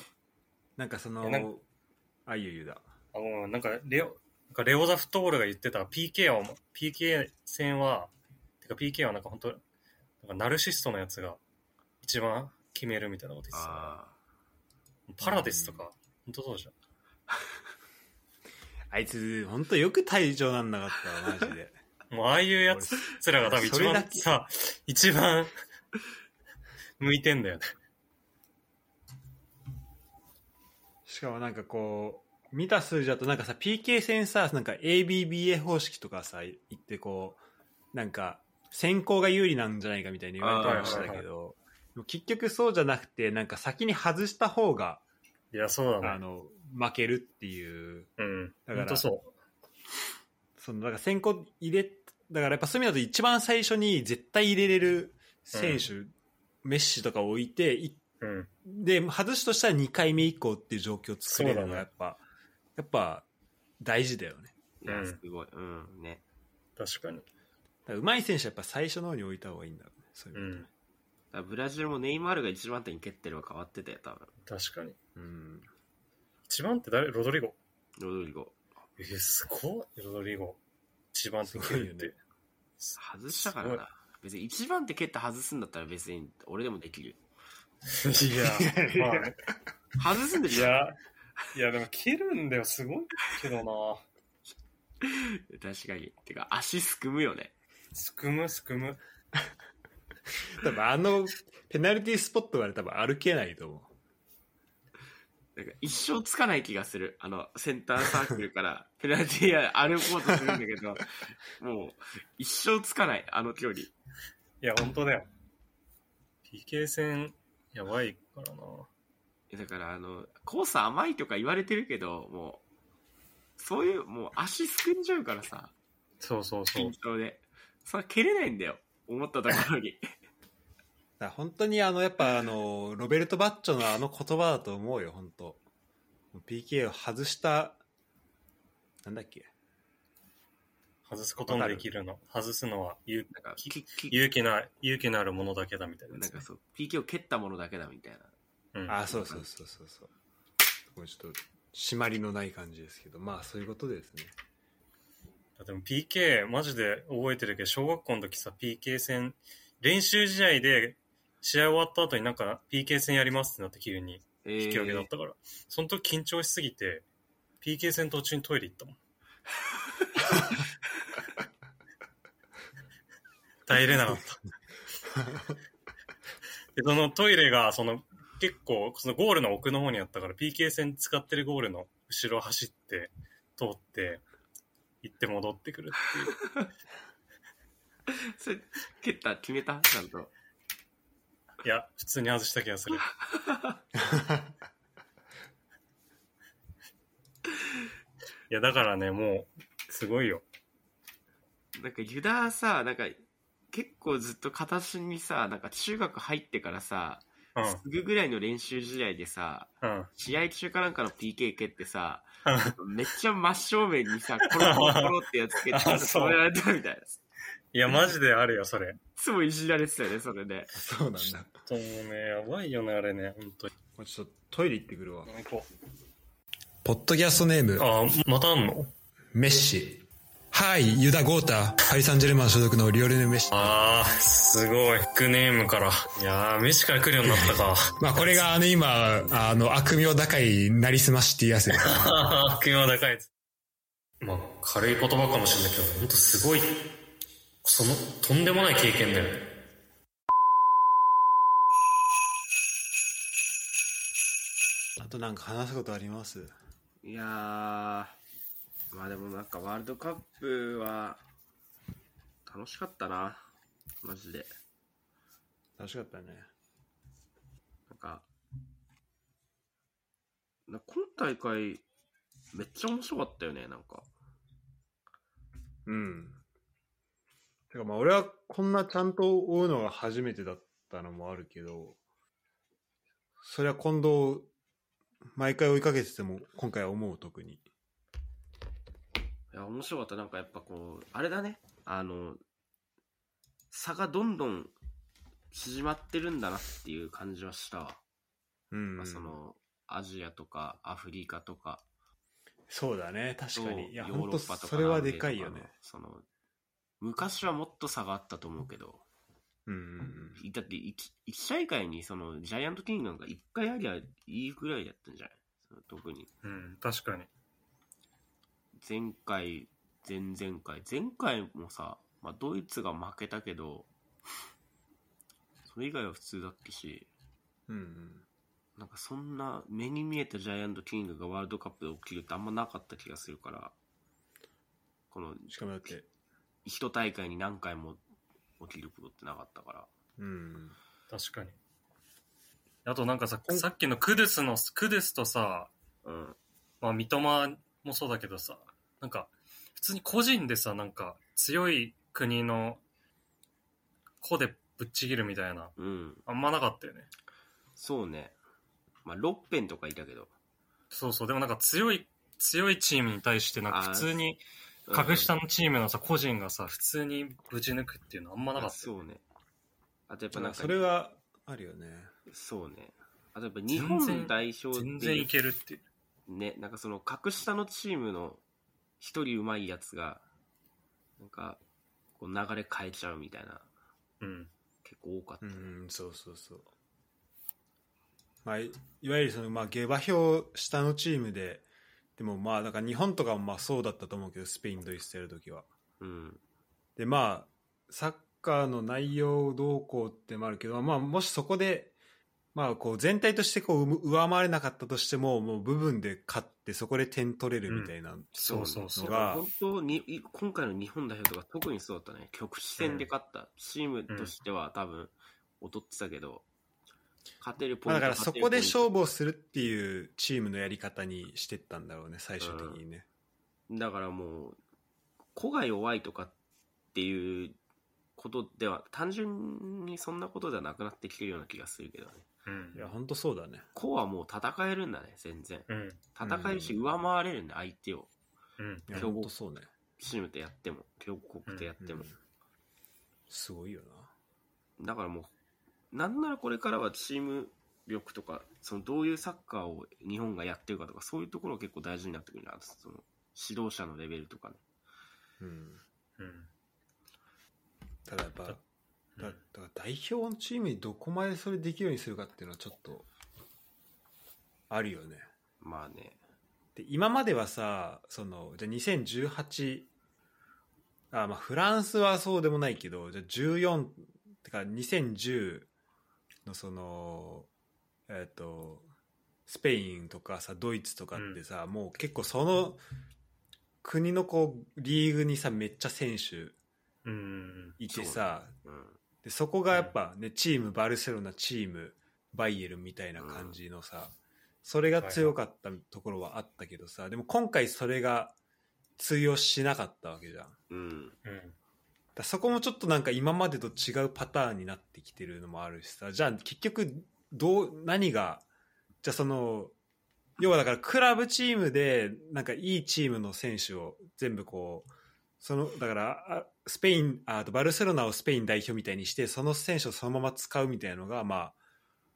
Speaker 1: なんかそ
Speaker 3: いやなん
Speaker 1: のあゆゆだ
Speaker 3: あのなんかレオなんかレオザフットボールが言ってた PK は PK 戦はてか PK はなんか本当なんかナルシストのやつが一番決めるみたいなこと言ってた
Speaker 2: あ
Speaker 3: パラデスとか、本当そうじゃん
Speaker 1: あいつ本当よく退場なんなかったわマジで
Speaker 3: もうああ [LAUGHS] いうやつらが多分
Speaker 1: そ
Speaker 3: 一
Speaker 1: れだ
Speaker 3: 番
Speaker 1: け
Speaker 3: さ一番向いてんだよね
Speaker 1: しかもなんかこう見た数字だとなんかさ PK 戦さなんか ABBA 方式とかさ言ってこうなんか先行が有利なんじゃないかみたいに言われたりもしてた
Speaker 3: あ
Speaker 1: け
Speaker 3: ー
Speaker 1: どでも結局そうじゃなくてなんか先に外した方が
Speaker 3: いやそう
Speaker 1: あ
Speaker 3: だね
Speaker 1: の負けるっていう
Speaker 3: うん
Speaker 1: だから
Speaker 3: 本当そ
Speaker 1: そのだから先行入れだからやっぱそういう意味だと一番最初に絶対入れれる選手、メッシとかを置いていう
Speaker 3: うん
Speaker 1: で外すとしたら2回目以降っていう状況を作れる
Speaker 3: そう
Speaker 1: の
Speaker 3: だ
Speaker 1: が
Speaker 3: ね
Speaker 1: やっぱ、やっぱ大事だよね
Speaker 2: あ、いや、
Speaker 3: うん
Speaker 2: すごい。うん、ね。
Speaker 3: 確かに
Speaker 1: だから上手い選手はやっぱ最初の方に置いた方がいいんだろうねそういうう意味
Speaker 3: ん
Speaker 1: だとね
Speaker 2: だからブラジルもネイマールが一番手に蹴ってれば変わってたよ、多分。
Speaker 3: 確かに
Speaker 1: うん
Speaker 3: 一番って誰ロドリゴ
Speaker 2: ロドリゴ。
Speaker 3: えすごいロドリゴ一番っ
Speaker 1: す
Speaker 3: て
Speaker 1: ごいよね
Speaker 3: って
Speaker 2: 外したから
Speaker 3: すご
Speaker 2: な。別に一番手蹴って外すんだったら別に俺でもできる。
Speaker 3: いや、まあね、
Speaker 2: 外すんで
Speaker 3: い
Speaker 2: しょ
Speaker 3: や、いやでも蹴るんだよ、すごいけどな。
Speaker 2: 確かに。てか、足すくむよね。
Speaker 3: すくむ、すくむ。
Speaker 1: 多分あのペナルティースポットまで多分歩けないと思う
Speaker 2: なんか一生つかない気がする。あの、センターサークルから [LAUGHS] ペナルティーエリア歩こうとするんだけど、もう、一生つかない、あの距離。
Speaker 3: いや、本当だよ。PK 戦、やばいからな。
Speaker 2: だから、あの、コース甘いとか言われてるけど、もう、そういう、もう足すくんじゃうからさ、
Speaker 3: そうそうそう
Speaker 2: 緊。張で。それ蹴れないんだよ。思ったところ [LAUGHS] に。
Speaker 1: だから本当にあのやっぱあのロベルト・バッチョのあの言葉だと思うよ本当 PK を外したなんだっけ
Speaker 3: 外すことのできるの。外すのは勇
Speaker 2: なんか、
Speaker 3: き
Speaker 2: きき
Speaker 3: 勇気な、勇気のあるものだけだみたいなや
Speaker 2: なん
Speaker 3: つ
Speaker 2: か
Speaker 3: ね。
Speaker 2: そう、PK を蹴ったものだけだみたいな。
Speaker 3: うん、
Speaker 1: あそうそうそうそうそうこれちょっと締まりのない感じですけどまあそういうことですね
Speaker 3: でも PK マジで覚えてるけど小学校の時さ PK 戦練習試合で試合終わった後になんか PK 戦やりますってなって急に
Speaker 2: え
Speaker 3: 引き分けだっ
Speaker 2: ー、
Speaker 3: たから、その時緊張しすぎて PK 戦途中にトイレ行ったもん耐えれなかったでそのトイレがその結構そのゴールの奥の方にあったから PK 戦使ってるゴールの後ろ走って通って行って戻ってくるっていう
Speaker 2: それ蹴った、決めたちゃんと。
Speaker 3: いや、普通に外した気がす [LAUGHS] る。いや、だからね、もう、すごいよ。
Speaker 2: なんかユダはさ、なんか結構ずっと形にさ、なんか中学入ってからさ、
Speaker 3: うん、
Speaker 2: すぐぐらいの練習試合でさ、
Speaker 3: うん。 [LAUGHS]
Speaker 2: 試合中かなんかの PK 蹴ってさ、めっちゃ真正面にさ、コロコロコロってやつ蹴って
Speaker 3: [LAUGHS] あそう
Speaker 2: 止められたみたいな。い
Speaker 3: いや、マジであるよ、それ。
Speaker 2: つもいじられてたよね、それで。
Speaker 1: そうなんだ
Speaker 3: ともうね、やばいよね、あれね、本当に。
Speaker 1: もうちょっとトイレ行ってくるわ
Speaker 3: こ
Speaker 1: ポッドキャストネーム
Speaker 3: あー、またあんの
Speaker 1: メッシはいユダ・ゴータパリ・サンジェルマン所属のリオレネル・メッシ
Speaker 3: あー、すごい。ニックネームから。いやー、飯から来るようになったか。
Speaker 1: まあこれがあの今あの悪名高いなりすましっていうやつです
Speaker 3: [LAUGHS] あー、は高いやつ。まあ、軽い言葉かもしれないけど、本当すごい、その、とんでもない経験だよね。
Speaker 1: あとなんか話すことあります
Speaker 2: いやー、まあでもなんかワールドカップは、楽しかったな、マジで。
Speaker 1: 楽しかったね
Speaker 2: なんか、な今大会、めっちゃ面白かったよね、なんか。
Speaker 1: うんてかまあ俺はこんなちゃんと追うのが初めてだったのもあるけどそりゃ今度毎回追いかけてても今回は思う特に
Speaker 2: いや、面白かった。なんかやっぱこう、あれだね。あの、差がどんどん縮まってるんだなっていう感じはしたわ。
Speaker 1: うん
Speaker 2: まあ、その、アジアとかアフリカとか、
Speaker 1: そうだね確か
Speaker 2: と
Speaker 1: にいや
Speaker 2: ヨー
Speaker 1: 本
Speaker 2: ロ
Speaker 1: 当
Speaker 2: ッパとか
Speaker 1: それはでかいよ
Speaker 2: 南
Speaker 1: ね
Speaker 2: 米とかのその、昔はもっと差があったと思うけど、
Speaker 1: うんうんうん
Speaker 2: だって 1, 1大会にそのジャイアントキリングなんか1回ありゃいいぐらいだったんじゃないその特に。
Speaker 3: うん、確かに。
Speaker 2: 前回、前々回、前回もさ、まあ、ドイツが負けたけど、それ以外は普通だったし、
Speaker 1: うんうん
Speaker 2: なんかそんな目に見えたジャイアントキリングがワールドカップで起きるってあんまなかった気がするから、この
Speaker 1: しかもだって
Speaker 2: 一大会に何回も起きることってなかったから。
Speaker 1: うん
Speaker 3: 確かに。あとなんかさ、
Speaker 1: うん
Speaker 3: さっきのクドゥスの、クドゥスとさ、
Speaker 2: うん。
Speaker 3: まあ、三笘もそうだけどさ、なんか、普通に個人でさ、なんか、強い国の子でぶっちぎるみたいな、
Speaker 2: うん。
Speaker 3: あんまなかったよね。
Speaker 2: そうね。まあ、ロッペンとかいたけど。
Speaker 3: そうそう、でもなんか強い、強いチームに対して、なんか
Speaker 2: あー
Speaker 3: 普通に、
Speaker 2: うん
Speaker 3: 格下のチームのさ、個人がさ、普通にぶち抜くっていうのあんまなか
Speaker 2: あ
Speaker 3: ったよ。
Speaker 2: そうね。あとやっぱ
Speaker 1: ま
Speaker 2: なん
Speaker 1: あ
Speaker 2: か、
Speaker 1: それはあるよね
Speaker 2: そうね。あとやっぱ日
Speaker 3: 全
Speaker 2: 本
Speaker 3: 然
Speaker 2: 代表っていう
Speaker 3: 全然いけるっていう。
Speaker 2: ね、なんかその格下のチームの一人うまいやつが、なんか、こう流れ変えちゃうみたいな、
Speaker 3: うん。
Speaker 2: 結構多かっ
Speaker 1: う
Speaker 2: たね。
Speaker 1: んそうそうそうまあいいわゆるそのまあ下馬評下のチームででもまあなんか日本とかもまあそうだったと思うけどスペインドイツやるときは
Speaker 2: うん。
Speaker 1: でまあサッカーの内容どうこうってもあるけど、まあ、もしそこで、まあ、こう全体としてこううむ上回れなかったとしてももう部分で勝ってそこで点取れるみたいな、
Speaker 3: そうそうそう
Speaker 1: の。が
Speaker 2: 本当に、い今回の日本代表とか特にそうだったね。局地戦で勝った。チームとしては多分、劣ってたけど、勝てるポ
Speaker 1: ま
Speaker 2: イ
Speaker 1: あ、
Speaker 2: ン
Speaker 1: だ
Speaker 2: ト
Speaker 1: からそこで勝
Speaker 2: 負。
Speaker 1: 負をするっていうチームのやり方にしてったんだろうね最終的にね、
Speaker 2: だからもう、子が弱いとかっていうことでは、単純にそんなことではなくなってきてるような気がするけどね。
Speaker 3: うん
Speaker 1: いや。本当そうだね
Speaker 2: 子はもう戦えるんだね、全然。
Speaker 3: うん。
Speaker 2: 戦えるし、
Speaker 1: うん
Speaker 2: 上回れるんで、相手を。
Speaker 3: うん。
Speaker 1: いや
Speaker 2: 強豪
Speaker 1: 本当そうね
Speaker 2: チームでやっても、強国でやっても
Speaker 1: うん。すごいよ
Speaker 2: だからもう、なんならこれからはチーム力とか、そのどういうサッカーを日本がやってるかとか、そういうところが結構大事になってくるな、その指導者のレベルとかね。
Speaker 1: な、うん、
Speaker 3: うん。
Speaker 1: ただやっぱだ
Speaker 3: う
Speaker 1: だ
Speaker 3: ん
Speaker 1: から代表のチームにどこまでそれできるようにするかっていうのはちょっとあるよね
Speaker 2: まあね。
Speaker 1: で今まではさそのじゃあ2018あ、まあ、フランスはそうでもないけどじゃあ14てか2010のそのえっ、とスペインとかさドイツとかってさ、もう結構その国のこうリーグにさめっちゃ選手
Speaker 3: うん。
Speaker 1: いてさ
Speaker 2: うん。
Speaker 1: でそこがやっぱね、チームバルセロナチームバイエルンみたいな感じのさ、それが強かったところはあったけどさでも今回それが通用しなかったわけじゃんだか
Speaker 2: うん。
Speaker 3: うん。
Speaker 1: らそこもちょっとなんか今までと違うパターンになってきてるのもあるしさじゃあ結局どう何がじゃあその要はだからクラブチームでなんかいいチームの選手を全部こうそのだからあスペインああとバルセロナをスペイン代表みたいにしてその選手をそのまま使うみたいなのがまあ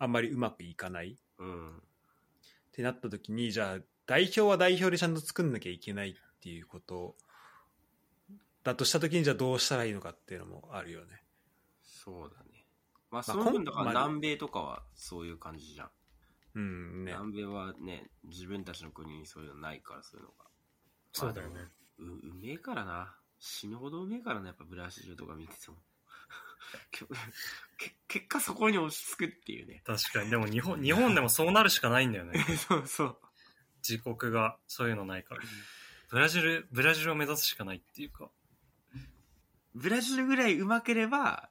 Speaker 1: あんまりうまくいかないっ
Speaker 2: うん。
Speaker 1: てなった時にじゃあ代表は代表でちゃんと作んなきゃいけないっていうことだとした時にじゃあどうしたらいいのかっていうのもあるよね。
Speaker 2: そうだね。まあ、その分だから
Speaker 1: まあ
Speaker 2: 南米とかはそういう感じじゃん。
Speaker 1: うんね、
Speaker 2: 南米はね、自分たちの国にそういうのないから、そういうのが。
Speaker 3: そうだよね。
Speaker 2: う、うめえからな。死ぬほどうめえからな、やっぱブラジルとか見てても。 [LAUGHS] け結果そこに落ち着くっていうね。
Speaker 3: 確かに。でも日本、日本でもそうなるしかないんだよ [LAUGHS] ね。
Speaker 2: そうそう。
Speaker 3: 自国がそういうのないから。ブラジル、ブラジルを目指すしかないっていうか。
Speaker 2: ブラジルぐらいうまければ、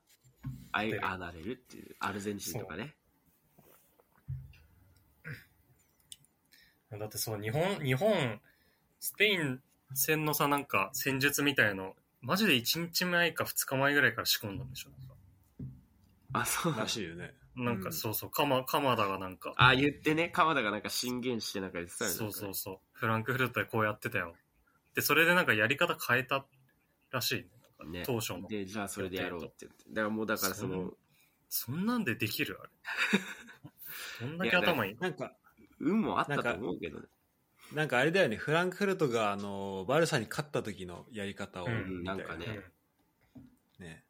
Speaker 2: あ
Speaker 3: 出
Speaker 2: い
Speaker 3: る
Speaker 2: ああなれるっていう。アルゼンチンとかね。
Speaker 3: だってそう、日本、日本、スペイン戦のさ、なんか戦術みたいの、マジで1日前か2日前ぐらいから仕込んだんでしょなんか
Speaker 2: あ、そう。
Speaker 1: らしいよね。
Speaker 3: なんか
Speaker 1: うん
Speaker 3: そうそう、鎌鎌田がなんか、
Speaker 2: あ、言ってね、鎌田がなんか進言してなんか言ってたよね。
Speaker 3: そうそうそう、フランクフルトでこうやってたよ。って、それでなんかやり方変えたらしいね。
Speaker 2: ね、
Speaker 3: 当初の
Speaker 2: でじゃあそれでやろうって言ってだからもうだからその
Speaker 3: そんなんででき
Speaker 2: [LAUGHS]
Speaker 3: るあれ。どんだ
Speaker 2: い
Speaker 3: け
Speaker 2: やだ
Speaker 3: 頭いいの
Speaker 1: なんか、
Speaker 2: 運もあっ
Speaker 1: な
Speaker 2: たと
Speaker 1: んか
Speaker 2: 思うけどね
Speaker 1: なんかあれだよね、フランクフルトが、あの、バルサに勝った時のやり方を、
Speaker 3: うん
Speaker 2: うんなんかね
Speaker 1: ね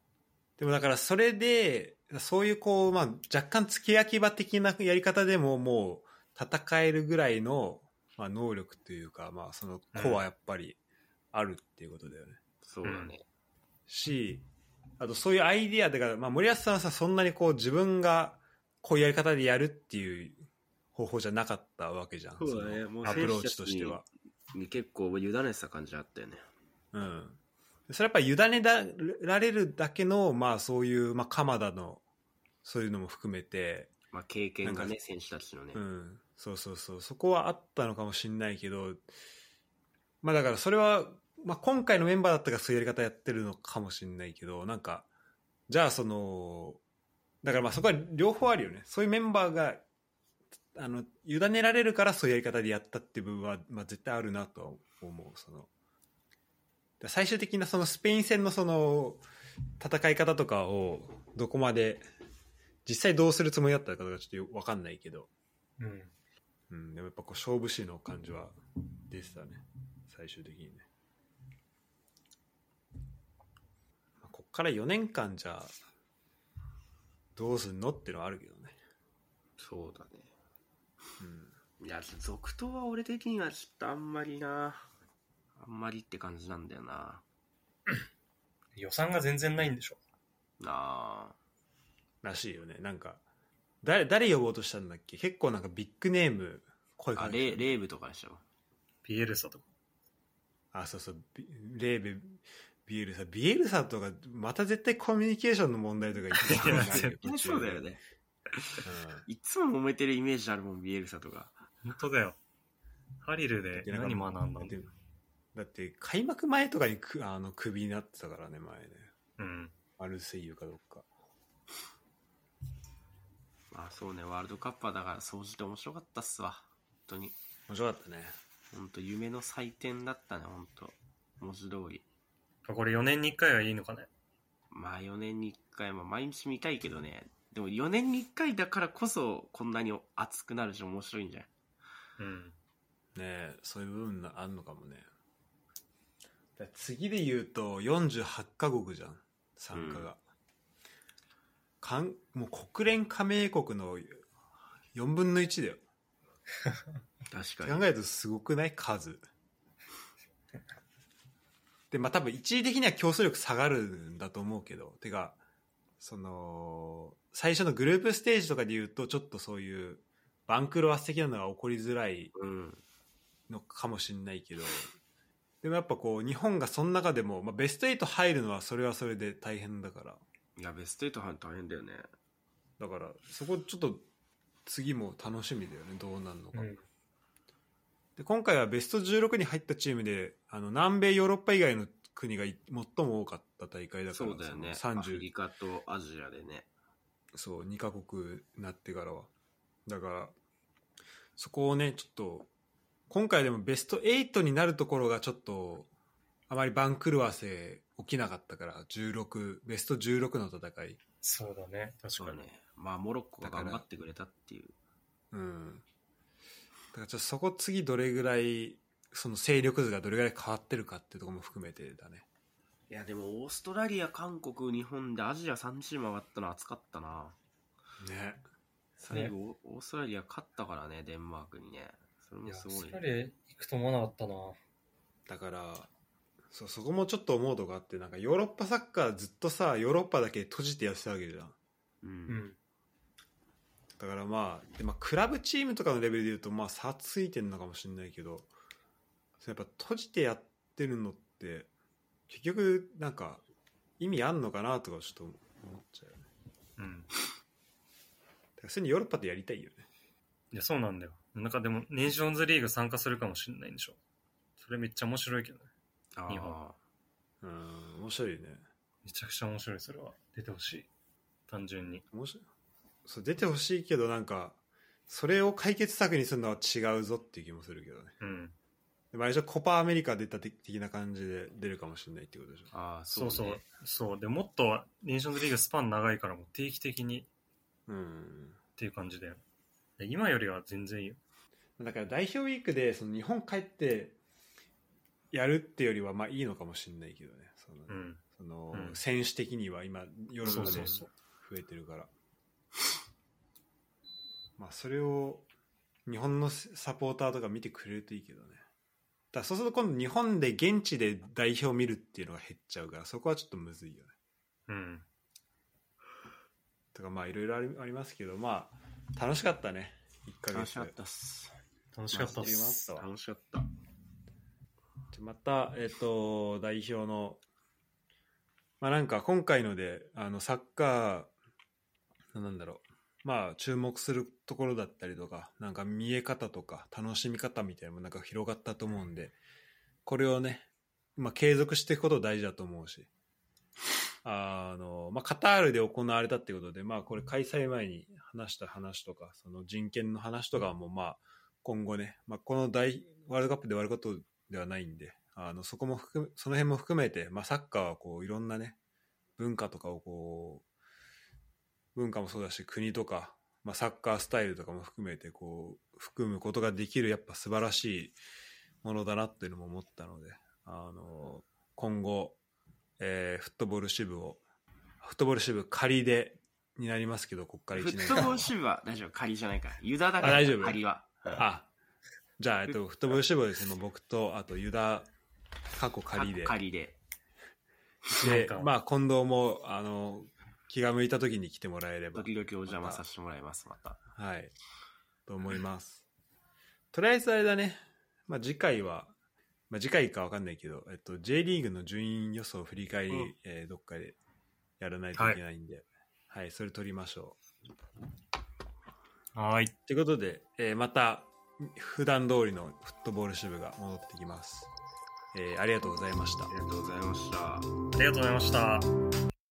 Speaker 1: でもだからそれで、そういうこう、まあ、若干付け焼き場的なやり方でももう戦えるぐらいの、まあ、能力というか、まあ、その子はやっぱりあるっていうことだよね。
Speaker 2: そうだね、
Speaker 1: し、あとそういうアイディアだから、まあ、森保さんはさ、そんなにこう自分がこういうやり方でやるっていう方法じゃなかったわけじゃん。
Speaker 2: そうだねもう
Speaker 1: のアプローチとしては。
Speaker 2: に結構委ねてた感じあったよね
Speaker 1: うん。それやっぱ委ねだられるだけの、まあそういう、まあ鎌田の、そういうのも含めて、
Speaker 2: まあ経験が
Speaker 1: な
Speaker 2: ね
Speaker 1: ん
Speaker 2: 選手たちのね、
Speaker 1: うん。そうそうそう。そこはあったのかもしれないけど、まあだからそれは、まあ今回のメンバーだったからそういうやり方やってるのかもしれないけど、なんか、じゃあその、だからまあそこは両方あるよね。そういうメンバーが、あの、委ねられるからそういうやり方でやったっていう部分は、まあ絶対あるなとは思う。その、だから最終的なそのスペイン戦のその、戦い方とかをどこまで、実際どうするつもりだったのかとかちょっとわかんないけど、
Speaker 3: うん。うん
Speaker 1: うん、でもやっぱこう勝負師の感じは出てたね、最終的にね。まあこっから4年間じゃあ、どうすんのってのはあるけどね。
Speaker 2: そうだね
Speaker 1: うん、
Speaker 2: いや続投は俺的にはちょっとあんまりなあんまりって感じなんだよな
Speaker 3: 予算が全然ないんでしょ。
Speaker 2: なあ
Speaker 1: らしいよね。なんか、誰、誰呼ぼうとしたんだっけ結構なんかビッグネーム声
Speaker 2: あ
Speaker 1: かけ
Speaker 2: レ
Speaker 1: て
Speaker 2: レーブとかでしょ
Speaker 3: ビエルサとか。
Speaker 1: あそうそう、ビレーベ、ビエルサ。ビエルサとか、また絶対コミュニケーションの問題とか言ってた
Speaker 3: いや
Speaker 1: る
Speaker 3: 絶
Speaker 2: えそうだよ。ね
Speaker 1: うん
Speaker 2: いつも揉めてるイメージあるもんビエルサとか
Speaker 3: 本当だよ。ハリルで何学んだんだ
Speaker 1: だってだって開幕前とかにくあのクビになってたからね前ね
Speaker 3: うん。
Speaker 1: マルセイユかどっか
Speaker 2: まあそうねワールドカップはだから総じて面白かったっすわ本当に
Speaker 1: 面白かったね
Speaker 2: 本当夢の祭典だったね本当文字通り
Speaker 3: これ4年に1回はいいのかね。
Speaker 2: まあ4年に1回、まあ、毎日見たいけどねでも4年に1回だからこそこんなに熱くなるし面白いんじゃない
Speaker 3: うん。
Speaker 1: ねえそういう部分なあんのかもねだから次で言うと48カ国じゃん参加が、かんもう国連加盟国の4分の1だよ
Speaker 2: 確
Speaker 1: って考えるとすごくない数でまあ多分一時的には競争力下がるんだと思うけどてかその最初のグループステージとかで言うとちょっとそういう番狂わせ的なのが起こりづらい
Speaker 2: うん
Speaker 1: のかもしれないけどでもやっぱこう日本がその中でも、まあ、ベスト8入るのはそれはそれで大変だから
Speaker 2: いやベスト8は大変だよね
Speaker 1: だからそこちょっと次も楽しみだよねどうなるのか、
Speaker 3: うん
Speaker 1: で今回はベスト16に入ったチームであの南米ヨーロッパ以外の国がい最も多かった大会だから
Speaker 2: そうだよね
Speaker 1: そ
Speaker 2: ア
Speaker 1: の
Speaker 2: フリ
Speaker 1: 30
Speaker 2: カとアジアでね
Speaker 1: そう2カ国になってからはだからそこをねちょっと今回でもベスト8になるところがちょっとあまり番狂わせ起きなかったから16ベスト16の戦い
Speaker 3: そうだね。確
Speaker 2: そう
Speaker 3: か
Speaker 2: だ
Speaker 3: に。
Speaker 2: ねまあモロッコが頑張ってくれたってい
Speaker 1: う
Speaker 2: う
Speaker 1: んだからちょっとそこ次どれぐらいその勢力図がどれぐらい変わってるかっていうところも含めてだね
Speaker 2: いやでもオーストラリア韓国日本でアジア3チーム上がったの熱かったな
Speaker 1: ね
Speaker 2: 最後オーストラリア勝ったからねデンマークにねそれ
Speaker 3: い
Speaker 2: も
Speaker 3: や、
Speaker 2: す
Speaker 3: す
Speaker 2: ごい
Speaker 3: ごい。行くと思わなかったな。
Speaker 1: だからそうそこもちょっと思うとこあってなんかヨーロッパサッカーずっとさヨーロッパだけ閉じてやってたわけじゃん
Speaker 2: う
Speaker 3: うんん。
Speaker 1: だからまあで、まあ、クラブチームとかのレベルでいうとまあ差ついてるのかもしれないけどそうやっぱ閉じてやってるのって結局なんか意味あんのかなとかちょっと思っちゃうよね
Speaker 3: うん。
Speaker 1: だからそういうのヨーロッパでやりたいよね
Speaker 3: いや、そうなんだよ。なんかでも、ネーションズリーグ参加するかもしれないんでしょ。それめっちゃ面白いけどね。
Speaker 2: あ
Speaker 3: 日
Speaker 2: あ
Speaker 3: 本
Speaker 1: うん面白いよね
Speaker 3: めちゃくちゃ面白い、それは。出てほしい。単純に。
Speaker 1: 面白いそう出てほしいけどなんかそれを解決策にするのは違うぞっていう気もするけどね
Speaker 3: うん。
Speaker 1: ででもあれでしょコパアメリカ出た的的な感じで出るかもしれないってことでしょ
Speaker 2: ああ、
Speaker 3: そうそう、
Speaker 2: ね
Speaker 3: そう。で、もっと、ネーションズリーグスパン長いから、もう定期的にっ
Speaker 1: うん
Speaker 3: ていう感じで。で今よりは全然いいよ。
Speaker 1: だから代表ウィークでその日本帰ってやるってよりはまあいいのかもしれないけどねその,、
Speaker 3: うん。
Speaker 1: その
Speaker 3: うん
Speaker 1: 選手的には今ヨーロッパで
Speaker 3: そ
Speaker 1: 増
Speaker 3: うそう
Speaker 1: えてるからまあそれを日本のサポーターとか見てくれるといいけどねだからそうすると今度日本で現地で代表見るっていうのが減っちゃうからそこはちょっとむずいよね
Speaker 3: うん。
Speaker 1: とかまあいろいろありありますけどまあ楽しかったね1ヶ月
Speaker 2: 楽しかったっす。
Speaker 3: 楽しかったっす。
Speaker 1: まあ
Speaker 2: 楽しかった。
Speaker 1: じゃあまた、えっと、代表の、まあなんか今回ので、あの、サッカー、なんだろう、まあ注目するところだったりとか、なんか見え方とか、楽しみ方みたいなのもなんか広がったと思うんで、これをね、まあ継続していくこと大事だと思うし、あの、まあカタールで行われたってことで、まあこれ開催前に話した話とか、その人権の話とかもまあ今後ね、まあこの大、ワールドカップで終わることではないんで、あのそこも含めその辺も含めて、まあ、サッカーはこういろんなね、文化とかをこう、文化もそうだし、国とか、まあ、サッカースタイルとかも含めて、こう、含むことができる、やっぱ素晴らしいものだなっていうのも思ったので、あの、今後、えーフットボール支部を、フットボール支部仮でになりますけど、ここから
Speaker 2: フ
Speaker 1: 1年間
Speaker 2: ット
Speaker 1: は。
Speaker 2: ボール支部は大丈夫、仮じゃないから。ユダだから、
Speaker 1: あ大丈夫
Speaker 2: 仮は。
Speaker 1: あ、じゃあ、えっと、フットボール支部はですね、もう僕と、あと、ユダ、過去仮で。
Speaker 2: 仮で。
Speaker 1: で
Speaker 3: なん、か
Speaker 1: まあ、近藤も、あの、気が向いた時に来てもらえれば、
Speaker 2: 時々お邪魔させてもらいます、また。
Speaker 1: はい、と思います。とりあえずあれだね、まあ、次回は、まあ、次回かわかんないけど、えっと、J リーグの順位予想振り返り、
Speaker 3: うん
Speaker 1: えーどっかでやらないといけないんで、はい、それ取りましょ
Speaker 3: はーい。
Speaker 1: う。ということで、えーまた、普段通りのフットボール支部が戻ってきます。えーありがとうございました
Speaker 2: あ。りがとうございました。
Speaker 3: ありがとうございました。